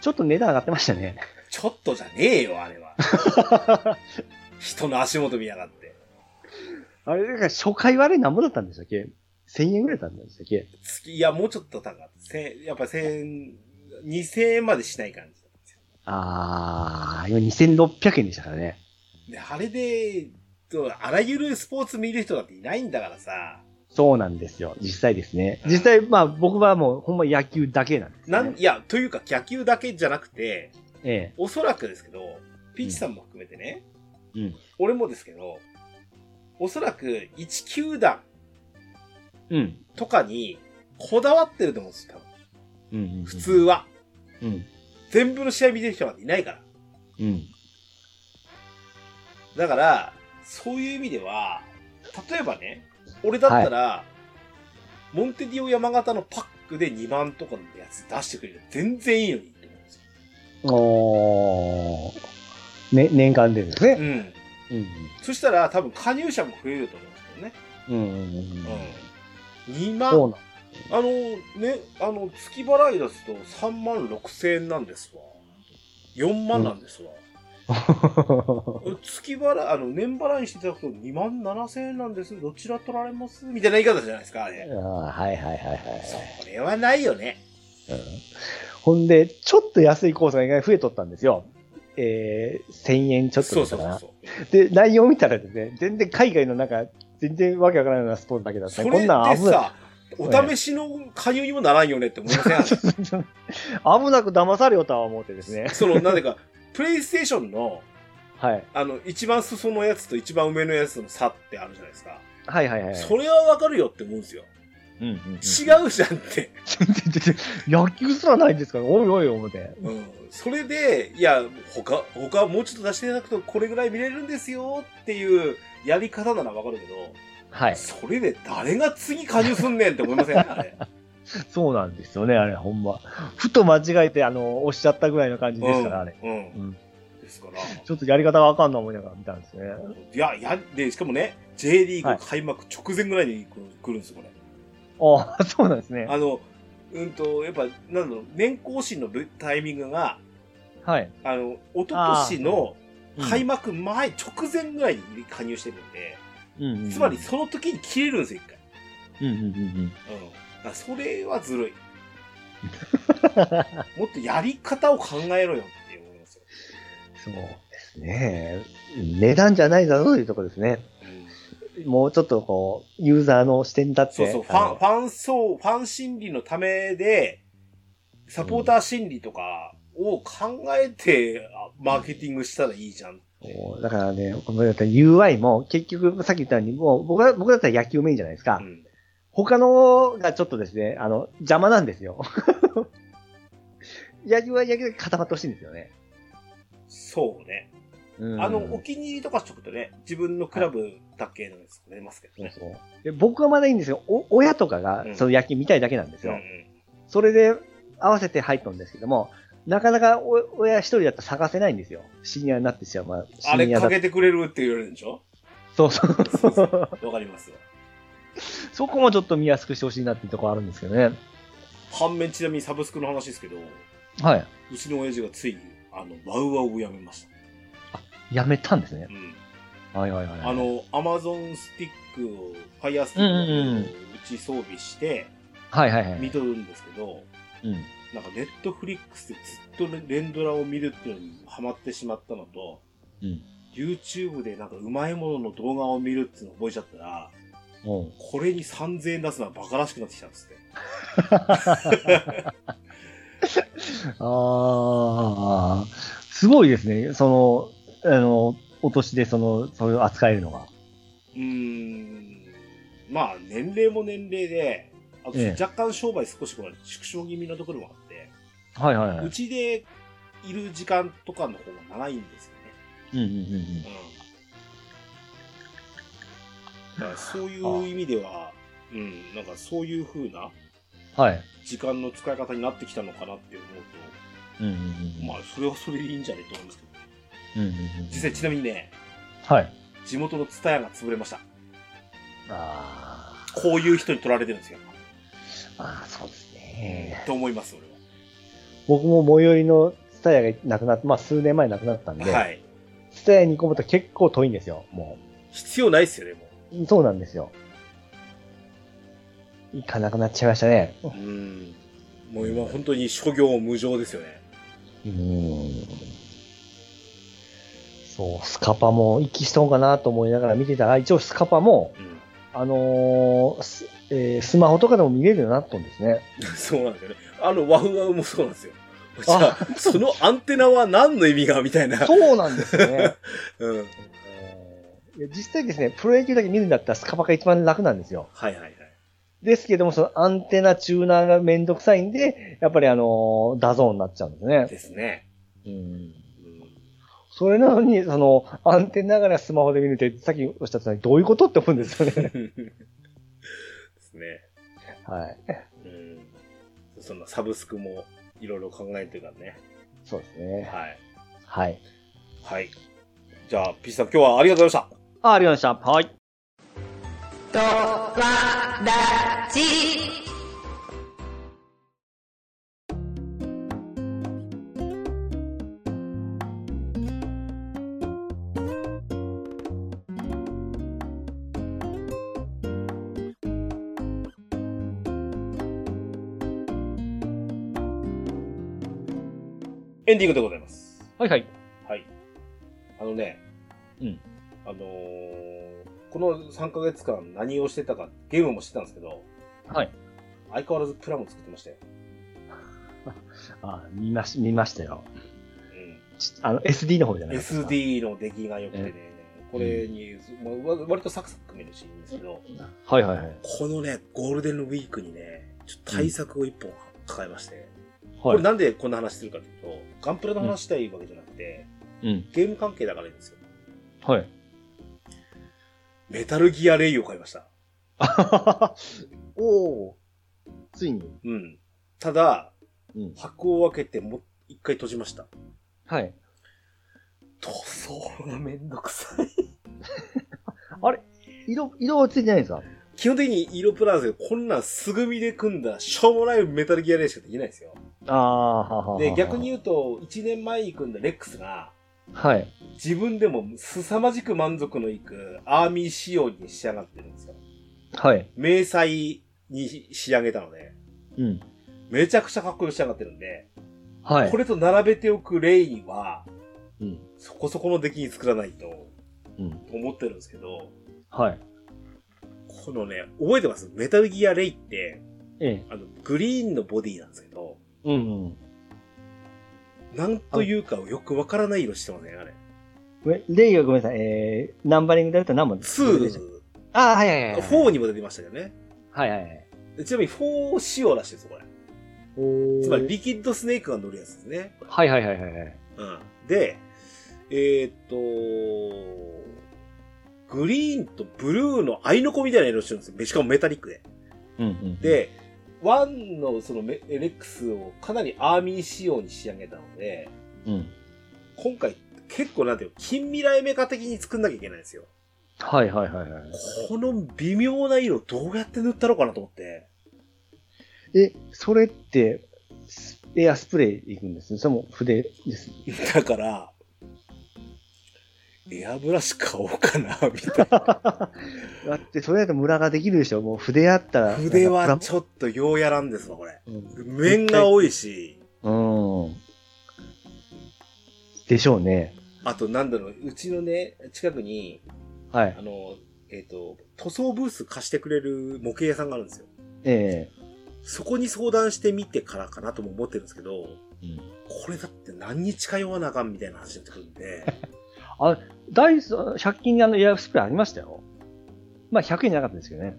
Speaker 2: ちょっと値段上がってましたね。
Speaker 1: ちょっとじゃねえよ、あれ は。人の足元見やがって。
Speaker 2: あれ、だから初回はあれ何ぼだったんでしたっけ ?1000 円ぐらいだったんでしたっけ
Speaker 1: 月、いや、もうちょっと高かった。千、やっぱ千、二千円までしない感じだったんですよ
Speaker 2: あー、今2600円でしたからね。
Speaker 1: で、あれで、とあらゆるスポーツ見る人だっていないんだからさ。
Speaker 2: そうなんですよ。実際ですね。実際、まあ僕はもうほんま野球だけなんです、ね。
Speaker 1: なん、いや、というか野球だけじゃなくて、
Speaker 2: え
Speaker 1: おそらくですけど、ピッチさんも含めてね、
Speaker 2: え。うん。
Speaker 1: 俺もですけど、おそらく1球団
Speaker 2: うん。
Speaker 1: とかにこだわってると思うんですよ、多分
Speaker 2: うん。
Speaker 1: 普通。は。
Speaker 2: うん。
Speaker 1: 全部の試合見てる人なんていないから。
Speaker 2: うん。
Speaker 1: だから、そういう意味では、例えばね、俺だったら、モンテディオ山形のパックで2万とかのやつ出してくれる全然いいのにって思うんですよ。
Speaker 2: おー。ね、年間でですね。
Speaker 1: うん。
Speaker 2: うん。
Speaker 1: そしたら多分加入者も増えると思うんですよね。
Speaker 2: うんうんうん。
Speaker 1: うん。2万、
Speaker 2: そうなん。
Speaker 1: あのね、あの、月払い出すと3万6千円なんですわ。4万なんですわ。月払い、あの、年払いにしていただくと2万7千円なんです。どちら取られますみたいな言い方じゃないですか、あれ。
Speaker 2: ああ、はいはいはいはい。
Speaker 1: それはないよね。
Speaker 2: ほんで、ちょっと安いコースが意外に増えとったんですよ。えー、1000円ちょっと
Speaker 1: そ
Speaker 2: だ
Speaker 1: う
Speaker 2: った
Speaker 1: そう
Speaker 2: か
Speaker 1: そう
Speaker 2: な。
Speaker 1: そう。
Speaker 2: で、内容見たらですね、全然海外のなんか、全然わけわからないようなスポーツだけだった
Speaker 1: そ
Speaker 2: ね
Speaker 1: れ
Speaker 2: こんな
Speaker 1: っ
Speaker 2: ん
Speaker 1: て
Speaker 2: 危ない。
Speaker 1: さ、お試しの加入にもならんよねって思いません
Speaker 2: 危なく騙されよとは思ってですね。
Speaker 1: その、なぜか、プレイステーションの、
Speaker 2: はい。
Speaker 1: あの、一番裾のやつと一番上のやつの差ってあるじゃないですか。
Speaker 2: はいはいはい。
Speaker 1: それはわかるよって思うんですよ。
Speaker 2: うんうんうん、
Speaker 1: 違うじゃんって。
Speaker 2: 野球すらないんですから、おいおい思って。
Speaker 1: うん。それで、いや、他、他はもうちょっと出していただくとこれぐらい見れるんですよっていうやり方ならわかるけど、
Speaker 2: はい。
Speaker 1: それで誰が次加入すんねんって思いませんあ れ。
Speaker 2: そうなんですよね、あれ、ほんま。ふと間違えて、あの、押しちゃったぐらいの感じですから、あれ。
Speaker 1: うん。う
Speaker 2: うんん。
Speaker 1: ですから。
Speaker 2: ちょっとやり方がわかんない思いながら見たんですね。
Speaker 1: いや、や、で、しかもね、J リー
Speaker 2: はい
Speaker 1: グ開幕直前ぐらいに来る,、んですよ、これ。
Speaker 2: ああ、そうなんですね。
Speaker 1: あの、うんと、やっぱ、なんだろう、年更新のぶタイミングが、
Speaker 2: はい。
Speaker 1: あの、一昨年の
Speaker 2: あーうん
Speaker 1: 開幕前直前ぐらいに加入してるんで、
Speaker 2: うんうんうん
Speaker 1: つまり、その時に切れるんですよ、一回。
Speaker 2: うんうんうんうん。
Speaker 1: うん。だからそれはずる い。もっとやり方を考えろよって思いますよ。
Speaker 2: そうですね。値段じゃないだろうというところですね。
Speaker 1: うん
Speaker 2: もうちょっとこう、ユーザーの視点に立って。
Speaker 1: そうそう、ファン、
Speaker 2: あの
Speaker 1: ファン層、ファン心理のためで、サポーター心理とかを考えて、あマーケティングしたらいいじゃん。
Speaker 2: こうだからね、このだった UI も結局、さっき言ったように、もう僕は僕だったら野球メインじゃないですか。
Speaker 1: うん。
Speaker 2: 他のがちょっとですね、あの、邪魔なんですよ。 野球は野球で固まってほしいんですよね。
Speaker 1: そうね。
Speaker 2: うん
Speaker 1: あの、お気に入りとかしとくとね、自分のクラブだけなんですかね、ますけど
Speaker 2: そう
Speaker 1: ね。
Speaker 2: そうで僕はまだいいんですよ。お親とかが
Speaker 1: うん
Speaker 2: その野球見たいだけなんです
Speaker 1: うん
Speaker 2: よ。
Speaker 1: うん
Speaker 2: それで合わせて入ったんですけども、なかなかお親一人だと探せないんですよ。シニアになってしまう。まあ、
Speaker 1: あ
Speaker 2: シ
Speaker 1: れ
Speaker 2: ニアだ
Speaker 1: か
Speaker 2: と
Speaker 1: けてくれるって言われるんでしょ
Speaker 2: そうそう。
Speaker 1: そうそう。 わかりますよ。
Speaker 2: そこもちょっと見やすくしてほしいなっていうところあるんですけどね。
Speaker 1: 反面ちなみにサブスクの話ですけど、う
Speaker 2: はい。
Speaker 1: ちの親父がついに、あの、ワウワウをやめました。
Speaker 2: やめたんですね
Speaker 1: う。ん。
Speaker 2: はいはいはい。
Speaker 1: あ、の、アマゾンスティックを、ファイアースティ
Speaker 2: うんうんう
Speaker 1: ッ
Speaker 2: ん
Speaker 1: クをうち装備して
Speaker 2: はいはいはい。
Speaker 1: 見とるんですけど、
Speaker 2: うん。
Speaker 1: なんかネットフリックスでずっと連ドラを見るっていうのにハマってしまったのと、
Speaker 2: うん。
Speaker 1: YouTube でなんかうまいものの動画を見るっていうのを覚えちゃったら、
Speaker 2: もう
Speaker 1: これに3000円出すのはバカらしくなってきたんですって。
Speaker 2: ああ、すごいですね。その、あの、お年でその、それを扱えるのが。
Speaker 1: うーん。まあ、年齢も年齢で、あと
Speaker 2: ええ
Speaker 1: 若干商売少しこれ縮小気味なところもあって、
Speaker 2: はいはいは
Speaker 1: う。ちでいる時間とかの方が長いんですよね。
Speaker 2: うんうんうんうん。
Speaker 1: うんだからそういう意味では、うん、なんかそういう風な
Speaker 2: はい。
Speaker 1: 時間の使い方になってきたのかなって思う
Speaker 2: うんうん
Speaker 1: と、まあ、それはそれでいいんじゃねえと思いますけど、
Speaker 2: うんうん。
Speaker 1: 実際ちなみにね、
Speaker 2: はい。
Speaker 1: 地元のツタヤが潰れました。
Speaker 2: あ
Speaker 1: こういう人に取られてるんですよ。
Speaker 2: ーあー、そうですね。
Speaker 1: と思います、俺
Speaker 2: 僕も最寄りのツタヤがなくなって、まあ数年前になくなったん
Speaker 1: は。は
Speaker 2: で、
Speaker 1: い。
Speaker 2: ツタヤに行こうと結構遠いんですよ、も
Speaker 1: 必要ないっすよね、も
Speaker 2: う。そうなんですよ。行かなくなっちゃいましたね。
Speaker 1: う。うん。もう今本当に諸行無常ですよね。
Speaker 2: うーんそう、スカパも息しとんかなと思いながら見てたら、一応スカパも、
Speaker 1: うん。
Speaker 2: あのーすえースマホとかでも見れるようになったんですね。
Speaker 1: そうなんだよね。あの、ワウワウもそうなんですよ。じゃあ
Speaker 2: あ、
Speaker 1: そのアンテナは何の意味がみたいな。
Speaker 2: そうなんですよね。
Speaker 1: うん。はい
Speaker 2: えーいや実際ですね、プロ野球だけ見るんだったらスカパが一番楽なんですよ。
Speaker 1: はいはい。
Speaker 2: ですけども、そのアンテナ、チューナーがめんどくさいんで、やっぱりあのーダゾーンになっちゃうんですね。
Speaker 1: ですね。
Speaker 2: うん
Speaker 1: うん
Speaker 2: それなのに、その、アンテナがらスマホで見るって、さっきおっしゃったようにどういうことって思うんですよね。
Speaker 1: ですね。
Speaker 2: はい。
Speaker 1: うん。そんなサブスクもいろいろ考えてるからね。
Speaker 2: そうですね。
Speaker 1: はい。
Speaker 2: はい。
Speaker 1: はい。じゃあ、ピッチさん今日はありがとうございまし
Speaker 2: あありがとうございました。は
Speaker 4: と
Speaker 2: い。
Speaker 4: わらじ。
Speaker 1: た。エンディングでございます。
Speaker 2: はいはい。
Speaker 1: はい。あのね、
Speaker 2: うん。
Speaker 1: あのーこの3ヶ月間何をしてたか、ゲームもしてたんですけど、
Speaker 2: はい。
Speaker 1: 相変わらずプラも作ってましたよ。
Speaker 2: あ見まし、見ましたよ。
Speaker 1: うん。
Speaker 2: ちあの、SD の方じゃないですか。。
Speaker 1: SD の出来が良くてね、これに、まあわ割とサクサク見るしいいんですけど、
Speaker 2: はいはいはい。
Speaker 1: このね、ゴールデンウィークにね、ちょっと対策を一本抱えまして、こ
Speaker 2: は
Speaker 1: れなんでこんな話してるかというと、ガンプラの話したいわけじゃなくて、
Speaker 2: い。うん。
Speaker 1: ゲーム関係だからいいんですよ。
Speaker 2: はい。
Speaker 1: メタルギアレイを買いました。
Speaker 2: おお。ついに。
Speaker 1: うん。ただ、
Speaker 2: うん。
Speaker 1: 箱を開けてもう一回閉じました。
Speaker 2: はい。
Speaker 1: 塗装がめんどくさい。
Speaker 2: 色、色はついてないんですか
Speaker 1: 基本的に色プランですけど、こんなん素組みで組んだ、しょうもないメタルギアレイしかできないんですよ。
Speaker 2: ああ、ははは
Speaker 1: で、逆に。言うと、1年前に組んだレックスが、
Speaker 2: はい。
Speaker 1: 自分でも凄まじく満足のいくアーミー仕様に仕上がってるんですよ。
Speaker 2: はい。
Speaker 1: 迷彩に仕上げたので、
Speaker 2: うん。
Speaker 1: めちゃくちゃかっこよく仕上がってるんで、
Speaker 2: はい。
Speaker 1: これと並べておくレイは、
Speaker 2: うん。
Speaker 1: そこそこの出来に作らないと
Speaker 2: うん。
Speaker 1: 思ってるんですけど、
Speaker 2: はい。
Speaker 1: このね、覚えてますメタルギアレイって、
Speaker 2: ええ。
Speaker 1: あの、グリーンのボディなんですけど、
Speaker 2: うん、うん。
Speaker 1: なんというかよくわからない色してませんあれ。
Speaker 2: ごめんレイがごめんなさい。えー、ナンバリングでやると何番ですか
Speaker 1: 2、
Speaker 2: ああ、はいはいはい。
Speaker 1: 4にも出てましたけどね。
Speaker 2: はいはいはい。
Speaker 1: でちなみに4仕様らしいですよ、これ。
Speaker 2: お
Speaker 1: つまり、リキッドスネークが乗るやつですね。
Speaker 2: はいはいはいはいはい。
Speaker 1: うん。で、えーっと、グリーンとブルーの合いの子みたいな色してるんですよ。しかもメタリックで。
Speaker 2: うんうん。、
Speaker 1: で、ワンのそのメレックスをかなりアーミー仕様に仕上げたので、
Speaker 2: うん。
Speaker 1: 今回結構なんていうの近未来メカ的に作んなきゃいけないんですよ。
Speaker 2: はいはいはいはい。
Speaker 1: この微妙な色どうやって塗ったのかなと思って。
Speaker 2: え、それって、スエアスプレーいくんですね。それも筆です。
Speaker 1: だから、エアブラシ買おうかな、みたい な。
Speaker 2: だって、それだとムラができるでしょ。もう筆あったら。
Speaker 1: 筆は
Speaker 2: なん
Speaker 1: ち
Speaker 2: か
Speaker 1: ょっとようやらんですわ、これ。
Speaker 2: プラ
Speaker 1: 面が多いし、
Speaker 2: うん。うん。でしょうね。
Speaker 1: あとなんだろう、うちのね、近くに、
Speaker 2: は
Speaker 1: あ
Speaker 2: い。
Speaker 1: の、えっ、と、塗装ブース貸してくれる模型屋さんがあるんですよ。
Speaker 2: え
Speaker 1: そこに相談してみてからかなとも思ってるんですけど、
Speaker 2: え
Speaker 1: これだって何日通わなあかんみたいな話になってくるんで、
Speaker 2: ダイソー、100均にあのエアスプレーありましたよ。まあ100円じゃなかったですけどね。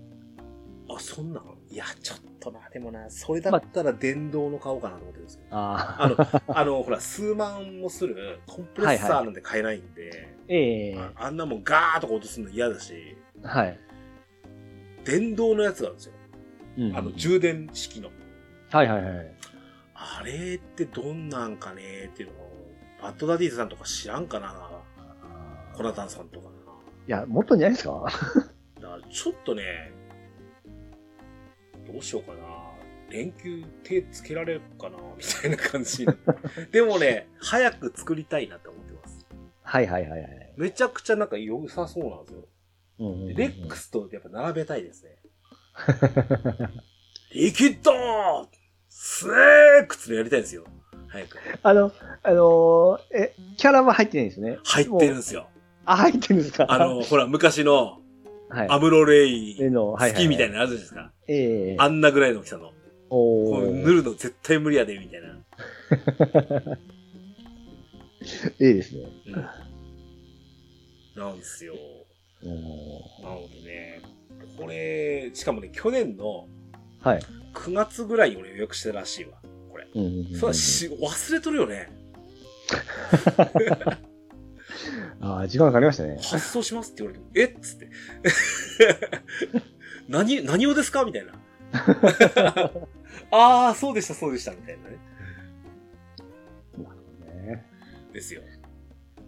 Speaker 1: あ、そんなんいや、ちょっとな、でもな、それだったら電動の買おうかなと思ってるんですけど。
Speaker 2: ああ。
Speaker 1: あの、あの、ほら、数万もするコンプレッサーなんて買えないんで、
Speaker 2: ええ
Speaker 1: ああんなもんガーッとか落とすの嫌だし、
Speaker 2: はい。
Speaker 1: 電動のやつがあるんですよ。
Speaker 2: うん
Speaker 1: あの、充電式の。
Speaker 2: はいはいはい。
Speaker 1: あれってどんなんかねっていうのを、バッドダディさんとか知らんかなコナタンさんとか
Speaker 2: いや、もっとんじゃないですか
Speaker 1: な。だからちょっとね、どうしようかな。連休手つけられるかなみたいな感 じになって。でもね、早く作りたいなって思ってます。
Speaker 2: はいはいはいはい。
Speaker 1: めちゃくちゃなんか良さそうなんですよ。
Speaker 2: うんうんうんうん
Speaker 1: レックスとやっぱ並べたい ですね。リキッドスネークってのやりたいんですよ。早く。
Speaker 2: あの、あのーえ、キャラは入ってないんですね。
Speaker 1: 入ってるん
Speaker 2: もう
Speaker 1: ですよ。
Speaker 2: あ、入ってるんですか
Speaker 1: あ、の、ほら、昔の
Speaker 2: はい。
Speaker 1: アムロレイ
Speaker 2: 目の、
Speaker 1: 好きみたい
Speaker 2: な。
Speaker 1: なのあるじゃないですか。
Speaker 2: ええ
Speaker 1: あんなぐらいの大きさの。
Speaker 2: お
Speaker 1: こう
Speaker 2: ー
Speaker 1: 塗るの絶対無理やで、みたいな。
Speaker 2: いいですね。
Speaker 1: うんなんですよ。
Speaker 2: うん
Speaker 1: なのでね、これ、しかもね、去年の
Speaker 2: はい。
Speaker 1: 9月ぐらいに俺予約してたらしいわ。これ。
Speaker 2: うんうんうん
Speaker 1: それし、忘れとるよね。
Speaker 2: あー時間かかりましたね。
Speaker 1: 発送しますって言われても、えっつって。何、何をですかみたいな。ああ、そうでした、そうでした、みたいなね。
Speaker 2: ね
Speaker 1: ですよ。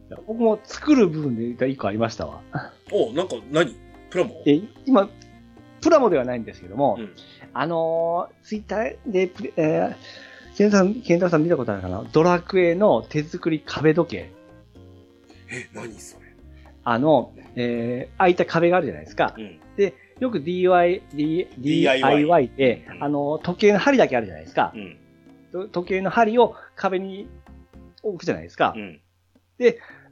Speaker 2: や僕も作る部分で一個ありましたわ。
Speaker 1: おなんか何プラモ
Speaker 2: え、今、プラモではないんですけども、
Speaker 1: うん
Speaker 2: あのーツイッターでプレ、えー、ケンタさん、ケンタさん見たことあるかなドラクエの手作り壁時計。
Speaker 1: え、何それ
Speaker 2: あの、えー、開いた壁があるじゃないですか。
Speaker 1: うん。
Speaker 2: よく DIY、D-
Speaker 1: DIY
Speaker 2: DIY で、
Speaker 1: うん
Speaker 2: あの、時計の針だけあるじゃないですか
Speaker 1: う。ん。
Speaker 2: と時計の針を壁に置くじゃないですか
Speaker 1: う。ん。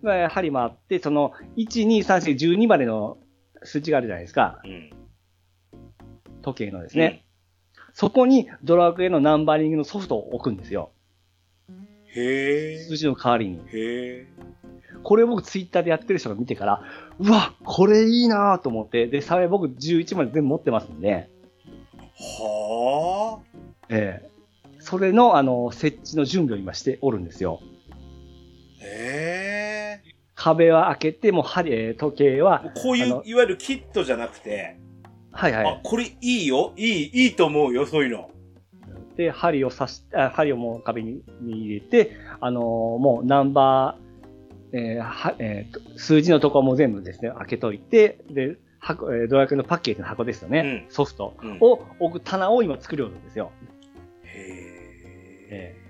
Speaker 2: まあ針もあって、その、1、2、3、4、12までの数値があるじゃないですか。
Speaker 1: うん。
Speaker 2: 時計のですね。そこにドラクエのナンバリングのソフトを置くんですよ。
Speaker 1: うん。へえ。
Speaker 2: 数字の代わりに。
Speaker 1: へえ。
Speaker 2: これを僕ツイッターでやってる人が見てから、うわ、これいいなぁと思って、で、それ僕11まで全部持ってますんで、
Speaker 1: はあ。
Speaker 2: ええそれの、あの、設置の準備を今しておるんですよ。
Speaker 1: へえ。
Speaker 2: 壁は開けて、もう針、えー時計は、
Speaker 1: こうい
Speaker 2: あ
Speaker 1: う
Speaker 2: の、
Speaker 1: いわゆるキットじゃなくて、
Speaker 2: はいは
Speaker 1: あ
Speaker 2: い。、
Speaker 1: これいいよ。いい、いいと思うよ、そういうの。
Speaker 2: で、針を刺し、あ針をもう壁にに入れて、あのーもうナンバー、えーはえーと数字のとこはもう全部ですね、開けといて、で、箱、えードラクエのパッケージの箱ですよね、
Speaker 1: う
Speaker 2: ソフト
Speaker 1: うん。
Speaker 2: を置く棚を今作りよるんですよ。
Speaker 1: へ
Speaker 2: えー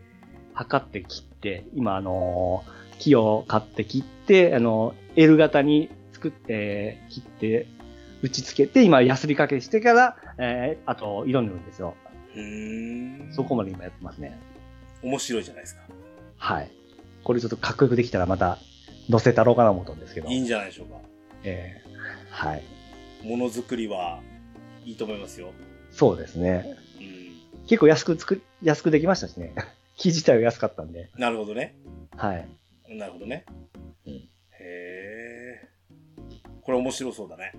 Speaker 2: 測って切って、今、あのー木を買って切って、あのー L 型に作って、切って、打ち付けて、今、ヤスリ掛けしてから、えーあと、色塗るんですよ。
Speaker 1: え。うーん。
Speaker 2: そこまで今やってますね。
Speaker 1: 面白いじゃないですか。
Speaker 2: はい。これちょっとかっこよくできたらまた、載せたろうかな思うんですけど。
Speaker 1: いいんじゃないでしょうか。
Speaker 2: えーはい。
Speaker 1: ものづくりはいいと思いますよ。
Speaker 2: そうですね。
Speaker 1: うん。
Speaker 2: 結構安く作り、安くできましたしね。 木自体は安かったんで。
Speaker 1: なるほどね。
Speaker 2: はい。
Speaker 1: なるほどね。
Speaker 2: うん
Speaker 1: へえ。これ面白そうだね。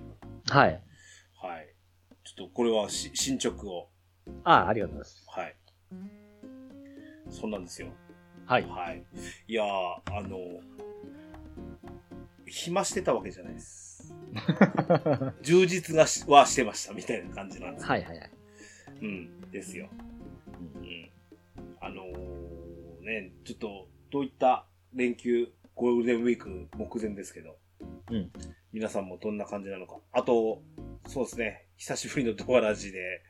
Speaker 2: はい。
Speaker 1: はい。ちょっとこれはし進捗を。
Speaker 2: ああ、ありがとうございます。
Speaker 1: はい。そんなんですよ。
Speaker 2: はい。
Speaker 1: はい。いやー、あの、暇してたわけじゃない です。充実がしはしてましたみたいな感じなんです。
Speaker 2: はいはいはい。
Speaker 1: うん、ですよ。うん。あのーね、ちょっと、どういった連休、ゴールデンウィーク目前ですけど、
Speaker 2: うん。
Speaker 1: 皆さんもどんな感じなのか。あと、そうですね、久しぶりのドアラジで、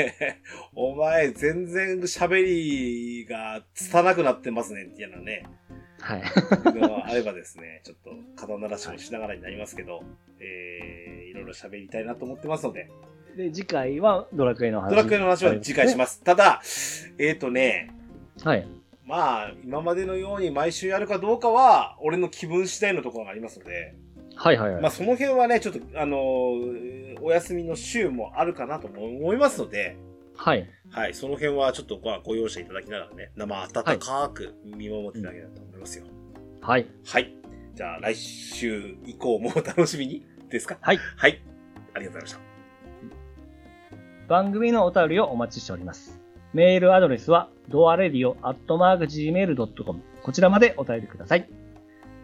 Speaker 1: お前、全然喋りが拙くなってますね、っていうのはね、
Speaker 2: はい。
Speaker 1: のがあればですね、ちょっと肩慣らしもしながらになりますけど、えー、いろいろ喋りたいなと思ってますので、
Speaker 2: で、次回はドラクエの話。
Speaker 1: ドラクエの話は次回します。ただ、えっ、とね、
Speaker 2: す。はい。
Speaker 1: まあ、今までのように毎週やるかどうかは、俺の気分次第のところがありますので、
Speaker 2: はいはいはい。
Speaker 1: まあその辺はね、ちょっと、あのーお休みの週もあるかなとも思いますので、
Speaker 2: はい。
Speaker 1: はい、その辺はちょっとまあご容赦いただきながらね、生温かく見守っていただけたらと思いますよ。
Speaker 2: はい。
Speaker 1: はい。じゃあ来週以降もお楽しみにですか
Speaker 2: はい。
Speaker 1: はい。ありがとうございました。
Speaker 2: 番組のお便りをお待ちしております。メールアドレスは、ドアレディオアットマーク Gmail.com。こちらまでお便りください。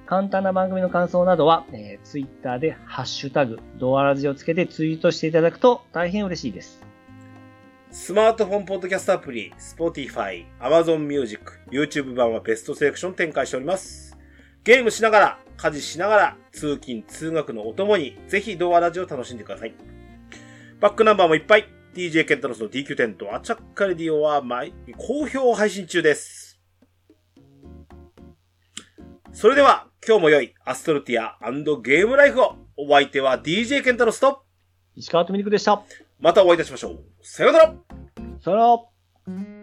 Speaker 2: 簡単な番組の感想などは、えー、ツイッターでハッシュタグ、ドアラジをつけてツイートしていただくと大変嬉しいです。
Speaker 1: スマートフォンポッドキャストアプリ、Spotify、Amazon Music、YouTube 版はベストセレクション展開しております。ゲームしながら、家事しながら、通勤、通学のお供に、ぜひ動画ラジオを楽しんでください。バックナンバーもいっぱい。DJ ケンタロスの DQ テント、アチャッカレディオは毎、好評配信中です。それでは、今日も良いアストルティアゲームライフを。お相手は DJ ケンタロスと、
Speaker 2: 石川とみにくでした。
Speaker 1: またお会いいたしましょう。さようなら
Speaker 2: さよなら。
Speaker 4: 「